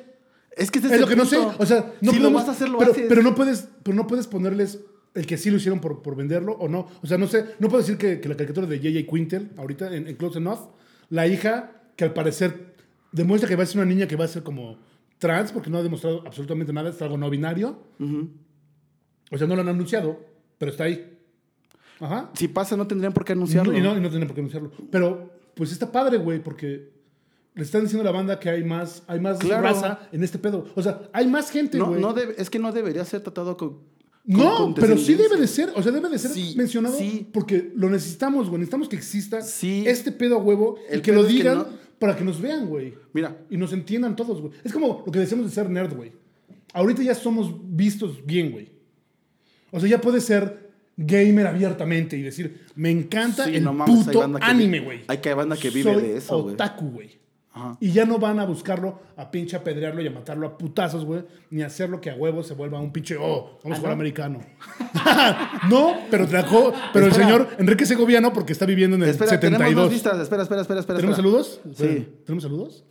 S3: Es que este
S1: Es,
S3: el
S1: lo que no sé.
S3: punto.
S1: O sea, no
S3: si lo
S1: podemos-
S3: vas a hacer, lo
S1: pero,
S3: haces.
S1: pero no puedes, pero no puedes ponerles el que sí lo hicieron por, por venderlo o no. O sea, no sé. No puedo decir que, que la caricatura de J.J. Quintel, ahorita en, en Close Enough, la hija que al parecer demuestra que va a ser una niña que va a ser como trans porque no ha demostrado absolutamente nada, es algo no binario.
S3: Ujú.
S1: O sea, no lo han anunciado, pero está ahí. Ajá.
S3: Si pasa, no tendrían por qué
S1: Y no,
S3: anunciarlo.
S1: y no, y no tienen por qué anunciarlo. Pero, pues está padre, güey, porque le están diciendo a la banda que hay más, hay más
S3: Claro.
S1: raza en este pedo. O sea, hay más gente,
S3: No,
S1: güey.
S3: no
S1: No,
S3: debe- es que no debería ser tratado con. con
S1: pero sí
S3: condescendencia.
S1: debe de ser, o sea, debe de ser
S3: Sí,
S1: mencionado
S3: sí.
S1: porque lo necesitamos, güey. Necesitamos que exista
S3: Sí.
S1: este pedo a huevo y
S3: El
S1: que
S3: pedo
S1: lo
S3: es que
S1: digan
S3: no-
S1: para que nos vean, güey.
S3: Mira,
S1: Y nos entiendan todos, güey. Es como lo que decíamos de ser nerd, güey. Ahorita ya somos vistos bien, güey. O sea, ya puedes ser gamer abiertamente y decir, me encanta
S3: Sí,
S1: el
S3: no mames, hay
S1: puto
S3: banda que
S1: anime,
S3: vi-
S1: güey.
S3: hay que- hay banda que vive
S1: Soy
S3: de eso, güey.
S1: otaku, güey.
S3: Ajá.
S1: Y ya no van a buscarlo, a pinche apedrearlo y a matarlo a putazos, güey. Ni a hacerlo que a huevo se vuelva un pinche, oh, vamos a jugar americano. no, pero trajo, pero el
S3: Espera.
S1: señor Enrique Segovia no, porque está viviendo en el
S3: espera, tenemos dos
S1: 72.
S3: vistas. Espera, espera, espera. espera
S1: ¿Tenemos
S3: espera.
S1: saludos?
S3: Sí.
S1: ¿Tenemos saludos?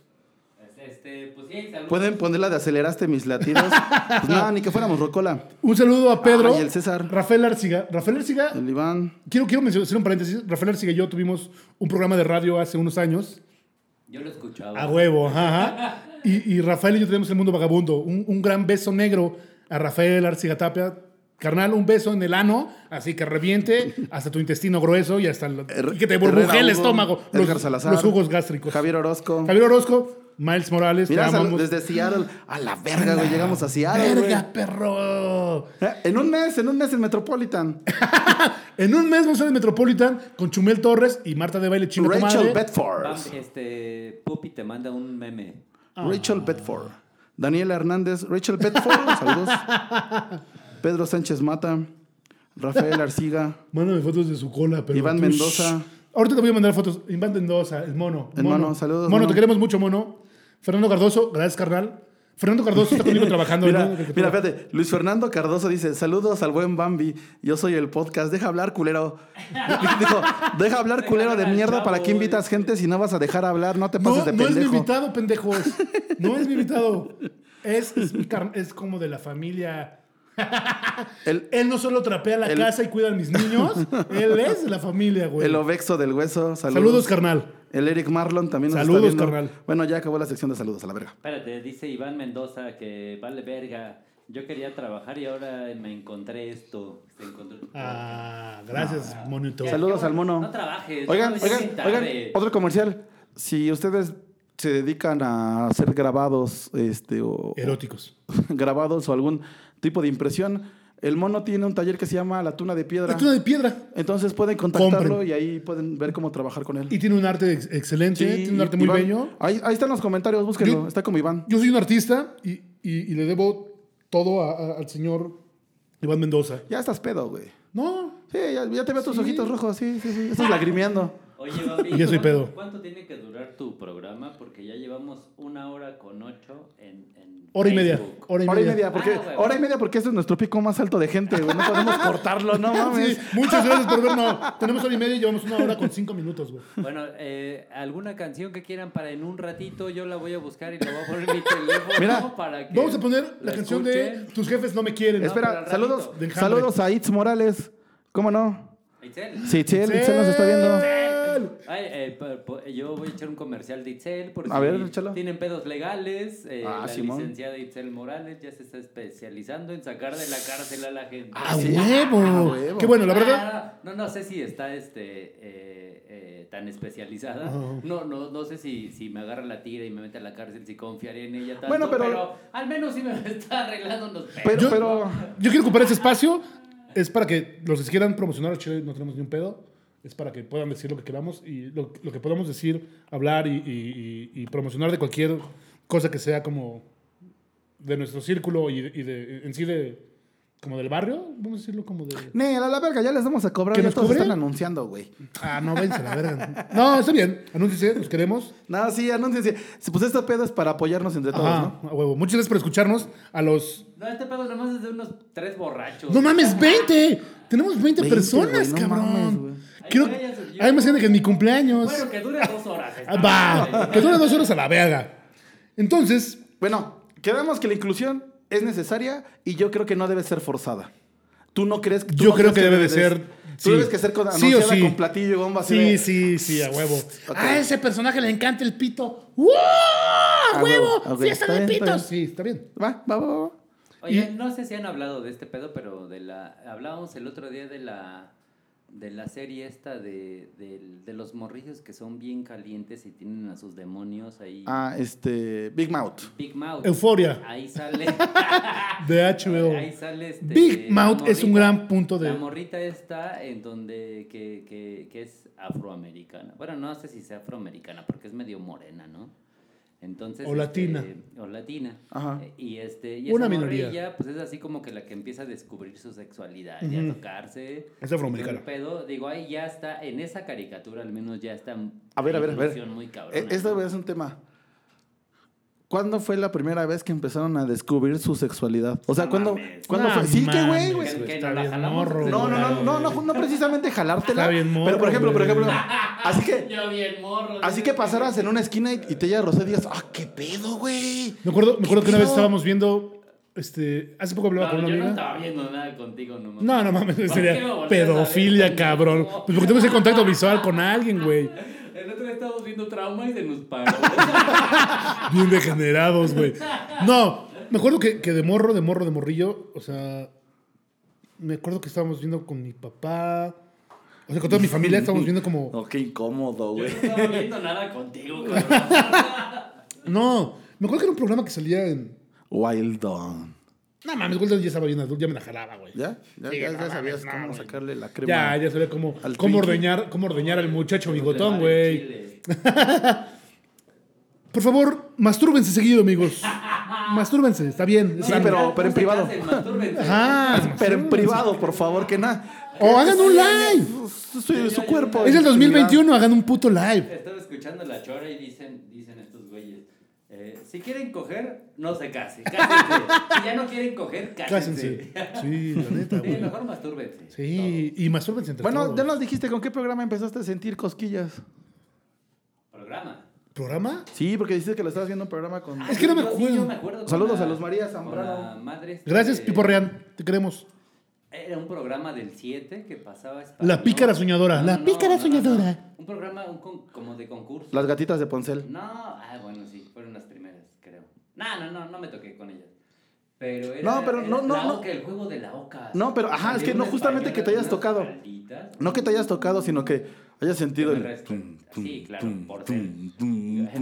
S7: Este, pues sí, saludos.
S3: ¿Pueden ponerla de aceleraste mis latidos? pues nada, ni que fuéramos Rocola.
S1: Un saludo a Pedro.
S3: Ah, y el César.
S1: Rafael Arciga. Rafael Arciga,
S3: El Iván.
S1: quiero, quiero mencionar hacer un paréntesis. Rafael Arciga y yo tuvimos un programa de radio hace unos años.
S7: Yo lo
S3: Ah.
S7: escuchaba.
S1: A huevo, ajá. ajá. Y, y Rafael y yo tenemos el mundo vagabundo. Un, un gran beso negro a Rafael Arciga Tapia. Carnal, un beso en el ano, así que reviente hasta tu intestino grueso y hasta el-
S3: Her-
S1: y que te burbujee el
S3: Eh, Er, Herrera Hugo,
S1: estómago.
S3: Edgar Salazar,
S1: los jugos gástricos.
S3: Javier Orozco.
S1: Javier Orozco, Miles Morales,
S3: Mira,
S1: te
S3: sal-
S1: amamos.
S3: desde Seattle. A la verga, güey. Llegamos a Seattle, güey.
S1: ¡Verga, perro!
S3: Eh, En un mes, en un mes en Metropolitan.
S1: En un mes vamos a estar en Metropolitan con Chumel Torres y Marta de Baile Chinga tu
S3: Rachel
S1: madre.
S3: Bedford.
S7: Pam, este, Pupi te manda un meme.
S3: Rachel Bedford. Daniela Hernández. Rachel Bedford. Saludos. Pedro Sánchez Mata. Rafael Arciga.
S1: Mándame fotos de su cola, pero.
S3: Iván Mendoza.
S1: Ahorita te voy a mandar fotos. Iván Mendoza, el mono.
S3: El mono, saludos,
S1: Mono,
S3: mono.
S1: te queremos mucho, mono. Fernando Cardoso, gracias, carnal. Fernando Cardoso está conmigo trabajando.
S3: Mira,
S1: en una caricatura.
S3: mira, espérate. Luis Fernando Cardoso dice: Saludos al buen Bambi. Yo soy el podcast. Deja hablar, culero. Dijo: Deja hablar, culero de
S7: hablar al
S3: mierda.
S7: chavo, este".
S3: ¿Para qué invitas
S7: dice.
S3: gente si no vas a dejar hablar? No te
S1: No,
S3: pases de
S1: no es mi
S3: pendejo.
S1: invitado, pendejos. No es mi invitado. Es, es, mi car- es como de la familia.
S3: El-
S1: Él no solo trapea la
S3: El-
S1: casa y cuida a mis niños, él es de la familia, güey.
S3: el ovexo del hueso. Saludos.
S1: Saludos, carnal.
S3: El Eric Marlon también nos
S1: Saludos,
S3: está viendo.
S1: carnal.
S3: Bueno, ya acabó la sección de saludos a la verga.
S7: Espérate, dice Iván Mendoza que vale verga. Yo quería trabajar y ahora me encontré esto. Se encontró tu
S1: Ah, gracias, monito.
S7: Ya,
S3: Saludos
S7: qué
S3: al
S7: bueno,
S3: mono.
S7: No trabajes.
S3: Oigan,
S7: no, ya es
S3: oigan,
S7: tarde.
S3: oigan, otro comercial. Si ustedes se dedican a hacer grabados, este, o, o-
S1: Eróticos.
S3: grabados o algún tipo de impresión, el mono tiene un taller que se llama La Tuna de Piedra.
S1: Es una de piedra.
S3: Entonces pueden contactarlo
S1: Compren.
S3: y ahí pueden ver cómo trabajar con él.
S1: Y tiene un arte ex- excelente,
S3: Sí,
S1: tiene un arte muy
S3: Iván.
S1: bello.
S3: Ahí, ahí están los comentarios, búsquenlo.
S1: Yo-
S3: Está como Iván.
S1: Yo soy un artista y, y- y le debo todo a- a- al señor Iván Mendoza.
S3: Ya estás pedo, güey.
S1: No,
S3: Sí, ya, ya te veo tus ojitos rojos, sí, sí, sí. Estás lagrimeando.
S7: Oye, Bambi,
S1: Yo soy
S7: ¿cuánto-
S1: pedo.
S7: ¿Cuánto tiene que durar tu programa? Porque ya llevamos una hora con ocho en. en
S1: hora y media.
S7: Facebook.
S1: Hora y
S3: Hora y
S1: media.
S3: media, porque,
S7: Ah, güey.
S3: hora y media porque este es nuestro pico más alto de gente, güey. No podemos cortarlo, no mames.
S1: Sí, muchas gracias por vernos. Tenemos hora y media y llevamos una hora con cinco minutos, güey.
S7: Bueno, eh, alguna canción que quieran para en un ratito, yo la voy a buscar y la voy a poner en mi teléfono
S3: Mira,
S7: para que.
S1: Vamos a poner la canción de
S7: escuchen.
S1: Tus jefes no me quieren. ¿no?
S3: Espera,
S7: pero al
S3: saludos,
S7: ratito.
S1: De enjambre.
S3: saludos a Itz Morales. ¿Cómo no?
S7: Itzel.
S3: Sí, Itzel, Itzel nos está viendo.
S1: Itzel.
S7: Ay, eh, pa- pa- yo voy a echar un comercial de Itzel por
S3: A
S7: si
S3: ver, échalo.
S7: tienen pedos legales. eh,
S3: Ah,
S7: la
S3: Simón.
S7: licenciada Itzel Morales ya se está especializando en sacar de la cárcel a la gente.
S1: ¡A
S3: Ah, sí.
S1: huevo!
S3: A huevo.
S1: Qué bueno, la verdad.
S7: Ah, no, no sé si está este eh, eh, tan especializada.
S1: Ajá.
S7: No, no, no sé si, si me agarra la tira y me mete a la cárcel, si confiaré en ella tanto.
S3: Bueno, pero-
S7: pero, al menos si me está arreglando los pedos.
S3: Pero,
S1: Yo-
S3: pero,
S1: Yo quiero ocupar ese espacio. Es para que los que quieran promocionar a Chile no tenemos ni un pedo. Es para que puedan decir lo que queramos y lo, lo que podamos decir, hablar y, y- y- y promocionar de cualquier cosa que sea como de nuestro círculo y, y de, en sí de como del barrio, vamos a decirlo como de.
S3: Nel, a la verga, ya les vamos a cobrar.
S1: ¿Que
S3: Ya
S1: nos
S3: todos
S1: cobre?
S3: están anunciando, güey.
S1: Ah, no, váyanse a la verga. No, está bien. Anúnciese, los queremos.
S3: No, sí, anúnciense. Sí, Pues este pedo es para apoyarnos entre todos,
S1: Ajá,
S3: ¿no?
S1: a huevo. Muchas gracias por escucharnos. A los.
S7: No, este pedo nomás es de unos tres borrachos.
S1: ¡No mames, 20! Tenemos 20,
S3: 20,
S1: personas,
S3: güey, no mames,
S1: cabrón.
S3: güey.
S1: Quiero...
S7: Ahí está, ya se-
S1: Hay más gente que en mi cumpleaños.
S7: Bueno, que dure dos horas.
S1: Ah, Va, que dura dos horas a la verga. Entonces,
S3: Bueno, quedamos que la inclusión es necesaria y yo creo que no debe ser forzada. Tú no crees tú
S1: Yo
S3: no
S1: creo
S3: crees
S1: que debe de
S3: debes-
S1: ser-
S3: Tú
S1: sí.
S3: debes que ser con,
S1: Sí o
S3: anunciada
S1: sí.
S3: con platillo y bomba. así
S1: sí,
S3: de-
S1: sí, sí, a huevo.
S3: Ok.
S1: A ese personaje le encanta el pito. ¡Uh! ¡A
S3: A
S1: huevo!
S3: huevo, a Ah, huevo.
S1: ¡Fiesta
S3: Está
S1: de
S3: bien, está
S1: pitos! Sí, está bien.
S3: Va, va, va, va.
S7: Oye, no sé si han hablado de este pedo, pero de la hablábamos el otro día de la de la serie esta de, del- de los morrillos que son bien calientes y tienen a sus demonios ahí.
S3: Ah, este. Big Mouth.
S7: Big Mouth.
S1: Euforia.
S7: Ahí sale.
S1: De HBO.
S7: ahí sale este,
S1: Big
S7: la
S1: Mouth es un
S7: morrita.
S1: gran punto de.
S7: La morrita está en donde que, que- que es afroamericana. Bueno, no sé si sea afroamericana porque es medio morena, ¿no? Entonces, este,
S1: O latina.
S7: O latina.
S3: Ajá.
S7: Eh, Y este y
S1: Una
S7: esa
S1: minoría.
S7: morrilla, pues es así como que la que empieza a descubrir su sexualidad y
S1: Ujú.
S7: a tocarse.
S1: Es afroamericana.
S7: Y todo el pedo, digo, ahí ya está en esa caricatura al menos ya está
S3: A ver, a ver, a ver.
S7: inclusión muy cabrona,
S3: Eh, Esto
S7: ¿no?
S3: es un tema. ¿Cuándo fue la primera vez que empezaron a descubrir su sexualidad? O sea,
S7: No
S3: ¿cuándo,
S7: mames.
S3: ¿cuándo
S1: No
S3: fue? Sí, que güey,
S1: mames,
S3: güey.
S7: Que- que
S1: Está
S7: nos la
S1: bien
S7: jalamos
S1: morro,
S7: entre
S3: No, no, no, no, no, no precisamente jalártela.
S1: Está bien morro,
S3: pero por ejemplo, por
S1: güey.
S3: ejemplo, así que,
S7: Yo bien morro.
S3: así que pasaras en una esquina y, y te ella Rosé y digas, ah, qué pedo, güey.
S1: Me acuerdo, me acuerdo que una vez
S3: pedo?
S1: estábamos viendo. Este, hace poco hablaba
S7: No,
S1: con una
S7: yo no
S1: amiga.
S7: estaba viendo nada contigo, no mames.
S1: No, no mames,
S7: ¿Por qué me
S1: sería
S7: volteas a
S1: pedofilia,
S7: ver?
S1: cabrón. Pues porque tengo ese contacto visual con alguien, güey.
S7: El otro día estábamos viendo trauma y se nos paró.
S1: Bien degenerados, güey. No, me acuerdo que, que de morro, de morro, de morrillo, o sea, me acuerdo que estábamos viendo con mi papá, o sea, con toda mi familia estábamos viendo como,
S3: No, qué incómodo,
S7: Yo no
S3: güey.
S7: estaba viendo nada contigo, cabrón.
S1: no, me acuerdo que era un programa que salía en,
S3: Wild Dawn.
S1: no mames, Golden ya estaba bien adulto, ya me la jalaba, güey.
S3: ¿Ya? Ya,
S1: Sí,
S3: ya,
S1: no
S3: ya
S1: mames,
S3: sabías
S1: no,
S3: cómo
S1: güey.
S3: sacarle la crema.
S1: Ya, ya sabía cómo,
S3: Al
S1: cómo
S3: Twinkie.
S1: ordeñar, cómo ordeñar al muchacho bigotón,
S7: Vale,
S1: güey.
S7: chile.
S1: Por favor, mastúrbense seguido, amigos. Mastúrbense, está bien. es
S3: Sí,
S1: sano.
S3: pero- pero en
S7: se
S3: privado.
S7: casen, mastúrbense.
S1: Ajá.
S3: Pero en privado, por favor, que nada.
S1: O hagan un live.
S3: Su, su- su cuerpo.
S1: Es el
S3: intimidad.
S1: 2021, hagan un puto live.
S7: Estaba escuchando la chora y dicen, dicen estos güeyes. eh, si quieren coger, no se casen. Cásense. si ya no quieren coger,
S1: Cásense.
S7: cásense.
S1: Sí, la neta,
S7: Sí,
S1: güey.
S7: mejor mastúrbense.
S1: Sí, y mastúrbense entre
S3: Bueno,
S1: todos.
S3: ya nos dijiste con qué programa empezaste a sentir cosquillas.
S7: Todo. Programa.
S1: ¿Programa?
S3: Sí, porque dijiste que lo estabas viendo un programa con.
S1: Ah, Es que no me
S7: Yo sí,
S1: acuerdo.
S7: yo me acuerdo con
S3: Saludos
S7: la-
S3: a los María
S7: con
S3: Zambrano.
S7: la madre esta
S1: Gracias,
S7: de-
S1: Piporrean. Te queremos.
S7: Era un programa del 7 que pasaba. español.
S1: La pícara soñadora, la pícara soñadora.
S7: Un programa un con- como de concurso.
S3: Las gatitas de Poncel.
S7: No, ah, bueno, sí, fueron las primeras, creo. No, no, no, no me toqué con ellas. Pero era,
S3: No, pero no,
S7: era
S3: no,
S7: la
S3: no.
S7: oca, el juego de la oca.
S3: No, pero, ajá,
S7: Había
S3: es que
S7: una
S3: no, justamente
S7: española
S3: que te hayas
S7: con unas
S3: tocado.
S7: falditas.
S3: No que te hayas tocado, sino que hayas sentido
S7: Con el
S3: el.
S7: resto. Sí, claro, porcel.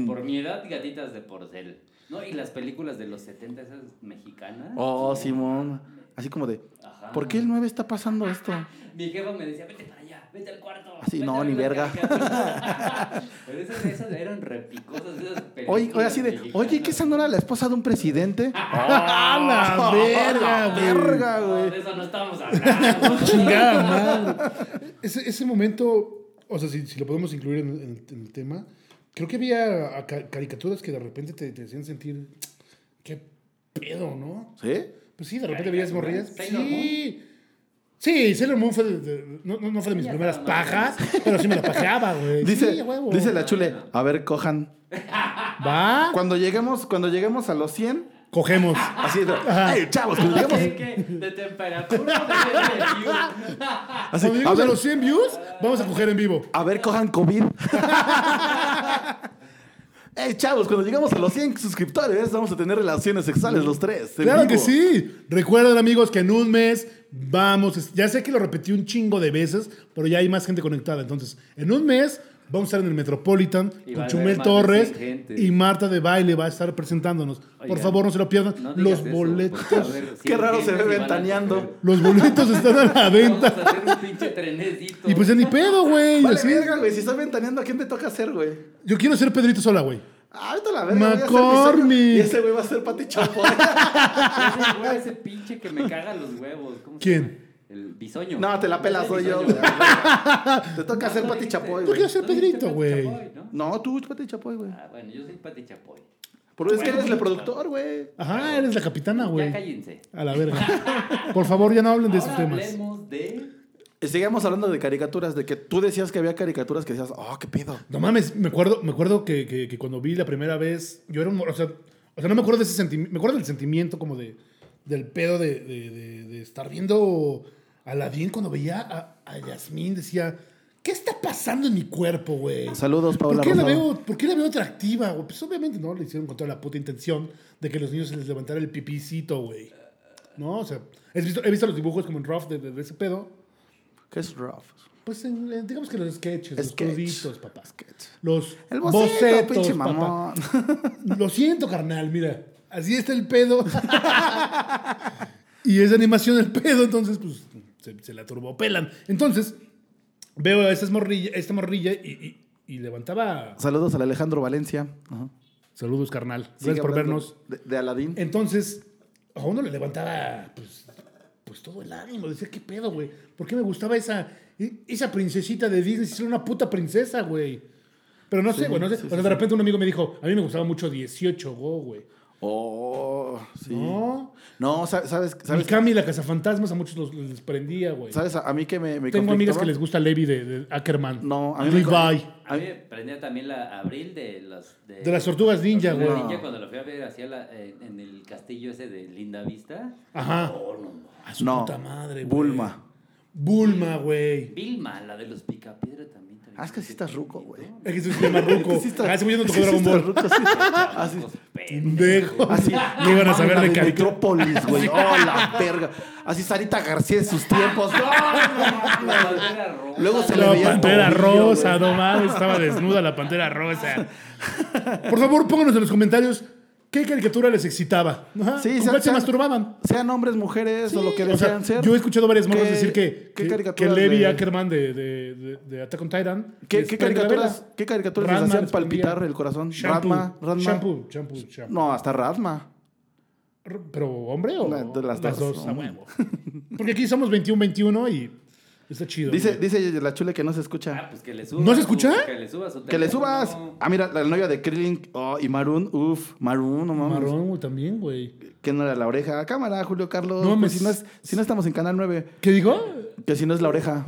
S7: Por mi edad, gatitas de porcel. No, y las películas de los 70, esas mexicanas.
S3: Oh, Simón. Así como de.
S7: Ajá.
S3: ¿Por qué el 9 está pasando esto?
S7: Mi jefa me decía, vete para allá, vete al cuarto.
S3: Así,
S7: vete
S3: Ah, no,
S7: a ver
S3: ni
S7: las
S3: verga.
S7: caricaturas". Pero esas, esas eran repicosas, esas
S3: Oye,
S7: películas
S3: oye, así de. Oye, ¿qué
S7: mexicanas.
S3: esa no era la esposa de un presidente? Ah,
S1: ¡A la verga, güey!
S3: verga,
S7: No,
S3: güey!
S7: de eso no estamos hablando.
S1: Chingada madre. Ese, ese momento, o sea, si, si lo podemos incluir en, en- en el tema, creo que había a- ca- caricaturas que de repente te, te hacían sentir. ¡Qué pedo, no!
S3: ¿Sí?
S1: Pues sí, de repente veías morrillas.
S7: ¿Sailor
S1: Sí. Sí, Sailor Moon fue de, de- no, no- no fue de mis
S7: Ya
S1: primeras
S7: estaba más
S1: pajas, pero sí me la pajeaba, güey.
S3: Dice,
S1: Sí, a huevo.
S3: dice la chule, a ver, cojan.
S1: Va,
S3: Cuando lleguemos, cuando lleguemos a los 100,
S1: cogemos.
S3: así de, "Ey, chavos, cuando
S7: No,
S3: lleguemos,
S7: de, que- de temperatura. de- de-
S1: Cuando
S3: así, a
S1: lleguemos a
S3: ver,
S1: los 100 views, vamos a coger en vivo.
S3: a ver, cojan COVID. Ey, chavos, cuando llegamos a los 100 suscriptores, vamos a tener relaciones sexuales los tres. en
S1: Claro que
S3: vivo".
S1: sí. Recuerden, amigos, que en un mes vamos. Ya sé que lo repetí un chingo de veces, pero ya hay más gente conectada. Entonces, en un mes vamos a estar en el Metropolitan
S7: Y va
S1: con
S7: a
S1: Chumel
S7: haber más de
S1: Torres
S7: 100 gente.
S1: y Marta de Baile va a estar presentándonos. Por
S7: Oigan,
S1: favor, no se lo pierdan.
S7: no digas
S1: los
S7: eso,
S1: boletos.
S7: porque, a ver, si
S3: Qué raro se
S7: entiendes
S3: ve
S7: y van a
S3: ventaneando.
S7: coger.
S1: Los boletos están a la
S7: pues, Vamos a
S1: venta.
S7: hacer un pinche trenecito.
S1: Y pues ya ni pedo, güey.
S3: Vale,
S1: así es.
S3: verga, güey, si estás ventaneando, ¿a quién te toca hacer, güey?
S1: Yo quiero ser Pedrito Sola, güey.
S3: Ah, ahorita la verga. voy a hacer mi sombra.
S1: McCormick.
S3: Y ese güey va a ser Pati Chapoy.
S7: Ese, güey, ese pinche que me caga los huevos. ¿Cómo se
S1: ¿Quién?
S7: llama? El bisoño.
S3: no, te la pelas, soy yo,
S7: Bisoño.
S3: güey. Te toca hacer Pati Chapoy,
S1: Yo
S3: güey.
S1: quiero ser
S7: No dijiste
S1: Pedrito,
S7: Pati
S1: güey.
S7: Chapoy, ¿no?
S3: No, tú, Pati Chapoy, güey.
S7: Ah, bueno, yo soy Pati Chapoy.
S3: Pero es que eres el productor, güey.
S1: Ajá, eres la capitana,
S7: Ya
S1: güey.
S7: cállense.
S1: A la verga. Por favor, ya no hablen de esos
S7: Ahora
S1: temas.
S7: hablemos de...
S3: Sigamos hablando de caricaturas, de que tú decías que había caricaturas que decías, oh, qué pedo.
S1: No mames, me acuerdo, me acuerdo que, que- que cuando vi la primera vez, yo era un... mor- O sea, o sea no me acuerdo de ese sentimiento, me acuerdo del sentimiento como de, del pedo de, de- de- de estar viendo a Aladín cuando veía a, a Yasmín, decía, ¿qué está pasando en mi cuerpo, güey?
S3: Saludos, Paola
S1: ¿Por qué, la
S3: Rosado.
S1: veo, ¿Por qué la veo atractiva, güey? Pues obviamente no, le hicieron con toda la puta intención de que los niños se les levantara el pipicito, güey. No, o sea, he visto, he visto los dibujos como en Rough de, de- de ese pedo.
S3: ¿Qué es rough?
S1: Pues en- en- digamos que los sketches, los
S3: Sketch.
S1: cruditos, papá. Los
S3: El boceto,
S1: bocetos,
S3: pinche
S1: papá.
S3: mamón.
S1: Lo siento, carnal, mira. Así está el pedo. y es de animación el pedo, entonces, pues, se, se la turbopelan. Entonces, veo a esas morrilla, esta morrilla y, y- y levantaba.
S3: Saludos al Alejandro Valencia. Ajá.
S1: Saludos, carnal.
S3: Sigue
S1: Gracias por
S3: hablando
S1: vernos.
S3: De, de Aladín.
S1: Entonces, a uno le levantaba, pues, pues todo el ánimo. Decía, ¿qué pedo, güey? ¿Por qué me gustaba esa, esa princesita de Disney? Si era una puta princesa, güey. Pero no sé, güey. no sé. o sea, de repente un amigo me dijo, a mí me gustaba mucho 18 Go, güey.
S3: Oh, sí. No,
S1: No.
S3: sa- sabes,
S1: Mi
S3: sabes,
S1: Cami, la cazafantasmas, a muchos los, les prendía, güey.
S3: sabes, a a mí que me, me
S1: Tengo amigas que les gusta
S3: conflictaba.
S1: Levi de, de Ackerman.
S3: No, a mí me-
S1: Levi.
S7: A mí me prendía también la Abril de las...
S1: De las tortugas ninja,
S7: Tortugas
S1: güey.
S7: Ninja, cuando la fui a ver hacía la- eh, en, en el castillo ese de Linda Vista.
S1: Ajá.
S7: Oh, no, no.
S1: A su
S3: No,
S1: puta madre, güey.
S3: Bulma.
S1: Bulma, güey.
S7: Vilma, la de los picapiedra también. también
S3: Ah, es que sí estás ruco, güey.
S1: Es que se llama Ruco.
S3: Sí está-
S1: Ah, ese güey ya no
S3: sí,
S1: tocó Dragon
S3: sí está
S1: Ball.
S3: ruco, sí.
S7: Así.
S1: Ah, Pendejo.
S3: Así.
S1: No iban a saber
S3: Mames, la
S1: de
S3: del
S1: caricatura.
S3: Metrópolis, güey. Oh, la verga. Así Sarita García en sus tiempos. No, no, no, no. Luego se le
S1: La
S3: veía el
S1: pantera
S3: tobillo,
S1: rosa,
S3: güey.
S1: no mames, estaba desnuda la pantera rosa. Por favor, pónganos en los comentarios qué caricatura les excitaba. Ajá,
S3: Sí,
S1: ¿Con
S3: se-
S1: cuál se
S3: se-
S1: masturbaban?
S3: Sean hombres, mujeres, o lo que
S1: O sea,
S3: desean ser.
S1: Yo he escuchado varias morras
S3: ¿Qué-
S1: decir que,
S3: qué
S1: que, que
S3: caricaturas
S1: Levi
S3: de-
S1: Ackerman de, de, de, de Attack on Titan.
S3: ¿Qué,
S1: les
S3: qué
S1: prende la
S3: caricaturas,
S1: vela.
S3: ¿Qué caricaturas les
S1: Ranma
S3: hacían
S1: les
S3: palpitar
S1: prendía.
S3: el corazón?
S1: Shampoo,
S3: Radma, Radma.
S1: Shampoo, shampoo, shampoo.
S3: No, hasta Radma.
S1: R- ¿Pero hombre o
S3: La- de las dos,
S1: a
S3: hombre.
S1: huevo? Porque aquí somos 21-21 y está chido.
S3: Dice,
S1: güey.
S3: dice la chule que no se escucha.
S7: Ah, pues que le suba.
S1: ¿No se
S7: su-
S1: escucha?
S7: Que le subas. su
S3: que le
S7: teléfono.
S3: subas. Ah, mira, la novia de Krillin oh, y Maroon. Uf, Maroon, no mames.
S1: Marrón güey, también, güey.
S3: Que no era la oreja. Cámara, Julio Carlos.
S1: No
S3: pues,
S1: mames.
S3: si, no es- si no estamos en Canal 9,
S1: ¿Qué digo?
S3: que si no es la oreja.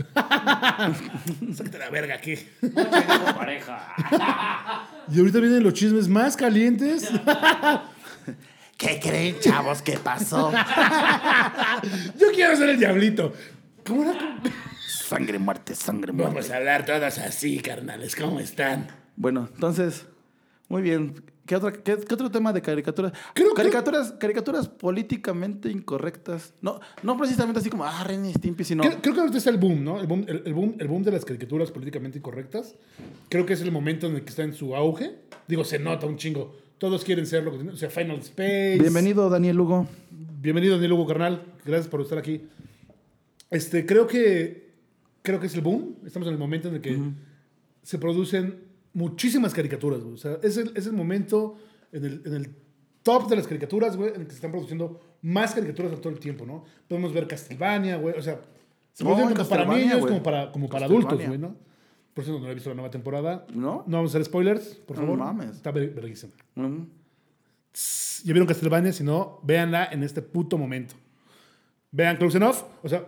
S1: Sácate la verga aquí.
S7: No tenemos pareja.
S1: Y ahorita vienen los chismes más calientes.
S2: ¿Qué creen, chavos? ¿Qué pasó?
S1: Yo quiero ser el diablito. ¿Cómo era?
S2: Sangre, muerte, sangre, muerte.
S1: Vamos a hablar todos así, carnales. ¿Cómo están?
S3: Bueno, entonces, muy bien. ¿Qué, otra- qué- qué otro tema de caricaturas?
S1: Creo que-
S3: caricaturas, caricaturas políticamente incorrectas. No, no precisamente así como, ah, Ren y Stimpy, sino.
S1: Creo, creo que ahorita está el boom, ¿no? El boom, el, el boom, el boom de las caricaturas políticamente incorrectas. Creo que es el momento en el que está en su auge. Digo, se nota un chingo. Todos quieren ser lo que tienen. O sea, Final Space.
S3: Bienvenido, Daniel Lugo.
S1: Bienvenido, Daniel Hugo Carnal. Gracias por estar aquí. Este, creo que creo que es el boom. Estamos en el momento en el que se producen muchísimas caricaturas, güey. O sea, es el, es el momento en el, en el top de las caricaturas, güey, en el que se están produciendo más caricaturas a todo el tiempo, ¿no? Podemos ver Castlevania, güey. O sea, se
S3: Oh,
S1: producen como para
S3: Castlevania,
S1: niños,
S3: güey.
S1: como para, como para adultos, güey,
S3: Castlevania.
S1: ¿no? Por eso no he visto la nueva temporada.
S3: ¿No?
S1: No vamos a hacer spoilers, por
S3: No
S1: favor.
S3: mames.
S1: Está ver- verguísima.
S3: Mm.
S1: Ya vieron Castlevania, si no, véanla en este puto momento. Vean Close Enough. O sea,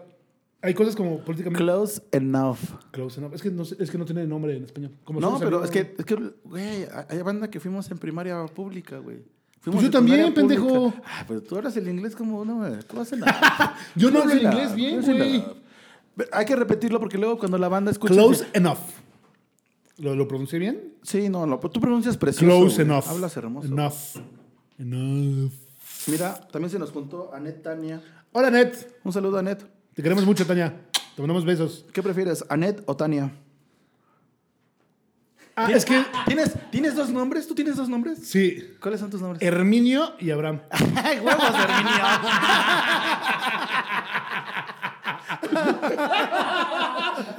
S1: hay cosas como políticamente.
S3: Close enough.
S1: Close Enough. Es que no, sé- es que no tiene nombre en español. Como solo
S3: No, pero
S1: salió-
S3: es que, es que, güey, hay banda que fuimos en primaria pública, güey. Fuimos
S1: Pues yo
S3: en primaria
S1: también,
S3: pública.
S1: pendejo.
S3: Ah, pero tú hablas el inglés como, no, güey, ¿cómo hacen nada?
S1: Yo no
S3: ¿Cómo
S1: hablo
S3: hacen
S1: inglés
S3: nada?
S1: bien,
S3: ¿Cómo hacen
S1: güey.
S3: nada? Pero Hay que repetirlo porque luego cuando la banda escucha.
S1: Close Enough. ¿Lo, lo pronuncié bien?
S3: Sí, no, no, pero tú pronuncias precioso.
S1: Close
S3: güey.
S1: Enough.
S3: Hablas hermoso.
S1: Enough. Enough.
S3: Mira, también se nos juntó Anet Tania.
S1: Hola, Net.
S3: Un saludo, Anet.
S1: Te queremos mucho, Tania. Te mandamos besos.
S3: ¿Qué prefieres, Anet o Tania?
S1: Ah, es que.
S3: ¿Tienes, ¿Tienes dos nombres? ¿Tú tienes dos nombres?
S1: Sí.
S3: ¿Cuáles son tus nombres?
S1: Herminio y Abraham.
S3: ¡Ay, huevos, Herminio!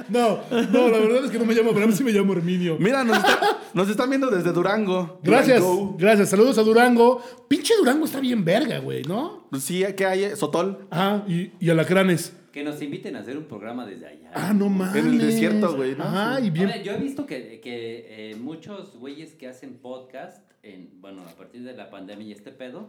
S1: No, no, la verdad es que no me llamo Abraham, sí me llamo Herminio.
S3: Mira, nos, está- nos están viendo desde Durango.
S1: Gracias,
S3: Durango.
S1: gracias. Saludos a Durango. Pinche Durango está bien verga, güey, ¿no?
S3: Sí, ¿qué hay? Sotol.
S1: Ah, y, y alacranes.
S7: Que nos inviten a hacer un programa desde allá.
S1: Ah, no mames.
S3: En el desierto, güey, ¿no?
S1: Ajá, y
S7: Ahora,
S1: bien.
S7: yo he visto que, que, eh, muchos güeyes que hacen podcast, en, bueno, a partir de la pandemia y este pedo,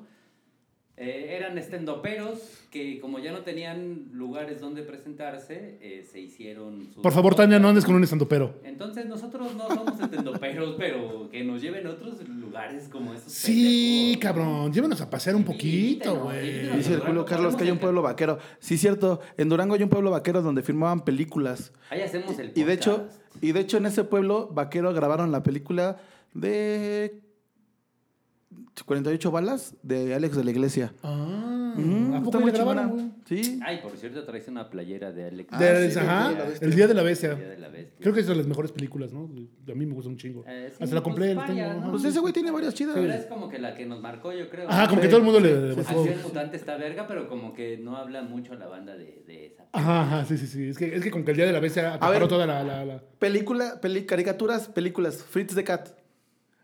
S7: eh, eran estendoperos que como ya no tenían lugares donde presentarse, eh, se hicieron... sus
S1: Por favor, Tania, no
S7: podcasts.
S1: andes con un estandopero.
S7: Entonces nosotros no somos estendoperos, pero que nos lleven a otros lugares como esos.
S1: Sí,
S7: pendejos.
S1: cabrón, llévanos a pasear un poquito,
S7: Invítenos,
S1: güey.
S7: invítenos.
S3: Dice el culo Carlos que hay un pueblo vaquero. Sí, cierto. En Durango hay un pueblo vaquero donde filmaban películas.
S7: Ahí hacemos el podcast.
S3: Y de hecho, y de hecho en ese pueblo vaquero grabaron la película de 48 balas de Alex de la Iglesia.
S1: Ah,
S3: Mm,
S1: ¿a
S3: está
S1: poco
S3: muy
S1: le grabaron,
S3: chingona.
S1: güey?
S3: Sí.
S7: Ay, por cierto, traes una playera de Alex.
S1: De-
S3: Ah, sí,
S1: ajá,
S3: el día de la bestia.
S1: el día de la bestia.
S7: Día de la bestia.
S1: Creo que es de las mejores películas, ¿no? A mí me gusta un chingo.
S7: Eh, sí,
S1: Hasta Ah, la
S7: pues,
S1: compré, la
S7: varias,
S1: tengo,
S7: ¿no?
S1: ajá.
S3: Pues ese güey tiene varias chidas.
S7: Pero es como que la que nos marcó, yo creo.
S1: Ajá, como que
S3: Sí,
S1: todo el mundo le
S3: sí, sí,
S1: marcó.
S7: Así el mutante está verga, pero como que no habla mucho la banda de, de esa.
S1: Ajá, ajá, sí, sí, sí. Es que, es que con que el día de la bestia
S3: ver.
S1: acaparó toda la. la, la...
S3: Película, peli- caricaturas, películas. Fritz the Cat.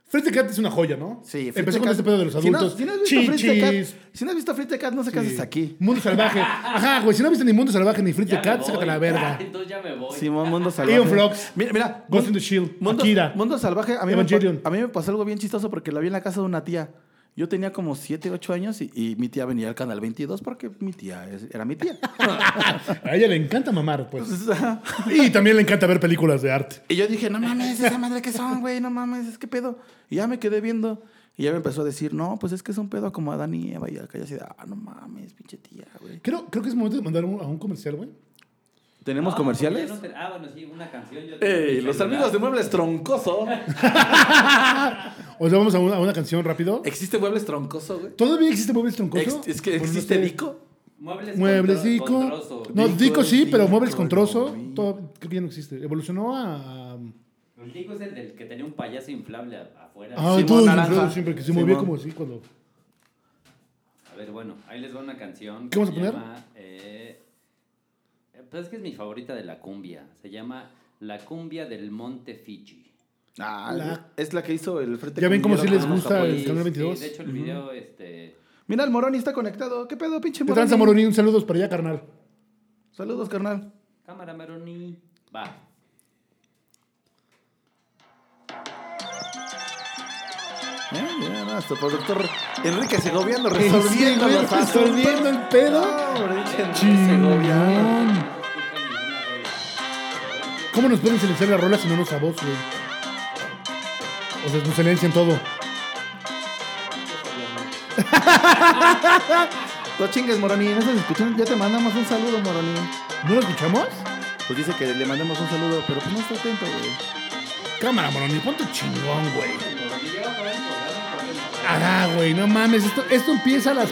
S1: Fritz the Cat es una joya, ¿no?
S3: Sí, Fritz
S1: Empezó
S3: the
S1: con
S3: Cat.
S1: este pedo de los
S3: Si no-
S1: adultos.
S3: Si no, has visto Fritz the
S1: Chichis.
S3: Cat, si no has visto Fritz the Cat, no sé qué haces
S1: Sí.
S3: aquí.
S1: Mundo salvaje. Ajá, güey. Si no viste ni Mundo salvaje ni Fritz the
S7: Ya me
S1: Cat,
S7: voy.
S1: sácate la verga.
S7: Entonces ya me voy.
S3: Simón Mundo Salvaje.
S1: Ian Flux.
S3: Mira, mira.
S1: Ghost in the Shield.
S3: Mundo,
S1: Akira.
S3: Mundo Salvaje, a mí, me,
S1: Evangelion.
S3: pa- a mí me pasó algo bien chistoso porque la vi en la casa de una tía. Yo tenía como 7, 8 años y, y mi tía venía al canal 22 porque mi tía es- era mi tía.
S1: A ella le encanta mamar, pues. Y también le encanta ver películas de arte.
S3: y yo dije, no mames, esa madre que son, güey, no mames, es que pedo. Y ya me quedé viendo. Y ya me empezó a decir, no, pues es que es un pedo como Adán y Eva. Y acá yo así, de, ah, no mames, pinche tía, güey.
S1: Creo, creo que es momento de mandar un- a un comercial, güey.
S3: ¿Tenemos
S7: Ah,
S3: comerciales?
S7: ya no te- ah, bueno, sí, una canción. Yo
S3: Ey, los
S1: "Ah".
S3: amigos de Muebles Troncoso.
S1: O sea, vamos a una, a una canción rápido.
S3: ¿Existe Muebles Troncoso, güey?
S1: ¿Todavía existe Muebles Troncoso?
S3: Ex- es que
S1: Pues no
S3: existe
S1: sé.
S3: Dico.
S7: Muebles,
S1: Muebles
S7: con,
S1: Dico.
S7: con trozo.
S1: No,
S3: Dico,
S1: Dico sí, pero
S3: Dico,
S1: Muebles con trozo.
S3: no.
S1: todo- creo que ya no existe. Evolucionó a.
S7: El Dico es el del que tenía un payaso inflable a- afuera.
S1: Ah,
S3: Simón
S1: todo
S3: Naranja.
S1: inflado siempre que se movía
S3: Simón.
S1: como así cuando.
S7: A ver, bueno, ahí les va una canción.
S1: ¿Qué vamos a
S7: se
S1: poner?
S7: llama, eh, pues es que es mi favorita de la cumbia. Se llama La cumbia del Monte Fiji.
S3: Ah,
S1: La-
S3: es la que hizo el frente.
S1: Ya ven cómo sí
S3: Cumbiero
S1: les
S3: con los
S1: gusta el
S3: japoneses.
S1: canal 22.
S7: Sí, de hecho, el video, este.
S3: Mira, el Moroni está conectado. ¿Qué pedo, pinche
S1: Te
S3: Moroni?
S1: tranza, Moroní, un saludos para allá, carnal.
S3: Saludos, carnal.
S7: Cámara Maroni. Va.
S3: Eh, ya, nuestro productor Enrique Segoviano
S1: Sí,
S3: resolviendo
S1: güey,
S3: los asuntos.
S1: resolviendo el pedo.
S3: No, Enrique Segoviano.
S1: Chingón. ¿Cómo nos pueden silenciar la rola si no nos a vos, güey? O sea, nos silencian todo.
S3: No chingues, Moroni. No estás escuchando. Ya te mandamos un saludo, Moroni.
S1: ¿No lo escuchamos?
S3: Pues dice que le mandemos un saludo, pero pues no está atento, güey.
S1: Cámara, Moroní, ponte chingón, güey. Ará, güey, no mames. Esto, esto empieza a las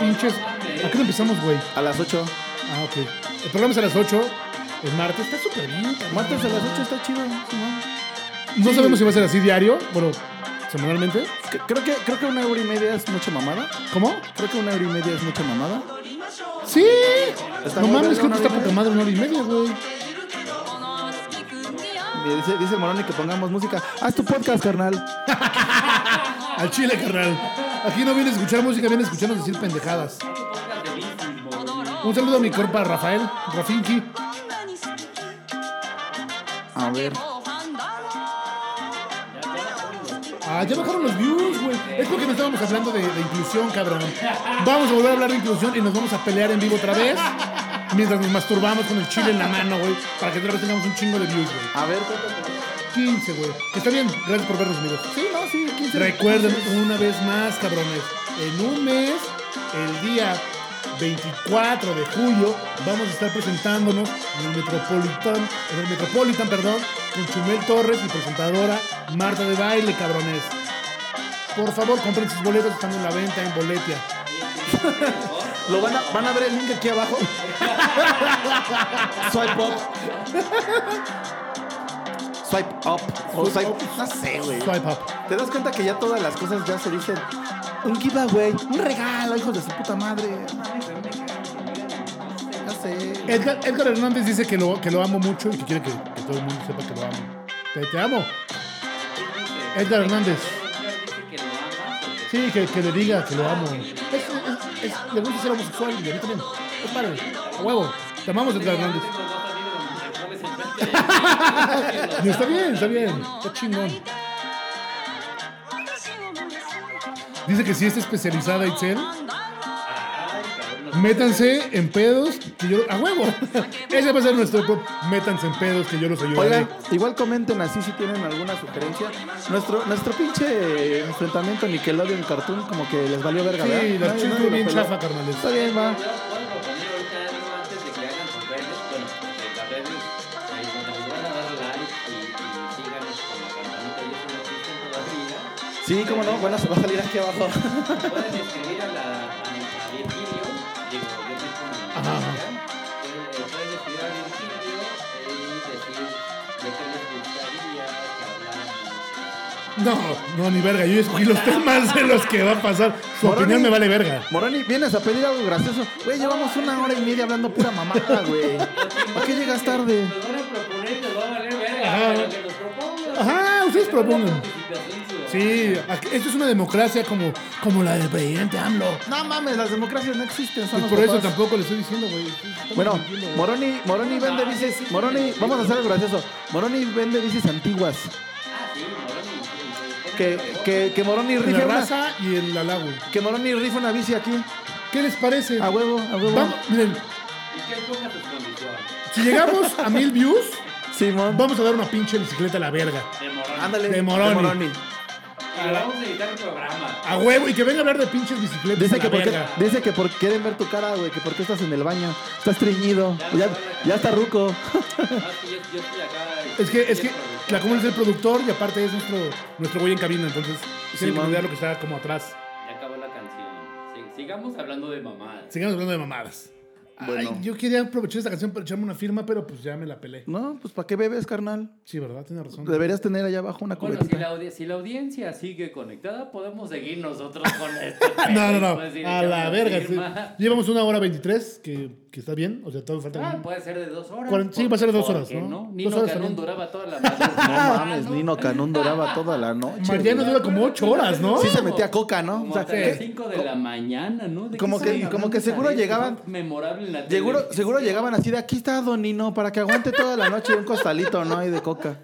S1: pinches. ¿A qué no empezamos, güey?
S3: A las 8.
S1: Ah, ok. El programa es a las 8. El martes está súper bien, cabrón.
S3: Martes a las 8 está chido, Simón.
S1: No
S3: Sí.
S1: sabemos si va a ser así diario, bueno, semanalmente.
S3: C- Creo que, creo que una hora y media es mucha mamada.
S1: ¿Cómo?
S3: Creo que una hora y media es mucha mamada.
S1: ¡Sí!
S3: Está
S1: No
S3: muy
S1: mames,
S3: verga,
S1: creo que
S3: una hora
S1: está
S3: y
S1: poca
S3: media.
S1: madre una hora y media, güey.
S3: Y Dice, dice el Moroni que pongamos música. Haz tu podcast, carnal.
S1: Al chile, carnal. Aquí no viene a escuchar música, viene a escucharnos decir pendejadas. Un saludo a mi compa Rafael, Rafinki.
S3: A ver.
S1: Ah, ya bajaron los views, güey. Es porque no estábamos hablando de, de inclusión, cabrón. Vamos a volver a hablar de inclusión y nos vamos a pelear en vivo otra vez. Mientras nos masturbamos con el chile en la mano, güey. Para que otra vez tengamos un chingo de views, güey.
S3: A ver, cuéntame.
S1: 15, güey. Está bien. Gracias por vernos, amigos.
S3: Sí, no, sí, 15.
S1: Recuerden una vez más, cabrones, en un mes, el día 24 de julio, vamos a estar presentándonos en el Metropolitan, en el Metropolitan, perdón, con Chumel Torres y presentadora Marta de Baile, cabrones. Por favor, compren sus boletos, están en la venta en Boletia.
S3: Lo van, a, van a ver el link aquí abajo. Swipe up. Swipe up. O swipe. No sé, güey.
S1: Swipe up.
S3: ¿Te das cuenta que ya todas las cosas ya se dicen? Un giveaway, un regalo, hijos de su puta madre. Ya sé, sé.
S1: Edgar, Edgar Hernández dice que lo, que lo amo mucho y que quiere que, que todo el mundo sepa que lo amo. Te, te amo. Edgar Hernández. Sí, que, que le diga que lo amo. Es, es, es- le gusta ser homosexual y a mí también. Es padre. A huevo. Te amamos, Edgar Hernández. Y está bien, está bien. Está chingón. Dice que sí está especializada Itzel. Métanse en pedos que yo... ¡A huevo! Ese va a ser nuestro... pro- Métanse en pedos que yo los ayudaré.
S3: Oigan, igual comenten así si tienen alguna sugerencia. Nuestro, nuestro pinche enfrentamiento Nickelodeon Cartoon como que les valió verga,
S1: Sí,
S3: ¿verdad?
S1: la
S3: Nadie-
S1: chingó
S3: nadie lo
S1: bien
S3: peló.
S1: chafa, carnales.
S3: Está bien, va.
S7: antes de que hagan sus redes, bueno, de las redes, eh, donde les van a dar like y, y síganos con la campanita y eso no existen todavía.
S3: Sí, cómo no. Bueno, se va a salir aquí abajo.
S7: Pueden escribir a la a Virgilio, digo, yo me
S1: Ajá.
S7: Pueden escribir a Virgilio y decir de qué les gustaría que habláramos.
S1: No, no, ni verga. Yo ya escogí los temas de los que va a pasar. Su opinión me vale verga.
S3: Moroni, vienes a pedir algo gracioso. Güey, llevamos una hora y media hablando pura mamada, güey. ¿Por qué llegas tarde?
S7: Nos van a proponer y nos va a valer
S1: Ajá.
S7: verga, pero que nos propongan.
S1: Ajá, ustedes propongan.
S7: Participación ciudadana.
S1: Sí, aquí- esto es una democracia como, como la del presidente AMLO.
S3: No mames, las democracias no existen, son
S1: Pues
S3: los
S1: por eso
S3: papás.
S1: tampoco le estoy diciendo, güey. Estamos
S3: Bueno,
S1: mintiendo, güey.
S3: Moroni, Moroni vende bicis. Moroni, vamos a hacer algo gracioso. Moroni vende bicis antiguas. Que, que, que Moroni
S1: En
S3: rifa
S1: la
S3: una,
S1: raza y en la lago.
S3: que Moroni rifa una bici aquí.
S1: ¿Qué les parece?
S3: A huevo, a huevo.
S1: Vamos, miren, si llegamos a mil views,
S3: Simón.
S1: vamos a dar una pinche bicicleta a la verga.
S3: Ándale.
S1: De Moroni.
S7: Y vamos a editar el programa.
S1: A huevo, y que venga a hablar de pinches bicicletas. a
S3: Dice
S1: la
S3: que, porque,
S1: verga.
S3: dice que porque quieren ver tu cara, güey, que porque estás en el baño. Estás treñido. Ya, ya está ruco.
S7: Ah, sí, yo, yo estoy acá.
S1: Es que, es que la común es el productor y aparte es nuestro, nuestro güey en cabina, entonces tiene que
S3: Simón.
S1: cuidar lo que está como atrás.
S7: Ya acabó la canción. Sí, sigamos hablando de mamadas.
S1: Sigamos hablando de mamadas.
S3: Bueno.
S1: Ay, yo quería aprovechar esta canción para echarme una firma, pero pues ya me la pelé.
S3: No, pues ¿para qué bebes, carnal?
S1: Sí, ¿verdad? Tiene razón.
S3: Deberías tener allá abajo una
S7: Bueno, si
S3: cubetita.
S7: la, audi- si la audiencia sigue conectada, podemos seguir nosotros con este esto.
S1: No, no, no. A la verga. sí. Llevamos una hora 23, que, que está bien. O sea, todavía falta.
S7: Ah,
S1: un-
S7: puede ser de dos horas.
S1: Cuarenta- sí,
S7: ¿por-
S1: va a ser de dos
S7: por
S1: horas,
S7: qué
S1: ¿no?
S7: Nino
S1: Dos horas
S7: Canún
S1: también.
S7: duraba toda la madrugada.
S3: No mames, Nino Canún duraba toda la noche.
S1: Mariano
S3: güey.
S1: dura como 8 horas, ¿no?
S3: Sí se metía coca, ¿no?
S7: Como
S3: O sea,
S7: hasta las
S3: que-
S7: 5 de la mañana, ¿no? ¿De qué
S3: Como que-
S7: estaban
S3: como que
S7: hablando
S3: seguro
S7: esa vez?
S3: llegaban-
S7: Memorable en la tele.
S3: Seguro, seguro llegaban así de aquí está Don Nino para que aguante toda la noche un costalito, ¿no? Y de coca.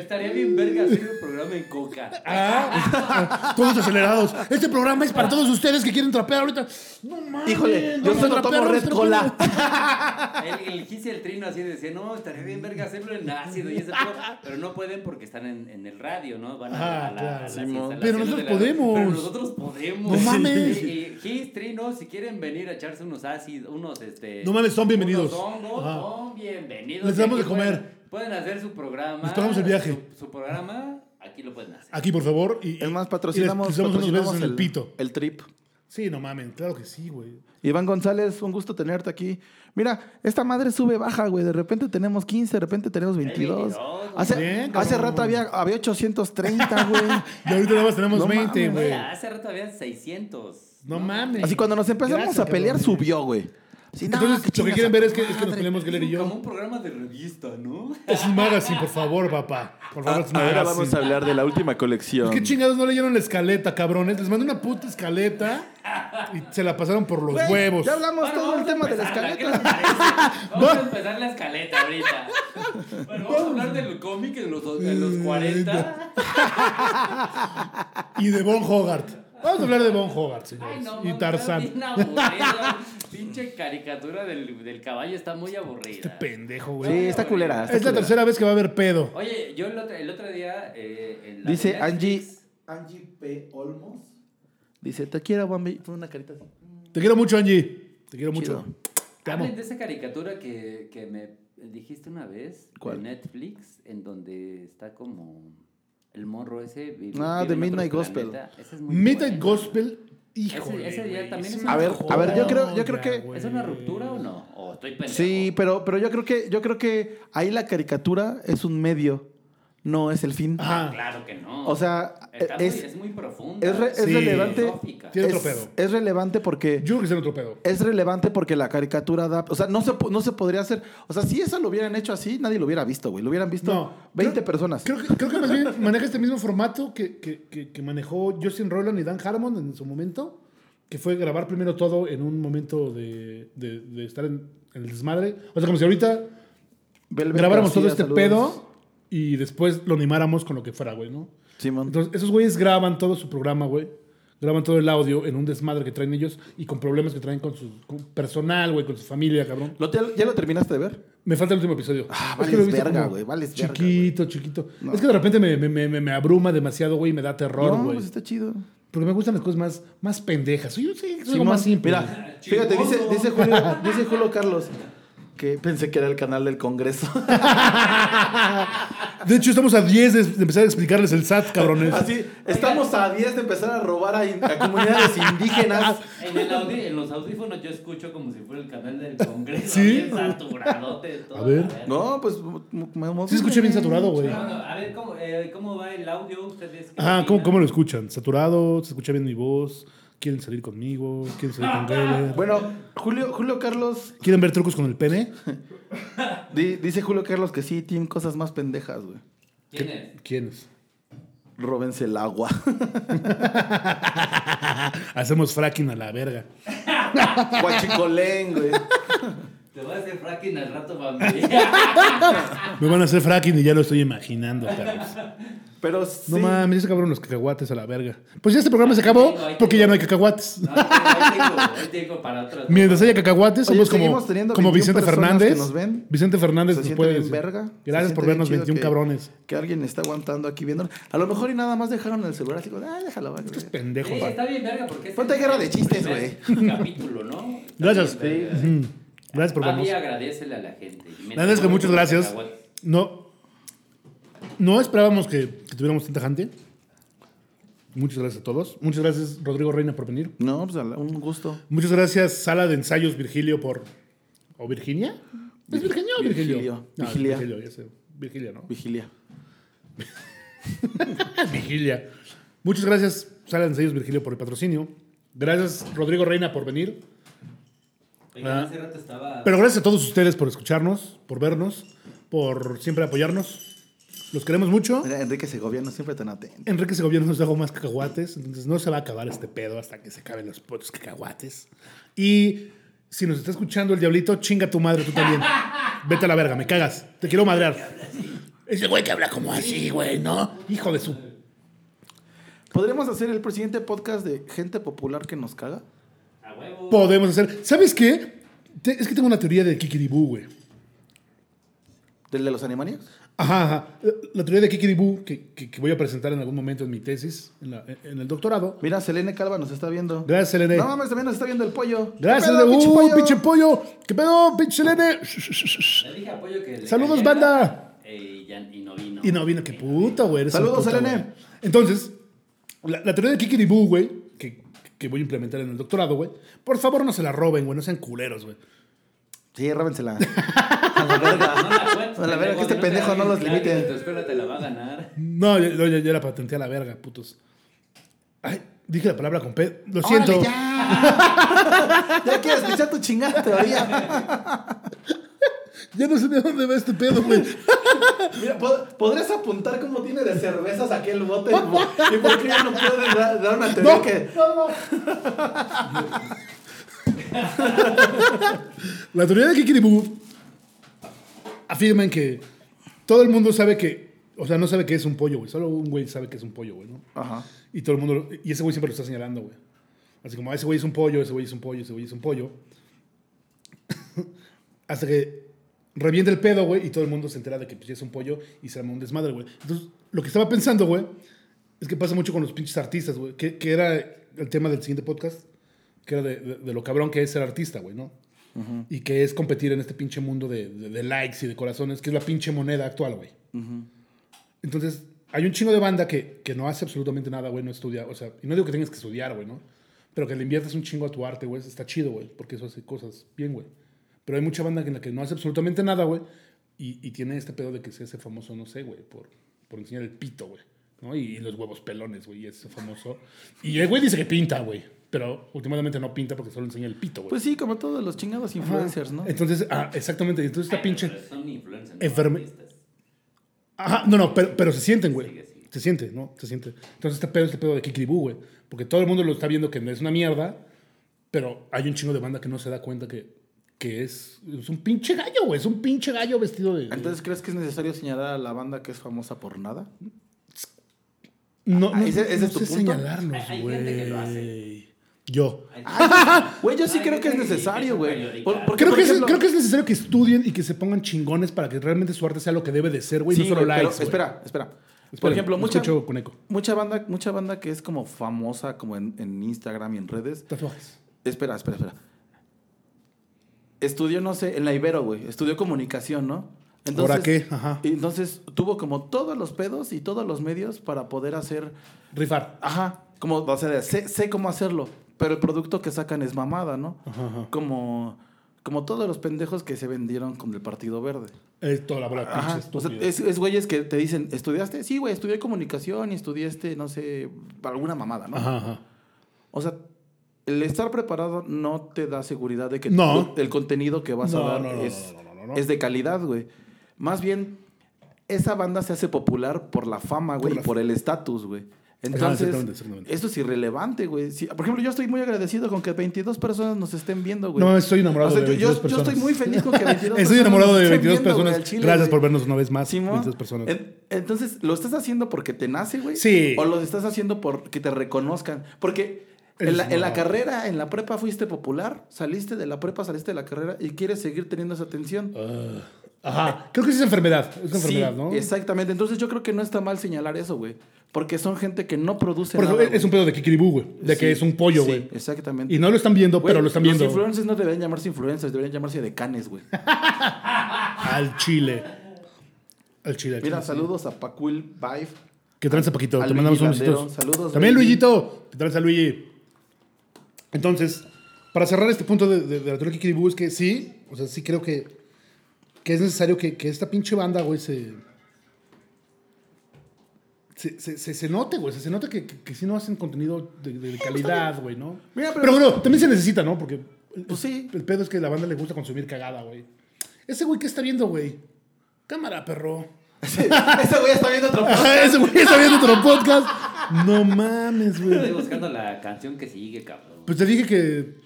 S7: Estaría bien verga hacer el programa en coca.
S1: Ah, todos acelerados. Este programa es para todos ustedes que quieren trapear ahorita. No mames. este
S3: Híjole, yo
S1: vamos a
S3: solo
S1: trapear,
S3: tomo
S1: vamos a
S3: red
S1: trapear.
S3: cola.
S7: El, el Gis y el Trino así decían, no, estaría bien verga hacerlo en ácido y ese pedo", pero no pueden porque están en, en el radio, ¿no? Van a,
S1: Ah,
S7: a la-
S1: claro.
S7: a las
S1: Simón.
S7: instalaciones
S1: Pero nosotros
S7: de la-
S1: podemos.
S7: Pero nosotros podemos.
S1: No mames.
S7: Y, y Gis, Trino, si quieren venir a echarse unos ácidos, unos este...
S1: No mames, son bienvenidos.
S7: unos hongos,
S1: Ajá.
S7: son bienvenidos.
S1: Les damos de
S7: Y aquí
S1: comer.
S7: Pueden, pueden hacer su programa.
S1: Les pagamos el viaje.
S7: Su, su programa, aquí lo pueden hacer.
S1: Aquí, por favor. Y,
S3: Es más,
S1: y-
S3: patrocinamos,
S1: y les pisamos unos
S3: patrocinamos
S1: besos en el, pito.
S3: el trip.
S1: Sí, no mamen, claro que sí, güey.
S3: Iván González, un gusto tenerte aquí. Mira, esta madre sube baja, güey. De repente tenemos 15, de repente tenemos 22.
S7: 22,
S3: Hace,
S1: Bien,
S3: hace
S1: cabrón.
S3: rato había, había 830, güey.
S1: Y ahorita nada más tenemos
S3: No
S1: 20,
S3: mames.
S1: güey.
S7: Mira, hace rato habían 600.
S1: No mames.
S3: Así cuando nos empezamos
S1: Gracias,
S3: a pelear
S1: cabrón.
S3: subió, güey. Sí, no,
S1: Entonces, lo
S3: que
S1: que
S3: chingas
S1: quieren
S3: a
S1: ver
S3: tu
S1: es que, es que nos
S3: madre.
S1: peleemos Galer y
S7: Como
S1: yo.
S7: un programa de revista, ¿no?
S1: Es un magazine, por favor, papá. Por favor, es un
S2: Ahora
S1: magazine.
S2: vamos a hablar de la última colección.
S1: ¿Qué chingados no leyeron la escaleta, cabrones? Les mandé una puta escaleta y se la pasaron por los
S3: Güey,
S1: huevos.
S3: Ya hablamos
S7: Bueno,
S3: todo el
S7: vamos a
S3: tema de la
S7: empezarla, ¿qué
S3: escaleta.
S7: les parece? Vamos a empezar la escaleta ahorita. Bueno, vamos a hablar del cómic en los, en
S1: Eh,
S7: los 40.
S1: Y de Bon Hogarth. Vamos a hablar de Bon Hogarth,
S7: Ay,
S1: señores.
S7: no,
S1: y
S7: mames, está
S1: Tarzán.
S7: bien aburrida. Pinche caricatura del, del caballo está muy
S1: Este
S7: aburrida.
S1: Pendejo, güey.
S3: Sí, está culera. está
S1: es la
S3: culera.
S1: tercera vez que va a haber pedo.
S7: Oye, yo el otro, el otro día. eh, en la
S3: Dice
S7: de Netflix-
S3: Angie. Angie P. Olmos. Dice, te quiero, Bambi. Pon una carita así.
S1: Te quiero mucho, Angie. Te quiero mucho.
S3: Chido.
S1: Te amo.
S7: Hablen de esa caricatura que, que me dijiste una vez
S3: ¿Cuál?
S7: de Netflix, en donde está como el morro ese. vi-
S3: Ah, The
S7: vive en otro
S3: Midnight Gospel.
S7: planeta. Esa es muy
S1: Midnight
S7: buena.
S1: Gospel, híjole.
S7: Ese- ese ya
S1: güey,
S7: también es
S1: una
S7: un-
S3: A ver, a ver, yo creo, yo creo
S1: joya,
S3: que.
S1: güey.
S7: ¿Es una ruptura o no? ¿O estoy pendejo?
S3: Sí, pero, pero yo creo que, yo creo que ahí la caricatura es un medio. no es el fin.
S1: Ajá.
S7: Claro que no.
S3: O sea,
S7: Está muy-
S3: es,
S7: es muy profundo.
S3: es re- es
S1: Sí.
S3: relevante.
S7: Filosófica.
S1: Tiene otro
S3: es-
S1: pedo.
S3: es relevante porque.
S1: Yo creo que es en otro pedo.
S3: Es relevante porque la caricatura da. O sea, no se, po- no se podría hacer. O sea, si eso lo hubieran hecho así, nadie lo hubiera visto, güey. Lo hubieran visto
S1: No.
S3: 20
S1: Creo-
S3: personas.
S1: Creo que, creo que más bien maneja este mismo formato que, que- que- que manejó Justin Roland y Dan Harmon en su momento, que fue grabar primero todo en un momento de, de- de estar en, en el desmadre. O sea, como si ahorita
S3: Velvet
S1: grabáramos
S3: García,
S1: todo este
S3: saludos.
S1: pedo y después lo animáramos con lo que fuera, güey, ¿no?
S3: Simón.
S1: Entonces, esos güeyes graban todo su programa, güey. Graban todo el audio en un desmadre que traen ellos y con problemas que traen con su con personal, güey, con su familia, cabrón.
S3: ¿Lo te- ¿Ya lo terminaste de ver?
S1: Me falta el último episodio.
S3: Ah,
S1: Es que
S3: vales
S1: lo he visto
S3: verga,
S1: como
S3: güey, vales verga,
S1: Chiquito, chiquito. Es que de repente me, me- me- me abruma demasiado, güey, y me da terror,
S3: no,
S1: güey.
S3: pues está chido.
S1: Porque me gustan las cosas más, más pendejas. Soy, soy- soy algo
S3: Simón,
S1: más simple.
S3: Mira, fíjate, dice, dice, Julio, dice Julio Carlos que pensé que era el canal del Congreso.
S1: De hecho, estamos a 10 de, de empezar a explicarles el SAT, cabrones.
S3: Así, estamos a 10 de empezar a robar a, in- a comunidades indígenas.
S7: En, el audi- en los audífonos yo escucho como si fuera el canal del Congreso.
S1: Sí.
S7: Bien saturadote. Todo,
S1: A ver.
S3: No, pues. m- m-
S1: Sí, escuché bien saturado, güey.
S7: No, no, a ver, ¿cómo, eh, cómo va el audio? ¿Ustedes
S1: Ajá,
S7: qué opinan?
S1: Ah, ¿cómo, cómo lo escuchan? ¿Saturado? ¿Se escucha bien mi voz? ¿Quieren salir conmigo? ¿Quieren salir con Geller?
S3: Bueno, Julio, Julio Carlos.
S1: ¿Quieren ver trucos con el pene?
S3: di- dice Julio Carlos que sí, tienen cosas más pendejas, güey.
S7: ¿Quién es?
S1: ¿Quiénes?
S3: Róbense el agua.
S1: Hacemos fracking a la verga.
S3: Guachicolén, güey.
S7: Te voy a hacer fracking al rato, familia.
S1: Me van a hacer fracking y ya lo estoy imaginando, Carlos.
S3: Pero sí.
S1: No mames, ya se acabaron los cacahuates a la verga. Pues ya este programa se acabó
S7: Ahí tengo.
S1: porque ya no hay cacahuates.
S7: No, ahí tengo, ahí tengo para otro.
S1: Mientras haya cacahuates,
S3: Oye,
S1: somos como,
S3: seguimos teniendo
S1: como
S3: 21
S1: Vicente
S3: personas
S1: Fernández.
S3: que nos ven.
S1: Vicente Fernández
S3: Se
S1: nos
S3: siente
S1: puede
S3: bien
S1: decir.
S3: verga. Se
S1: Gracias
S3: siente
S1: por
S3: bien
S1: vernos
S3: chido
S1: 21
S3: que-
S1: cabrones.
S3: Que alguien está aguantando aquí viendo. A lo mejor y nada más dejaron el celular así. como, Ah, déjalo, va.
S1: Pendejo.
S7: Sí, está bien, verga, porque este
S3: Ponte
S7: es
S3: guerra
S7: el
S3: de chistes,
S7: primer Capítulo, ¿no? Está
S1: Gracias.
S7: bien, verga.
S1: Ujú. Gracias por
S7: A
S1: vernos.
S7: mí agradecele a la gente. Y
S1: La neta es que
S7: me-
S1: muchas gracias.
S7: Cacahuate.
S1: No, no esperábamos que, que tuviéramos tanta gente. Muchas gracias a todos. Muchas gracias, Rodrigo Reina, por venir.
S3: No, pues ala, un gusto.
S1: Muchas gracias, Sala de Ensayos Virgilio, por. ¿O Virginia? ¿Es Virginia o Virgilio?
S3: Virgilio.
S1: No, es
S3: Vigilia.
S1: Virgilio, ya sé. Virgilia, ¿no?
S3: Vigilia.
S1: Vigilia. Muchas gracias, Sala de Ensayos Virgilio, por el patrocinio. Gracias, Rodrigo Reina, por venir.
S7: Oigan, hace rato estaba...
S1: Ah. Pero gracias a todos ustedes por escucharnos, por vernos, por siempre apoyarnos. Los queremos mucho.
S3: Mira, Eh, Enrique Segoviano siempre tan atento.
S1: Enrique Segoviano nos dejó más cacahuates, entonces no se va a acabar este pedo hasta que se acaben los putos cacahuates. Y si nos está escuchando el diablito, chinga tu madre tú también. Vete a la verga, me cagas. Te quiero madrear.
S5: Ese güey que habla como así, güey, ¿no?
S1: Hijo de su...
S3: ¿Podríamos hacer el siguiente podcast de gente popular que nos caga?
S7: A huevo.
S1: Podemos hacer... ¿Sabes qué? Te- es que tengo una teoría de Kikiribú, güey.
S3: ¿Del de los Animaniacs?
S1: Ajá, ajá. La- La teoría de Kikiribú que, que, que voy a presentar en algún momento en mi tesis, en, la- en el doctorado.
S3: Mira, Selene Calva nos está viendo.
S1: Gracias, Selene.
S3: No mames, también nos está viendo el pollo.
S1: Gracias,
S3: ¿Qué
S1: de...
S3: pedo,
S1: ¡Uh,
S3: pollo?
S1: pinche pollo! ¿Qué pedo, pinche Selene?
S7: Le dije a Pollo que le
S1: Saludos,
S7: cayera,
S1: banda.
S7: eh, Y, ya- y no vino.
S1: Y no vino, qué puta, güey. eres
S3: Saludos,
S1: un puto,
S3: Selene.
S1: güey. Entonces, la, la teoría de Kikiribú, güey, que, que voy a implementar en el doctorado, güey. Por favor, no se la roben, güey, no sean culeros, güey.
S3: Sí, rábensela.
S7: No la cuentes,
S3: A la verga, que este
S7: no te
S3: pendejo no los
S7: hagas, nadie
S3: limite.
S7: de Tu escuela te la va a ganar.
S1: No, yo, yo- yo la patenté a la verga, putos. Ay, dije la palabra con P. Lo siento.
S3: Ya quiero escuchar tu chingada teoría.
S1: Ya no sé de dónde va este pedo, güey.
S3: Mira, ¿pod- ¿podrías apuntar cómo tiene de cervezas aquel bote? ¿Y por qué ya no pueden dar dar una teoría que...
S1: La teoría de Kikiribú afirman que todo el mundo sabe que. O sea, no sabe que es un pollo, güey. Solo un güey sabe que es un pollo, güey, ¿no?
S3: Ajá.
S1: Y todo el mundo. lo- y ese güey siempre lo está señalando, güey. Así como, "Ah, ese güey es un pollo, ese güey es un pollo, ese güey es un pollo. Hasta que revienta el pedo, güey, y todo el mundo se entera de que pues, ya es un pollo y se arma un desmadre, güey. Entonces, lo que estaba pensando, güey, es que pasa mucho con los pinches artistas, güey. Que, que era el tema del siguiente podcast, que era de, de- de lo cabrón que es ser artista, güey, ¿no? Y que es competir en este pinche mundo de, de- de likes y de corazones, que es la pinche moneda actual, güey. Entonces, hay un chingo de banda que, que no hace absolutamente nada, güey, no estudia. O sea, y no digo que tengas que estudiar, güey, ¿no? Pero que le inviertas un chingo a tu arte, güey, está chido, güey, porque eso hace cosas bien, güey. Pero hay mucha banda en la que no hace absolutamente nada, güey, y, y tiene este pedo de que se hace famoso, no sé, güey, por, por enseñar el pito, güey. ¿no? Y, los huevos pelones, güey, y es famoso. Y el güey dice que pinta, güey. Pero últimamente no pinta porque solo enseña el pito, güey.
S3: Pues sí, como todos los chingados influencers, ¿no?
S1: Entonces, ah, exactamente. Entonces esta pinche.
S7: Pero son influencers. no
S1: Enferme-
S7: artistas.
S1: Ajá, no, no, pero, pero se sienten, güey.
S7: Sigue, sigue.
S1: Se siente, ¿no? Se siente. Entonces este pedo es el pedo de Kikiribú, güey. Porque todo el mundo lo está viendo que es una mierda, pero hay un chingo de banda que no se da cuenta que, que es, es un pinche gallo, güey. Es un pinche gallo vestido de... de-
S3: Entonces, ¿crees que es necesario señalar a la banda que es famosa por nada?
S1: no,
S3: ah, ¿ese- ese es tu
S1: sé
S3: punto?
S1: señalarlos,
S7: Hay gente que lo
S1: güey. Yo. Ah.
S3: Güey, yo sí
S7: Ay,
S3: creo que es
S7: güey,
S3: necesario,
S7: es
S3: güey.
S7: prioridad.
S3: Por- porque,
S1: Creo
S3: por
S1: que, es,
S3: ejemplo-
S1: creo que es necesario que estudien y que se pongan chingones para que realmente su arte sea lo que debe de ser, güey.
S3: Sí,
S1: no solo
S3: güey, pero
S1: likes, güey.
S3: Espera, espera. Por
S1: Esperen,
S3: ejemplo,
S1: lo
S3: mucha,
S1: escucho con eco.
S3: mucha, banda, mucha banda que es como famosa como en, en Instagram y en redes.
S1: Tatuajes.
S3: Espera, espera, espera. Estudió, no sé, en la Ibero, güey. Estudió comunicación, ¿no?
S1: ¿Ahora qué? Ajá.
S3: Entonces tuvo como todos los pedos y todos los medios para poder hacer
S1: Rifar.
S3: Ajá, como, o sea, sé, sé cómo hacerlo, pero el producto que sacan es mamada, ¿no? Como, como todos los pendejos que se vendieron con el Partido Verde.
S1: Es toda la bola de
S3: Ajá,
S1: pinches
S3: o sea,
S1: estúpidos.
S3: es, es güeyes que te dicen, ¿estudiaste? Sí, güey, estudié comunicación y estudié este, no sé, alguna mamada, ¿no?
S1: Ajá, ajá.
S3: O sea, el estar preparado no te da seguridad de que
S1: No.
S3: tu- el contenido que vas
S1: No,
S3: a dar
S1: no, no,
S3: es,
S1: no, no, no, no.
S3: es de calidad, güey. Más bien, esa banda se hace popular por la fama, güey,
S1: la
S3: y por el estatus, güey. Entonces,
S1: exactamente, exactamente.
S3: eso es irrelevante, güey. Sí, por ejemplo, yo estoy muy agradecido con que 22 personas nos estén viendo, güey.
S1: No, estoy enamorado
S3: O sea,
S1: de
S3: yo-
S1: 22
S3: yo, yo
S1: personas.
S3: estoy muy feliz con que
S1: Estoy
S3: 22 personas
S1: enamorado
S3: nos
S1: de
S3: estén
S1: 22
S3: viendo, güey,
S1: personas.
S3: al chile,
S1: Gracias
S3: güey.
S1: por vernos una vez más.
S3: Simón, Eh,
S1: 22 personas.
S3: en- Entonces, ¿lo estás haciendo porque te nace, güey?
S1: Sí.
S3: ¿O lo estás haciendo porque te reconozcan? Porque en la, en la
S1: No.
S3: carrera, en la prepa fuiste popular, saliste de la prepa, saliste de la carrera y quieres seguir teniendo esa atención.
S1: Ah, ajá. Creo que sí es enfermedad. Es una enfermedad,
S3: eh, Sí,
S1: ¿no?
S3: Exactamente. Entonces, yo creo que no está mal señalar eso, güey. Porque son gente que no produce
S1: Por
S3: nada.
S1: ejemplo, es un pedo de Kikiribú, güey. De que es un pollo, güey.
S3: exactamente.
S1: Y no lo están viendo,
S3: Güey,
S1: pero lo están viendo
S3: Los influencers no deberían llamarse influencers, deberían llamarse decanes, güey.
S1: al chile. Al chile. al
S3: Mira,
S1: chile.
S3: saludos a Pacul Vive.
S1: Que tranza, Paquito.
S3: Al
S1: Te mandamos
S3: Luigi
S1: unos besitos.
S3: Landero. Saludos,
S1: También,
S3: Luigi.
S1: Luisito. Que tranza, Luigi. Entonces, para cerrar este punto de, de- de la teoría de Kikiribú, es que sí, o sea, sí creo que, que es necesario que, que esta pinche banda, güey, se. Se, se, se, se note, güey. o sea, Se nota que, que, que sí no hacen contenido de, de calidad, güey, ¿no?
S3: Mira,
S1: pero,
S3: pero-
S1: bueno, también se necesita, ¿no? Porque el-
S3: Pues sí.
S1: el pedo es que a la banda le gusta consumir cagada, güey. Ese güey, ¿qué está viendo, güey? Cámara, perro.
S3: Ese güey está viendo otro.
S1: Ajá, Ese güey está viendo otro podcast. No mames,
S7: Estoy
S1: güey.
S7: buscando la canción que sigue, cabrón.
S1: Pues te dije que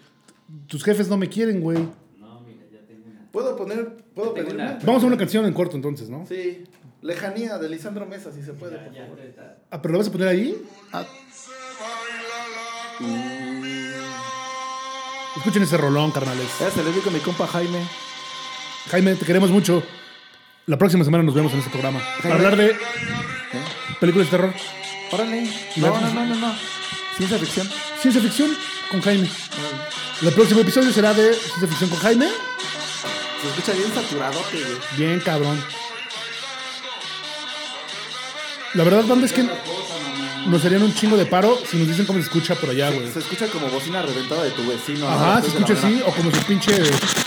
S1: tus jefes no me quieren, güey.
S7: No, mira, ya tengo una.
S3: ¿Puedo poner, puedo
S7: Tengo
S3: pedir
S7: una.
S3: una?
S1: Vamos a una canción en corto entonces, ¿no?
S3: Sí. Lejanía de Lisandro Mesa, si se puede, por favor.
S1: Ah, pero lo vas a poner ahí.
S3: Ah.
S1: Escuchen ese rolón, carnales.
S3: Ya se le vi con mi compa Jaime.
S1: Jaime, te queremos mucho. La próxima semana nos vemos en este programa. Para hablar de películas de terror,
S3: Órale.
S1: No, no,
S3: No, no, no, no, no. Ciencia ficción.
S1: ciencia ficción con Jaime. El próximo episodio será de ciencia ficción con Jaime.
S3: Se escucha bien saturadote, güey.
S1: Bien, cabrón. La verdad, banda, es que nos harían un chingo de paro si nos dicen cómo se escucha por allá, güey.
S3: Se escucha como bocina reventada de tu vecino. ¿no?
S1: Ajá, se
S3: Después de
S1: escucha
S3: la
S1: así, o como su pinche.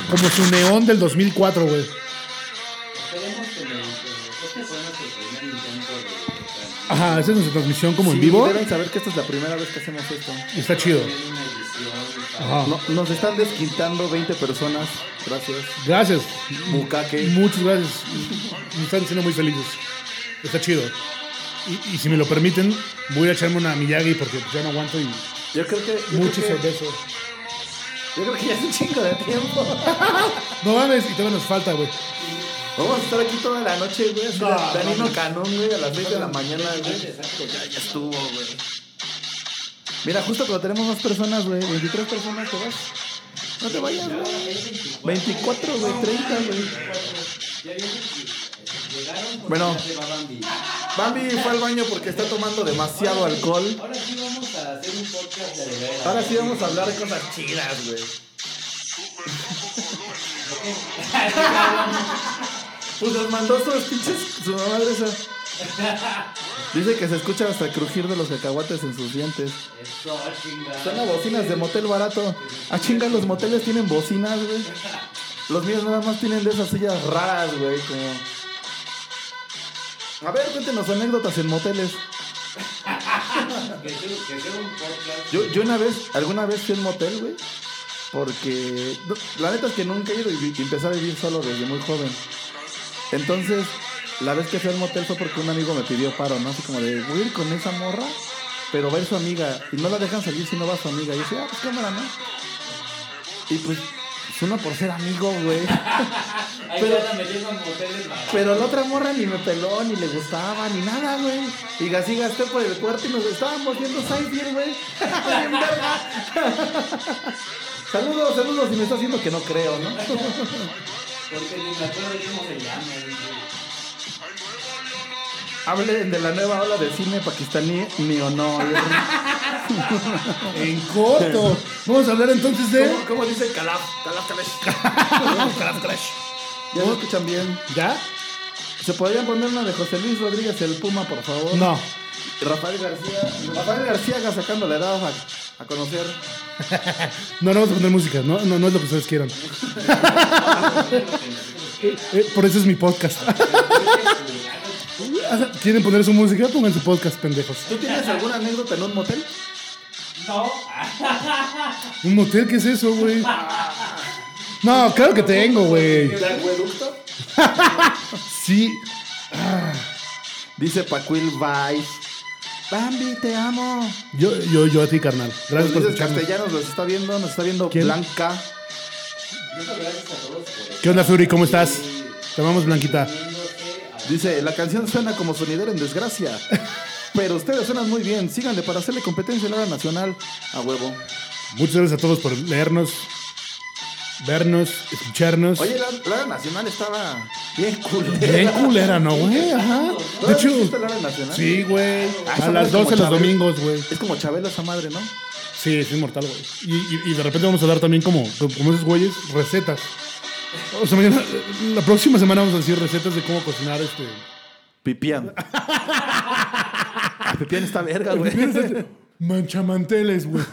S1: Como su neón del 2004, güey.
S7: Esperemos que me- Este fue nuestro primer intento de
S1: Ajá, esa es nuestra transmisión como en
S3: Sí,
S1: vivo.
S3: Deben saber que esta es la primera vez que hacemos esto.
S1: Y está chido.
S7: hacer una edición.
S1: Ajá.
S3: No- nos están desquintando 20 personas. Gracias.
S1: Gracias.
S3: Bucaque.
S1: Muchas gracias. Me están siendo muy felices. Está chido. Y, y si me lo permiten, voy a ir a echarme una Miyagi porque ya no aguanto y
S3: Yo creo que. yo
S1: mucho
S3: creo que-
S1: cerveza.
S3: Yo creo que ya es un chingo de tiempo.
S1: No mames, y todavía nos falta, güey.
S3: Vamos a estar aquí toda la noche, güey. así
S1: No,
S3: de- Danilo
S1: no, no.
S3: Canón, güey, a las 6 de la mañana, güey. Ya, ya estuvo, güey. Mira, justo cuando tenemos más personas, güey. 23 personas, ¿te vas? No te vayas, güey. 24, güey. 30, güey. Bueno, Bambi fue al baño porque está tomando demasiado alcohol.
S7: Ahora sí vamos a hacer un podcast de veras.
S3: Ahora sí vamos a hablar de cosas chidas, güey. Pues nos mandó sus pinches. Su mamá de esa. Dice que se escucha hasta crujir de los cacahuates en sus dientes.
S7: Eso,
S4: ah,
S7: chingada.
S3: Son las bocinas de motel barato. Ah, chinga, los moteles tienen bocinas, güey. Los míos nada más tienen de esas sillas raras, güey. Como. A ver, cuéntenos anécdotas en moteles.
S4: Que sea que sea un podcast.
S3: Yo, yo una vez, alguna vez fui a un motel, güey. Porque no, la neta es que nunca he ido y, vi- y empecé a vivir solo desde muy joven. Entonces, la vez que fui al motel fue porque un amigo me pidió paro, ¿no? Así como de, voy a ir con esa morra, pero va a ir su amiga. Y no la dejan salir si no va su amiga. Y yo decía, ah, pues cámara, ¿no? Y pues, pues uno por ser amigo, güey.
S4: Ahí
S3: Pero-
S4: se van a meter con moteles baratos.
S3: Pero la otra morra ni me peló, ni le gustaba, ni nada, güey. Y así gasté por el cuarto y nos estábamos viendo Seinfeld, güey. Bien verga. saludos, saludos, si me está haciendo que no creo, ¿no?
S4: Porque ni me acuerdo cómo se llama. güey.
S3: Hablen de la nueva ola de cine pakistaní, ni o no.
S1: En corto. Vamos a hablar entonces de.
S3: ¿Cómo dice Calaf? Calaf Kalesh. Ya lo escuchan bien.
S1: ¿Ya?
S3: ¿Se podrían poner una de José Luis Rodríguez el Puma, por favor?
S1: No.
S3: Rafael García. Rafael García sacando la edad a, a conocer.
S1: No, no vamos a poner música. No, no, no es lo que ustedes quieran. Eh, eh, por eso es mi podcast. ¿Quieren poner su música? Pongan su podcast, pendejos.
S3: ¿Tú tienes alguna anécdota en un motel?
S4: No.
S1: ¿Un motel? ¿Qué es eso, güey? No, claro que tengo, güey.
S3: ¿De acueducto?
S1: Sí.
S3: Dice Pacuil Vice. Bambi, te amo.
S1: Yo, yo, yo a ti, carnal. Gracias por
S3: Los
S1: escucharme.
S3: castellanos los está viendo, nos está viendo
S1: ¿Quién?
S3: Blanca.
S1: ¿Qué onda, Suri? ¿Cómo estás? Te amamos, Blanquita.
S3: Dice, la canción suena como sonidero en desgracia. Pero ustedes suenan muy bien, síganle para hacerle competencia a la hora nacional. A huevo.
S1: Muchas gracias a todos por leernos, vernos, escucharnos.
S3: Oye, la, la hora nacional estaba bien culera.
S1: Bien culera, ¿no, güey? Ajá. De
S3: ¿Todavía existe la
S1: hecho,
S3: hora nacional?
S1: sí, güey.
S3: Ah,
S1: A
S3: esa
S1: las
S3: madre
S1: 12
S3: como
S1: los
S3: Chabelo.
S1: domingos, güey.
S3: Es como Chabelo esa madre, ¿no?
S1: Sí, es inmortal, güey. Y, y- y de repente vamos a dar también como, como esos güeyes, recetas. O sea, mañana, la próxima semana vamos a decir recetas de cómo cocinar este.
S3: Pipián. Ah, Pipián está verga, güey.
S1: Manchamanteles, güey.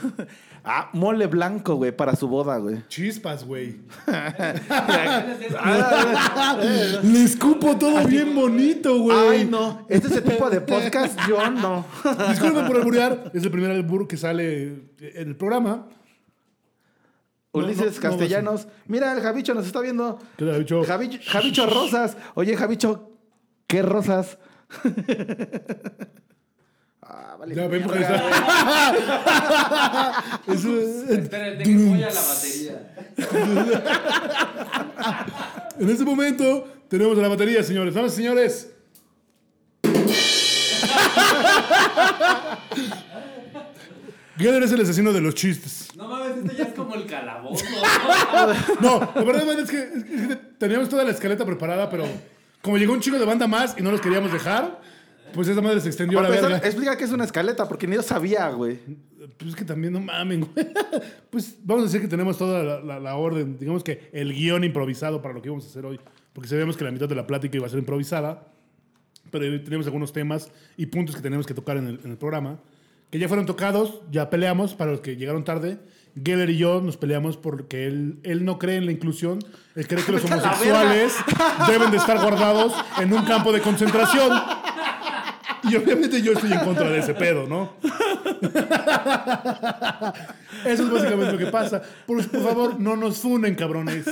S3: Ah, mole blanco, güey, para su boda, güey.
S1: Chispas, güey. Le escupo todo bien bonito, güey.
S3: Ay, no. Este es el tipo de podcast, yo no.
S1: Disculpen por alburear. Es el primer albur que sale en el programa.
S3: Ulises
S1: no, no,
S3: Castellanos. Mira, el Javicho nos está viendo.
S1: ¿Qué te ha dicho?
S3: Javi- Javicho Rosas. Oye, Javicho, ¿qué rosas? ah, vale.
S1: Ya ven por
S3: mierda, güey.
S1: esa- Eso es-
S7: Espérate, que voy a la batería.
S1: En este momento tenemos a la batería, señores. Vamos, señores. Gader es el asesino de los chistes.
S7: No mames, esto ya es como el calabozo.
S1: No, la verdad man, es que, es que teníamos toda la escaleta preparada, pero como llegó un chico de banda más y no los queríamos dejar, pues esa madre se extendió a
S3: Para
S1: la
S3: empezar,
S1: verga.
S3: explica que es una escaleta, porque ni yo sabía, güey.
S1: Pues es que también no mamen, güey. Pues vamos a decir que tenemos toda la, la- la orden, digamos que el guión improvisado para lo que íbamos a hacer hoy, porque sabíamos que la mitad de la plática iba a ser improvisada, pero tenemos algunos temas y puntos que tenemos que tocar en el, en el programa, que ya fueron tocados, ya peleamos para los que llegaron tarde. Geller y yo nos peleamos porque él, él no cree en la inclusión, él cree que los
S3: Vete a la
S1: homosexuales deben de estar guardados en un campo de concentración. Y obviamente yo estoy en contra de ese pedo, ¿no? Eso es básicamente lo que pasa. Por, por favor, no nos funen, cabrones.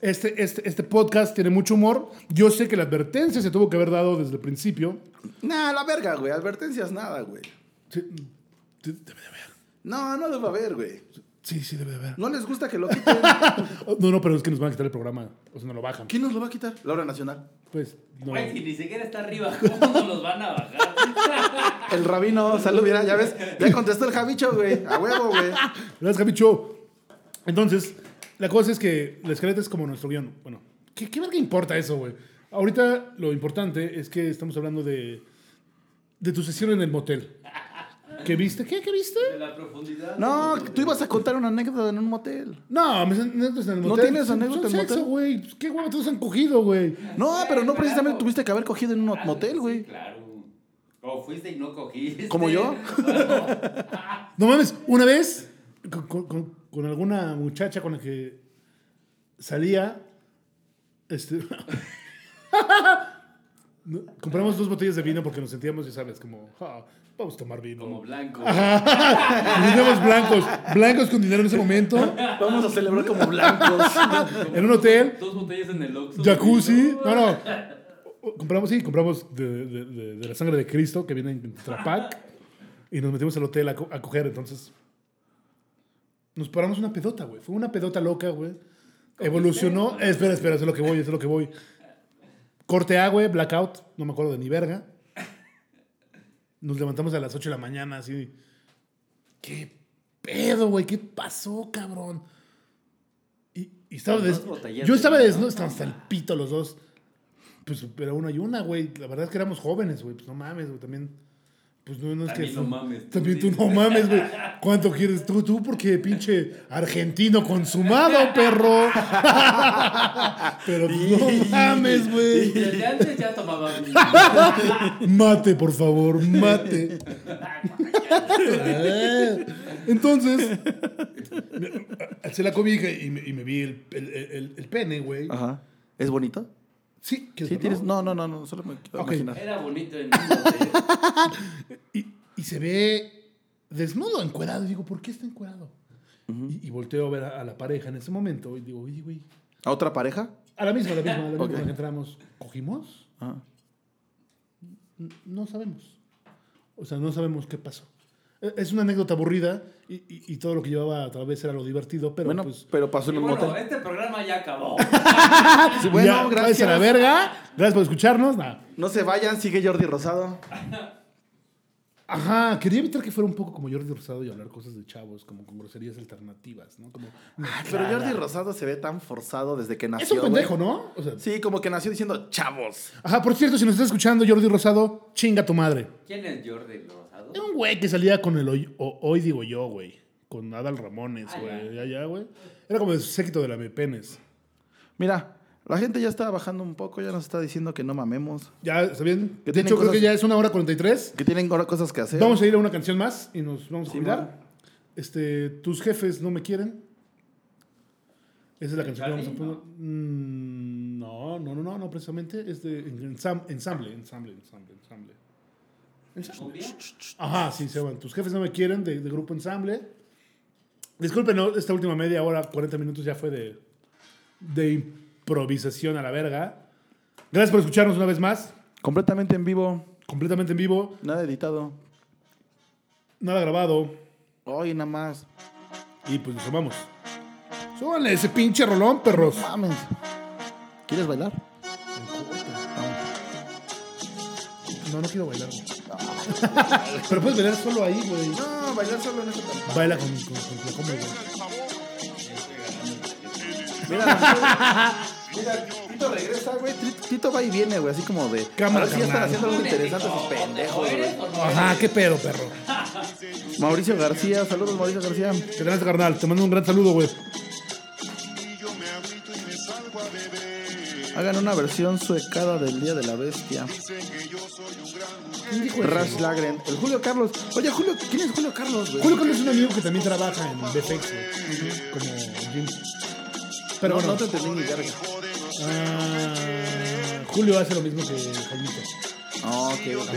S1: Este, este, este podcast tiene mucho humor. Yo sé que la advertencia se tuvo que haber dado desde el principio.
S3: Nah, la verga, güey. Advertencias, nada, güey.
S1: Sí, sí, debe de haber.
S3: No, no debe haber, güey.
S1: Sí, sí, debe de haber.
S3: No les gusta que lo quiten.
S1: No, no, pero es que nos van a quitar el programa. O sea, no lo bajan.
S3: ¿Quién nos lo va a quitar? La hora nacional.
S1: Pues, no.
S7: Güey, si ni siquiera está arriba, ¿cómo nos los van a bajar?
S3: El rabino, salud, mira, ya ves. Ya contestó el Javicho, güey. A huevo, güey.
S1: Gracias, Javicho. Entonces, la cosa es que la escaleta es como nuestro guión. Bueno, ¿qué, qué verga importa eso, güey? Ahorita lo importante es que estamos hablando de, de tu sesión en el motel. ¿Qué viste? ¿Qué, qué viste?
S7: De la profundidad.
S3: No, tú ibas a contar una anécdota en un motel.
S1: No, mis anécdotas en el
S3: ¿No
S1: motel.
S3: tienes
S1: son-
S3: anécdota
S1: son
S3: en el
S1: sexo,
S3: motel?
S1: güey. Pues, ¿Qué huevo todos han cogido, güey?
S3: No, pero no precisamente tuviste que haber cogido en un motel,
S7: Sí,
S3: güey.
S7: claro. O fuiste y no cogiste.
S3: ¿Como yo?
S1: No mames, una vez con, con- con- con alguna muchacha con la que salía, este, No, Compramos dos botellas de vino porque nos sentíamos, ya sabes, como, "Ja, vamos a tomar vino.
S7: Como blanco.
S1: Ajá. Y veníamos blancos, blancos con dinero en ese momento,
S3: Vamos a celebrar como blancos.
S1: en un hotel,
S7: Dos botellas en el Oxxo.
S1: jacuzzi. No, no. Compramos, sí, compramos de, de- de- de la sangre de Cristo que viene en Trapac y nos metimos al hotel a, co- a coger. Entonces, nos paramos una pedota, güey. Fue una pedota loca, güey. Evolucionó. eh, espera, espera, eso es lo que voy, eso es lo que voy. Corte A, güey, blackout, no me acuerdo de ni verga. Nos levantamos a las 8 de la mañana, así. ¿Qué pedo, güey? ¿Qué pasó, cabrón? Y, y estaba
S7: Las
S1: des-
S7: dos botellas
S1: Yo
S7: de
S1: estaba
S7: vino,
S1: desnudo, estábamos hasta el pito los dos. Pues, pero uno y una, güey. La verdad es que éramos jóvenes, güey. Pues no mames, güey. También. Pues no, no es
S7: También
S1: que.
S7: no mames, tú
S1: También tú
S7: dices.
S1: no mames, güey. ¿Cuánto quieres tú? Tú, porque pinche argentino consumado, perro. pero pues, no mames, güey.
S7: Desde antes ya tomaba vino.
S1: Mate, por favor, mate. Entonces, me- alcé la cobija y me, y me vi el, el- el- el pene, güey.
S3: Ajá. ¿Es bonito?
S1: Sí, ¿quieres
S3: Ah. Sí,
S1: verlo?
S3: tienes. No, no, no, no. Solo me quiero
S1: Ok.
S3: imaginar.
S7: Era bonito en ¿eh? niño.
S1: Y, y se ve desnudo, encuerado. Y digo, ¿por qué está encuerado? y, y volteo a ver a, a la pareja en ese momento y digo, oye, güey.
S3: ¿A otra pareja?
S1: A la misma, a la misma, a la misma
S3: Ok. Ah.
S1: que entramos. ¿Cogimos?
S3: Ajá.
S1: No sabemos. O sea, no sabemos qué pasó. E- Es una anécdota aburrida y, y- y todo lo que llevaba a través era lo divertido, pero
S3: bueno,
S1: pues...
S3: pero pasó en
S7: Y
S3: un
S7: bueno,
S3: motel.
S7: este programa ya acabó.
S3: Sí, bueno,
S1: Ya,
S3: gracias.
S1: váyanse a la verga. Gracias por escucharnos. Nah.
S3: No se vayan, sigue Jordi Rosado.
S1: Ajá, quería evitar que fuera un poco como Jordi Rosado y hablar cosas de chavos, como con groserías alternativas, ¿no? Como,
S3: Ah, Pero Jordi Rosado se ve tan forzado desde que nació.
S1: es un
S3: güey.
S1: pendejo, ¿no? O sea,
S3: Sí, como que nació diciendo chavos.
S1: Ajá, por cierto, si nos estás escuchando, Jordi Rosado, chinga tu madre.
S7: ¿Quién es Jordi Rosado?
S1: Era un güey que salía con el hoy, o- hoy digo yo, güey. Con Adal Ramones,
S7: Ah,
S1: güey. Ya, ya, güey. Era como el séquito de la E Mepenes.
S3: Mira, la gente ya está bajando un poco, ya nos está diciendo que no mamemos,
S1: ¿Ya está bien?
S3: Que
S1: De
S3: tienen
S1: hecho, creo
S3: cosas-
S1: que ya es una hora 43.
S3: que tienen ahora cosas que hacer.
S1: Vamos a ir a una canción más y nos vamos a
S3: Sí,
S1: cuidar. Este, Tus jefes no me quieren. Esa es la canción que vamos a
S7: Charlie,
S1: poner.
S7: no.
S1: Mm, No, no, no, no, no, precisamente. Es de ensam- ensamble, ensamble, ensamble, ensamble.
S7: ¿Cumbia?
S1: Ajá, sí, se llaman. Tus jefes no me quieren, de, de grupo ensamble. Disculpen, ¿no? esta última media hora, 40 minutos ya fue de, de improvisación a la verga. Gracias por escucharnos una vez más,
S3: Completamente en vivo,
S1: completamente en vivo,
S3: nada editado.
S1: nada grabado,
S3: Hoy nada más.
S1: y pues nos amamos. Súbanle ese pinche rolón, perros.
S3: Mames. ¿Quieres bailar?
S1: No, no quiero bailar. güey. Pero puedes bailar solo ahí, güey.
S3: No, bailar solo en esta tampoco.
S1: Baila con, con, con, con- con- güey.
S3: Mira, Tito regresa, güey. Tri- Tito va y viene, güey, así como de.
S1: Cámara,
S3: a ver si ya están
S1: carnal.
S3: haciendo algo interesante esos pendejos, güey.
S1: Ajá, qué pedo, perro.
S3: Mauricio García, saludos, Mauricio García.
S1: Te gracias, carnal. Te mando un gran saludo, güey.
S3: Hagan una versión suecada del Día de la Bestia. Pues, Rash Lagren. El Julio Carlos. Oye, Julio, ¿quién es Julio Carlos, güey?
S1: Julio Carlos es un amigo que también trabaja en BFX, güey. Como Jim. Pero
S3: No,
S1: bueno,
S3: no te entendí ni verga.
S1: ah, Julio hace lo mismo que Jaimito.
S3: Ah, ok, ok.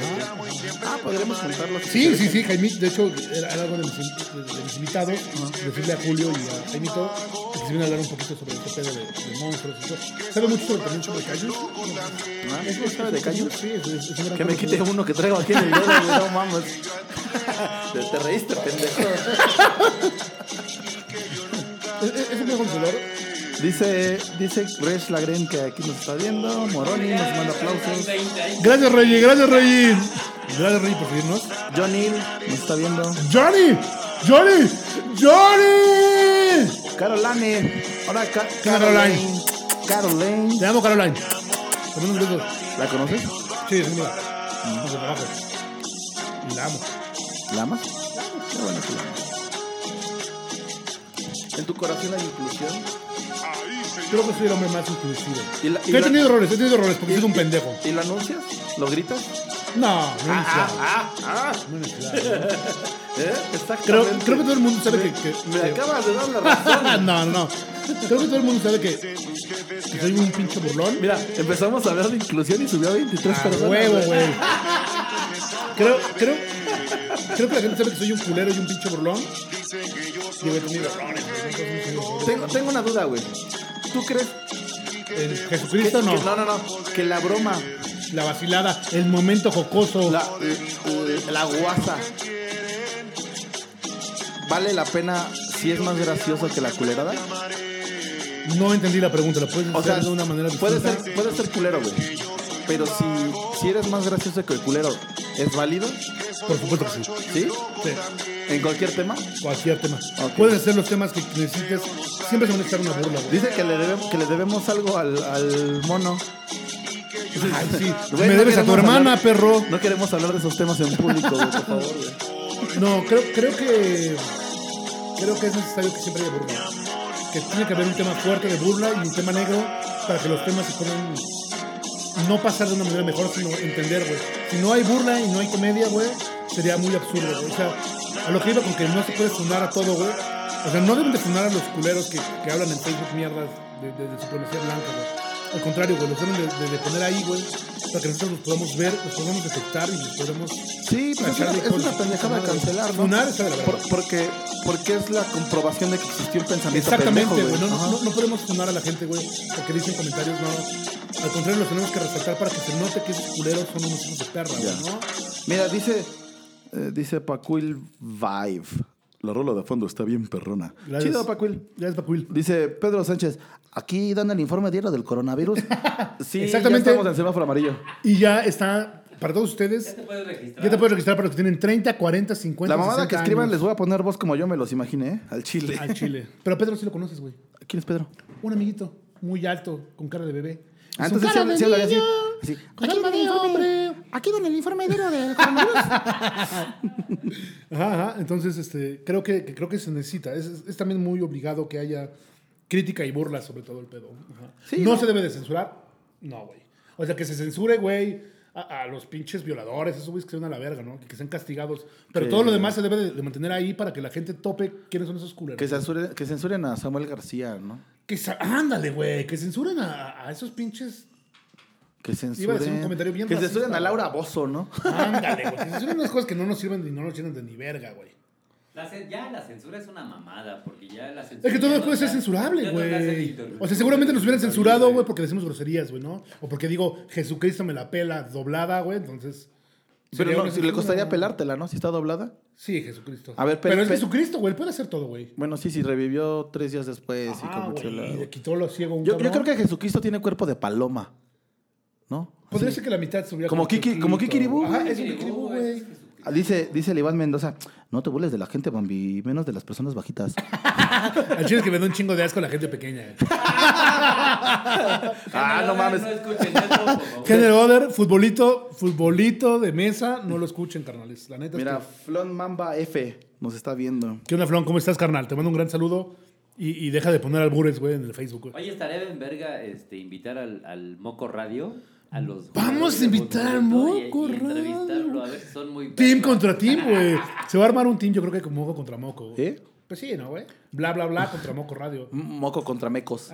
S3: Ah, podremos juntarlos.
S1: Sí, sí, sí, Jaimito. De hecho, era, era algo de mis, de- de mis invitados. Decirle a Julio y a Jaimito que se viene a hablar un poquito sobre este pedo de, de monstruos y todo. Sabe mucho sobre, también sobre Cayus.
S3: Ah, ¿eso sabe de Cayus?
S1: Sí, es, es- es un gran
S3: Que me quite
S1: conocedor.
S3: uno que traigo aquí en el dedo, güey, no mames. Te, te reíste, pendejo.
S1: Es, es- es un gran conocedor.
S3: Dice, dice Resh Lagren que aquí nos está viendo. Moroni nos manda aplausos.
S1: Gracias, Reggie. Gracias, Reggie. Gracias, Reggie, por seguirnos.
S3: John Hill nos está viendo.
S1: Johnny, Johnny, Johnny.
S3: Caroline. Ahora Ca-
S1: Caroline.
S3: Caroline.
S1: Te amo, Caroline. Te mando un beso.
S3: ¿La conoces?
S1: Sí, es mía. Nos trabajo. Y la amo.
S3: ¿La amas? Qué bueno que la amas. En tu corazón hay inclusión.
S1: Creo que soy el hombre más inclusivo.
S3: Y la- y
S1: Que he
S3: la-
S1: tenido errores, he tenido errores porque soy un pendejo.
S3: ¿Y lo anuncias? ¿Lo gritas?
S1: No, no es necesario.
S3: Ah, ah, ah.
S1: No es necesario.
S3: ¿Eh?
S1: Creo,
S3: Exactamente.
S1: creo que todo el mundo sabe que. que-
S3: Me
S1: que-
S3: acabas de dar la razón.
S1: no, no, no. Creo que todo el mundo sabe que, que soy un pinche burlón.
S3: Mira, empezamos a hablar de inclusión y subió a 23
S1: A
S3: personas.
S1: huevo, güey. Creo, creo, creo que la gente sabe que soy un culero y un pinche burlón. Y güey, también burlones, güey, no somos
S3: Tengo, tengo una duda, güey. ¿Tú crees
S1: unos- El Jesucristo
S3: que,
S1: no.
S3: no, no, no, que la broma,
S1: La vacilada, el momento jocoso.
S3: la, la guasa, vale la pena si es más graciosa que la culerada?
S1: No entendí la pregunta, ¿la puedes
S3: O sea,
S1: hacer de una manera
S3: puede
S1: distinta?
S3: ser, puede ser culero, güey. Pero si, si eres más gracioso que el culero, ¿es válido?
S1: Por supuesto que sí.
S3: ¿Sí?
S1: Sí,
S3: ¿En cualquier tema?
S1: cualquier tema.
S3: Ok.
S1: Puedes hacer los temas que necesites. Siempre se van a echar una burla, güey.
S3: Dice que le, debemos, que le debemos algo al, al mono.
S1: Ay, sí.
S3: Güey,
S1: Me
S3: no
S1: debes a tu
S3: queremos
S1: hermana,
S3: hablar-
S1: perro.
S3: No queremos hablar de esos temas en público, güey, por favor, güey.
S1: No, creo, creo que. Creo que es necesario que siempre haya burla. Que tiene que haber un tema fuerte de burla y un tema negro para que los temas se puedan. No pasar de una manera mejor, sino entender, güey. Si no hay burla y no hay comedia, güey, sería muy absurdo, güey. O sea, a lo que iba con que no se puede funar a todo, güey. O sea, no deben de funar a los culeros que, que hablan en Facebook mierdas de, de- de supremacía blanca, güey. Al contrario, güey, los deben de, de- de poner ahí, güey, para que nosotros los podamos ver, los podamos detectar y los podamos
S3: Sí, pero es una, es una pendejada cancelar, ¿no?
S1: Funar está de la verga.
S3: Por- porque, porque es la comprobación de que existió un pensamiento
S1: Exactamente,
S3: pendejo,
S1: güey. No,
S3: Ajá.
S1: no, no podemos funar a la gente, güey, porque dicen comentarios, no. Al contrario, los tenemos que resaltar para que se note que esos culeros son unos hijos de perra, güey,
S3: Ya.
S1: ¿no?
S3: Mira, dice, eh, dice Pacuil Vive. La rola de fondo está bien perrona.
S1: Gracias.
S3: Chido, Pacuil.
S1: Ya es Pacuil.
S3: Dice Pedro Sánchez, aquí dan el informe diario del coronavirus. sí,
S1: Exactamente.
S3: ya estamos en semáforo amarillo.
S1: Y ya está, para todos ustedes,
S7: Te puedes registrar.
S1: ya te puedes registrar para los que tienen 30, 40, 50,
S3: La mamada
S1: 60
S3: que escriban
S1: años
S3: les voy a poner voz como yo me los imaginé, ¿eh? Al chile.
S1: Al chile. Pero a Pedro sí lo conoces, güey.
S3: ¿Quién es Pedro?
S1: Un amiguito, muy alto, con cara de bebé.
S3: Ah,
S1: Su
S3: entonces
S1: cara
S3: sí-
S1: de
S3: sí hablaría así,
S1: niño,
S3: así.
S1: Con alma de hombre.
S5: Aquí en el informe diario del coronavirus.
S1: Ajá, ajá. Entonces, este, creo que, que creo que se necesita. Es, es- es también muy obligado que haya crítica y burla sobre todo el pedo. Ajá. no, se debe de censurar. No, güey. O sea, que se censure, güey, a, a los pinches violadores, esos güeyes que se van a la verga, ¿no? Que, que sean castigados. Pero
S3: Sí.
S1: todo lo demás se debe de, de mantener ahí para que la gente tope quiénes son esos culeros.
S3: Que censuren, que censuren a Samuel García, ¿no?
S1: Que sa- ándale, güey. Que censuren a, a esos pinches.
S3: Que censuren.
S1: Iba a decir un comentario bien
S3: que
S1: racista,
S3: censuren a
S1: güey.
S3: Laura Bozo, ¿no?
S1: Ándale, güey. Que censuren unas cosas que no nos sirven y no nos llenan de ni verga, güey.
S7: La cen- ya la censura es una mamada, porque ya la censura.
S1: Es que todo
S7: ya
S1: no puede ser
S7: ya-
S1: censurable,
S7: ya no la hacen
S1: güey.
S7: inter-
S1: O sea, seguramente nos hubieran censurado, güey,
S7: interpretable.
S1: porque decimos groserías, güey, ¿no? O porque digo, Jesucristo me la pela doblada, güey, entonces.
S3: Pero
S1: sería
S3: no,
S1: una
S3: si le
S1: censura,
S3: costaría
S1: ¿no?
S3: pelártela, ¿no? Si está doblada.
S1: Sí, Jesucristo.
S3: A ver, pe-
S1: pero, es
S3: pe-
S1: Jesucristo, güey, él puede hacer todo, güey.
S3: Bueno, sí, sí, revivió tres días después y
S1: Ah,
S3: como que
S1: güey,
S3: la-
S1: y le quitó lo ciego a un
S3: Yo, yo
S1: cabrón.
S3: creo que Jesucristo tiene cuerpo de paloma, ¿no?
S1: Podría
S3: Así.
S1: ser que la mitad subiera.
S3: Como Kiki- como Kikiribú,
S1: Ajá,
S3: güey.
S1: es un Kikiribú, güey.
S3: Ah, Dice, dice el Iván Mendoza, no te burles de la gente, Bambi, menos de las personas bajitas.
S1: Al chile es que me da un chingo de asco la gente pequeña. güey.
S7: pues,
S3: ah, no mames.
S7: No escuchen eso, por favor.
S1: Género Oder, futbolito, futbolito de mesa, no lo escuchen, carnales. La neta
S3: Mira,
S1: es que...
S3: Flon Mamba F nos está viendo.
S1: ¿Qué onda, Flon? ¿Cómo estás, carnal? Te mando un gran saludo y, y deja de poner albures, güey, en el Facebook, güey.
S7: Oye, estaría bien verga este, invitar al, al Moco Radio a los.
S1: Vamos
S7: jugadores
S1: a
S7: de
S1: invitar al Moco
S7: fútbol, ¿no? y, y entrevistarlo,
S1: Radio.
S7: a ver, si son muy.
S1: Team
S7: vergas.
S1: contra team, güey. Se va a armar un team, yo creo que con Moco contra Moco. güey.
S3: ¿Eh?
S1: Pues sí, ¿no, güey? Bla, bla, bla contra Moco Radio.
S3: M- Moco contra Mecos.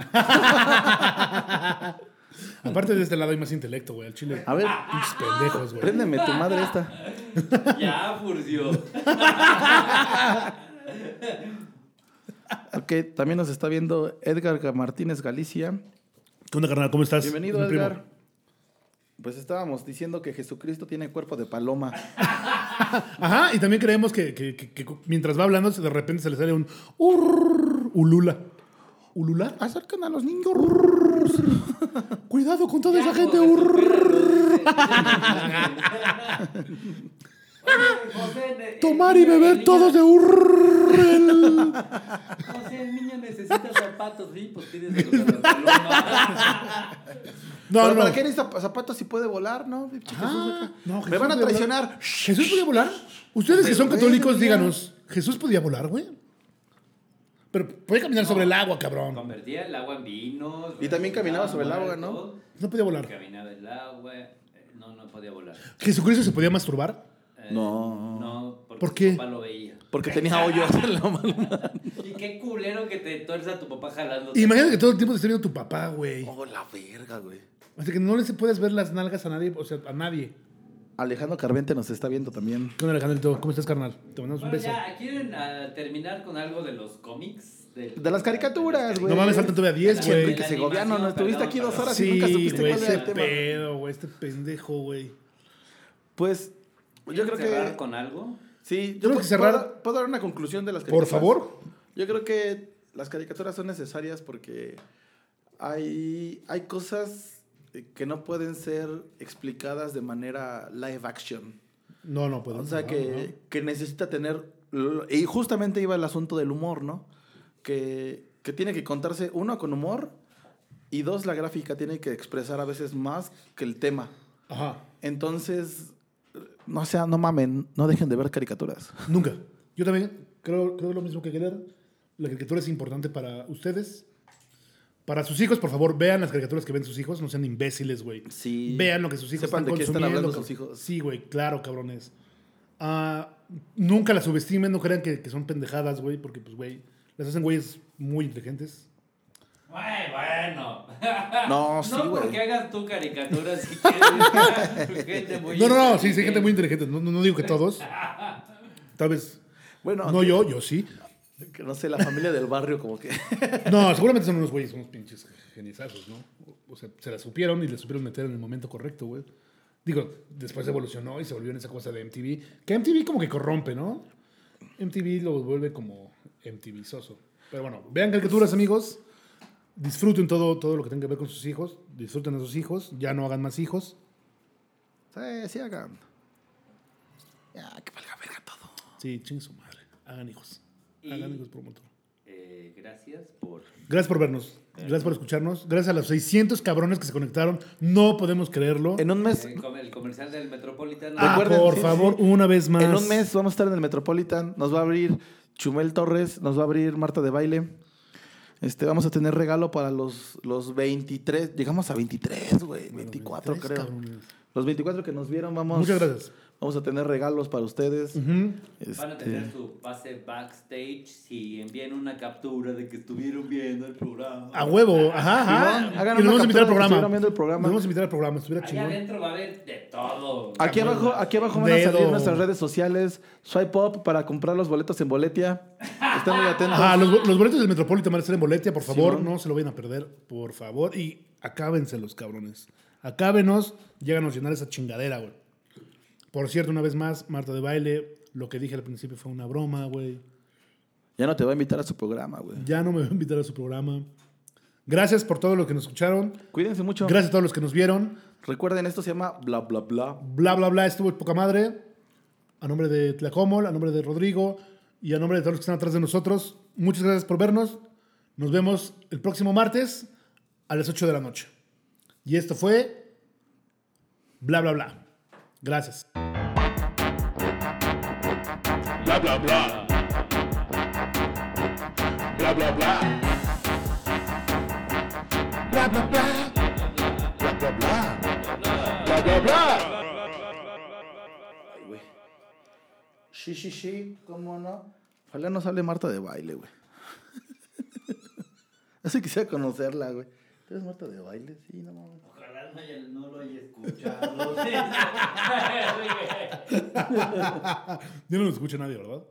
S1: Aparte de este lado hay más intelecto, güey. Al chile.
S3: A ver,
S1: Pinches pendejos, güey.
S3: préndeme tu madre esta.
S7: Ya, Furcio.
S3: Ok, también nos está viendo Edgar Martínez Galicia.
S1: ¿Qué onda, carnal? ¿Cómo estás?
S3: Bienvenido,
S1: mi primo?
S3: Edgar. Pues estábamos diciendo que Jesucristo tiene cuerpo de paloma.
S1: Ajá, y también creemos que, que- que- que mientras va hablando, se- de repente se le sale un urr, ulula. ¿Ulula?
S3: Acercan a los niños.
S1: Cuidado con toda
S7: Ya,
S1: esa
S7: hijo
S1: gente.
S7: de su
S1: urr.
S7: perra, lo dice. Oye, José, ne-
S1: Tomar
S7: el
S1: y
S7: niño- el
S1: beber
S7: niño-
S1: todos de urr.
S7: José, el niño necesita zapatos, sí, pues pídeselos a la paloma.
S1: No,
S3: ¿Pero
S1: no.
S3: ¿Para qué necesita zapatos si puede volar, no? Pinche Jesús
S1: Ah,
S3: acá.
S1: no,
S3: Me
S1: Jesús
S3: van a
S1: podía
S3: traicionar.
S1: volar. ¿Jesús podía volar? Ustedes que son
S3: Pero,
S1: católicos,
S3: güey,
S1: díganos, ¿Jesús podía volar, güey? Pero puede caminar sobre el agua, cabrón.
S7: Convertía el agua en vinos.
S3: Y también caminaba sobre el agua, ¿no?
S1: No podía volar.
S7: Caminaba el agua. eh, No, no podía volar.
S1: ¿Jesucristo se podía masturbar?
S7: Eh,
S3: No.
S7: No, porque
S1: ¿Por qué?
S7: su papá lo veía.
S3: Porque tenía hoyos en la mano.
S7: Y qué culero que te tuerza tu papá jalando.
S1: Imagínate que todo el tiempo te esté viendo tu papá, güey.
S3: Oh, la verga, güey.
S1: O sea, que no le puedes ver las nalgas a nadie, o sea, a nadie.
S3: Alejandro Carvente nos está viendo también.
S1: ¿Qué onda, Alejandro? ¿Cómo estás, carnal? Te mandamos un
S7: Bueno,
S1: beso.
S7: ya, ¿quieren ah, terminar con algo de los cómics? Del-
S3: De las caricaturas, güey.
S1: No mames, faltan todavía 10,
S7: Pinche
S1: güey.
S3: Enrique Segoviano, no estuviste aquí dos horas y
S1: Sí,
S3: nunca supiste
S1: güey,
S3: cuál era
S1: ese
S3: el tema.
S1: pedo, güey, este pendejo, güey.
S3: Pues, yo creo
S7: cerrar
S3: que.
S7: con algo?
S3: Sí,
S1: creo
S3: yo
S1: que
S3: creo que
S1: cerrar-
S3: cerrar. ¿Puedo dar una conclusión de las
S1: Por
S3: caricaturas?
S1: favor.
S3: Yo creo que las caricaturas son necesarias porque hay, hay cosas eh, que no pueden ser explicadas de manera live action.
S1: No, no puedo.
S3: O sea,
S1: no,
S3: que, que necesita tener... Y justamente iba el asunto del humor, ¿no? Que, que tiene que contarse, uno, con humor, y dos, la gráfica tiene que expresar a veces más que el tema.
S1: no. Ajá.
S3: Entonces, no sea, no mamen, no dejen de ver caricaturas.
S1: Nunca. Yo también creo, creo lo mismo que Keller. La caricatura es importante para ustedes. Para sus hijos, por favor, vean las caricaturas que ven sus hijos. No sean imbéciles, güey.
S3: Sí.
S1: Vean lo que sus hijos
S3: Sepan
S1: están
S3: de qué están
S1: consumiendo.
S3: hablando
S1: cab-
S3: sus hijos.
S1: Sí, güey, claro, cabrones. Ah, nunca las subestimen, no crean que, que son pendejadas, güey, porque, pues, güey, las hacen güeyes muy inteligentes.
S7: Güey, bueno.
S3: No, sí,
S7: No
S3: güey.
S7: porque hagas tú caricaturas si quieres. gente muy
S1: No, no, no, sí, sí,
S7: inteligente.
S1: gente muy inteligente. No, no- no digo que todos. Tal vez.
S3: Bueno,
S1: No
S3: que-
S1: yo, yo sí.
S3: que no sé, la familia del barrio como que...
S1: No, seguramente son unos güeyes, unos pinches geniezazos, ¿no? O sea, se la supieron y la supieron meter en el momento correcto, güey. Digo, después evolucionó y se volvió en esa cosa de MTV. Que MTV como que corrompe, ¿no? MTV lo vuelve como MTV soso. Pero bueno, vean caricaturas, amigos. Disfruten todo, todo lo que tenga que ver con sus hijos. Disfruten a sus hijos. Ya no hagan más hijos.
S3: Sí, sí hagan. Ya, que valga verga todo.
S1: Sí, ching su madre. Hagan hijos. Hagan
S7: Y-
S1: hijos por un montón.
S7: Eh, gracias por.
S1: Gracias por vernos. Gracias por escucharnos. Gracias a los 600 cabrones que se conectaron. No podemos creerlo.
S3: En un mes,
S7: El, com- el comercial del Metropolitano.
S1: Ah,
S3: Recuerden,
S1: por
S3: sí,
S1: favor,
S3: sí.
S1: una vez más.
S3: En un mes vamos a estar en el Metropolitan. Nos va a abrir Chumel Torres, nos va a abrir Marta de Baile. Este, vamos a tener regalo para los, los 23. Llegamos a 23, güey. 24,
S1: Tres,
S3: creo.
S1: cabrones.
S3: Los 24 que nos vieron, vamos.
S1: Muchas gracias.
S3: Vamos a tener regalos para ustedes.
S1: Ujú.
S3: Este,
S7: Van a tener su pase backstage si envían una captura de que estuvieron viendo el programa.
S1: A huevo. Ajá, ajá.
S3: Simón, hagan
S1: y nos
S3: una
S1: vamos a invitar al
S3: captura de que estuvieron
S1: programa.
S3: viendo el programa.
S1: Nos vamos a invitar al programa. Estuviera
S7: Allá
S1: chingón. Ah,
S7: adentro va a haber de todo.
S3: Aquí abajo, aquí abajo van a salir
S1: Dedo.
S3: nuestras redes sociales. Swipe up para comprar los boletos en Boletia. Estén muy atentos.
S1: Ajá, los, los boletos del Metropolitan van a estar en boletia, por favor.
S3: Simón.
S1: no se lo vayan a perder, por favor. Y acábense los cabrones. Acábenos. Lléganos a llenar esa chingadera, güey. Por cierto, una vez más, Marta de Baile, lo que dije al principio fue una broma, güey.
S3: Ya no te va a invitar a su programa, güey.
S1: Ya no me va a invitar a su programa. Gracias por todo lo que nos escucharon.
S3: Cuídense mucho.
S1: Gracias a todos los que nos vieron.
S3: Recuerden, esto se llama bla bla bla.
S1: Bla, bla, bla, estuvo poca madre. A nombre de Tlacomol, a nombre de Rodrigo y a nombre de todos los que están atrás de nosotros, muchas gracias por vernos. Nos vemos el próximo martes a las 8 de la noche. Y esto fue Bla, bla, bla. Gracias.
S2: Bla bla bla. Bla bla bla. Bla bla bla. Bla bla bla. Bla bla bla.
S3: Sí, sí, sí, cómo no. Ojalá nos hable Marta de baile, güey. Así quisiera conocerla, güey. ¿Tú eres Marta de baile? Sí, no mames.
S7: Ojalá no, haya- no lo haya escuchado.
S1: Ya no nos escucha nadie, ¿verdad?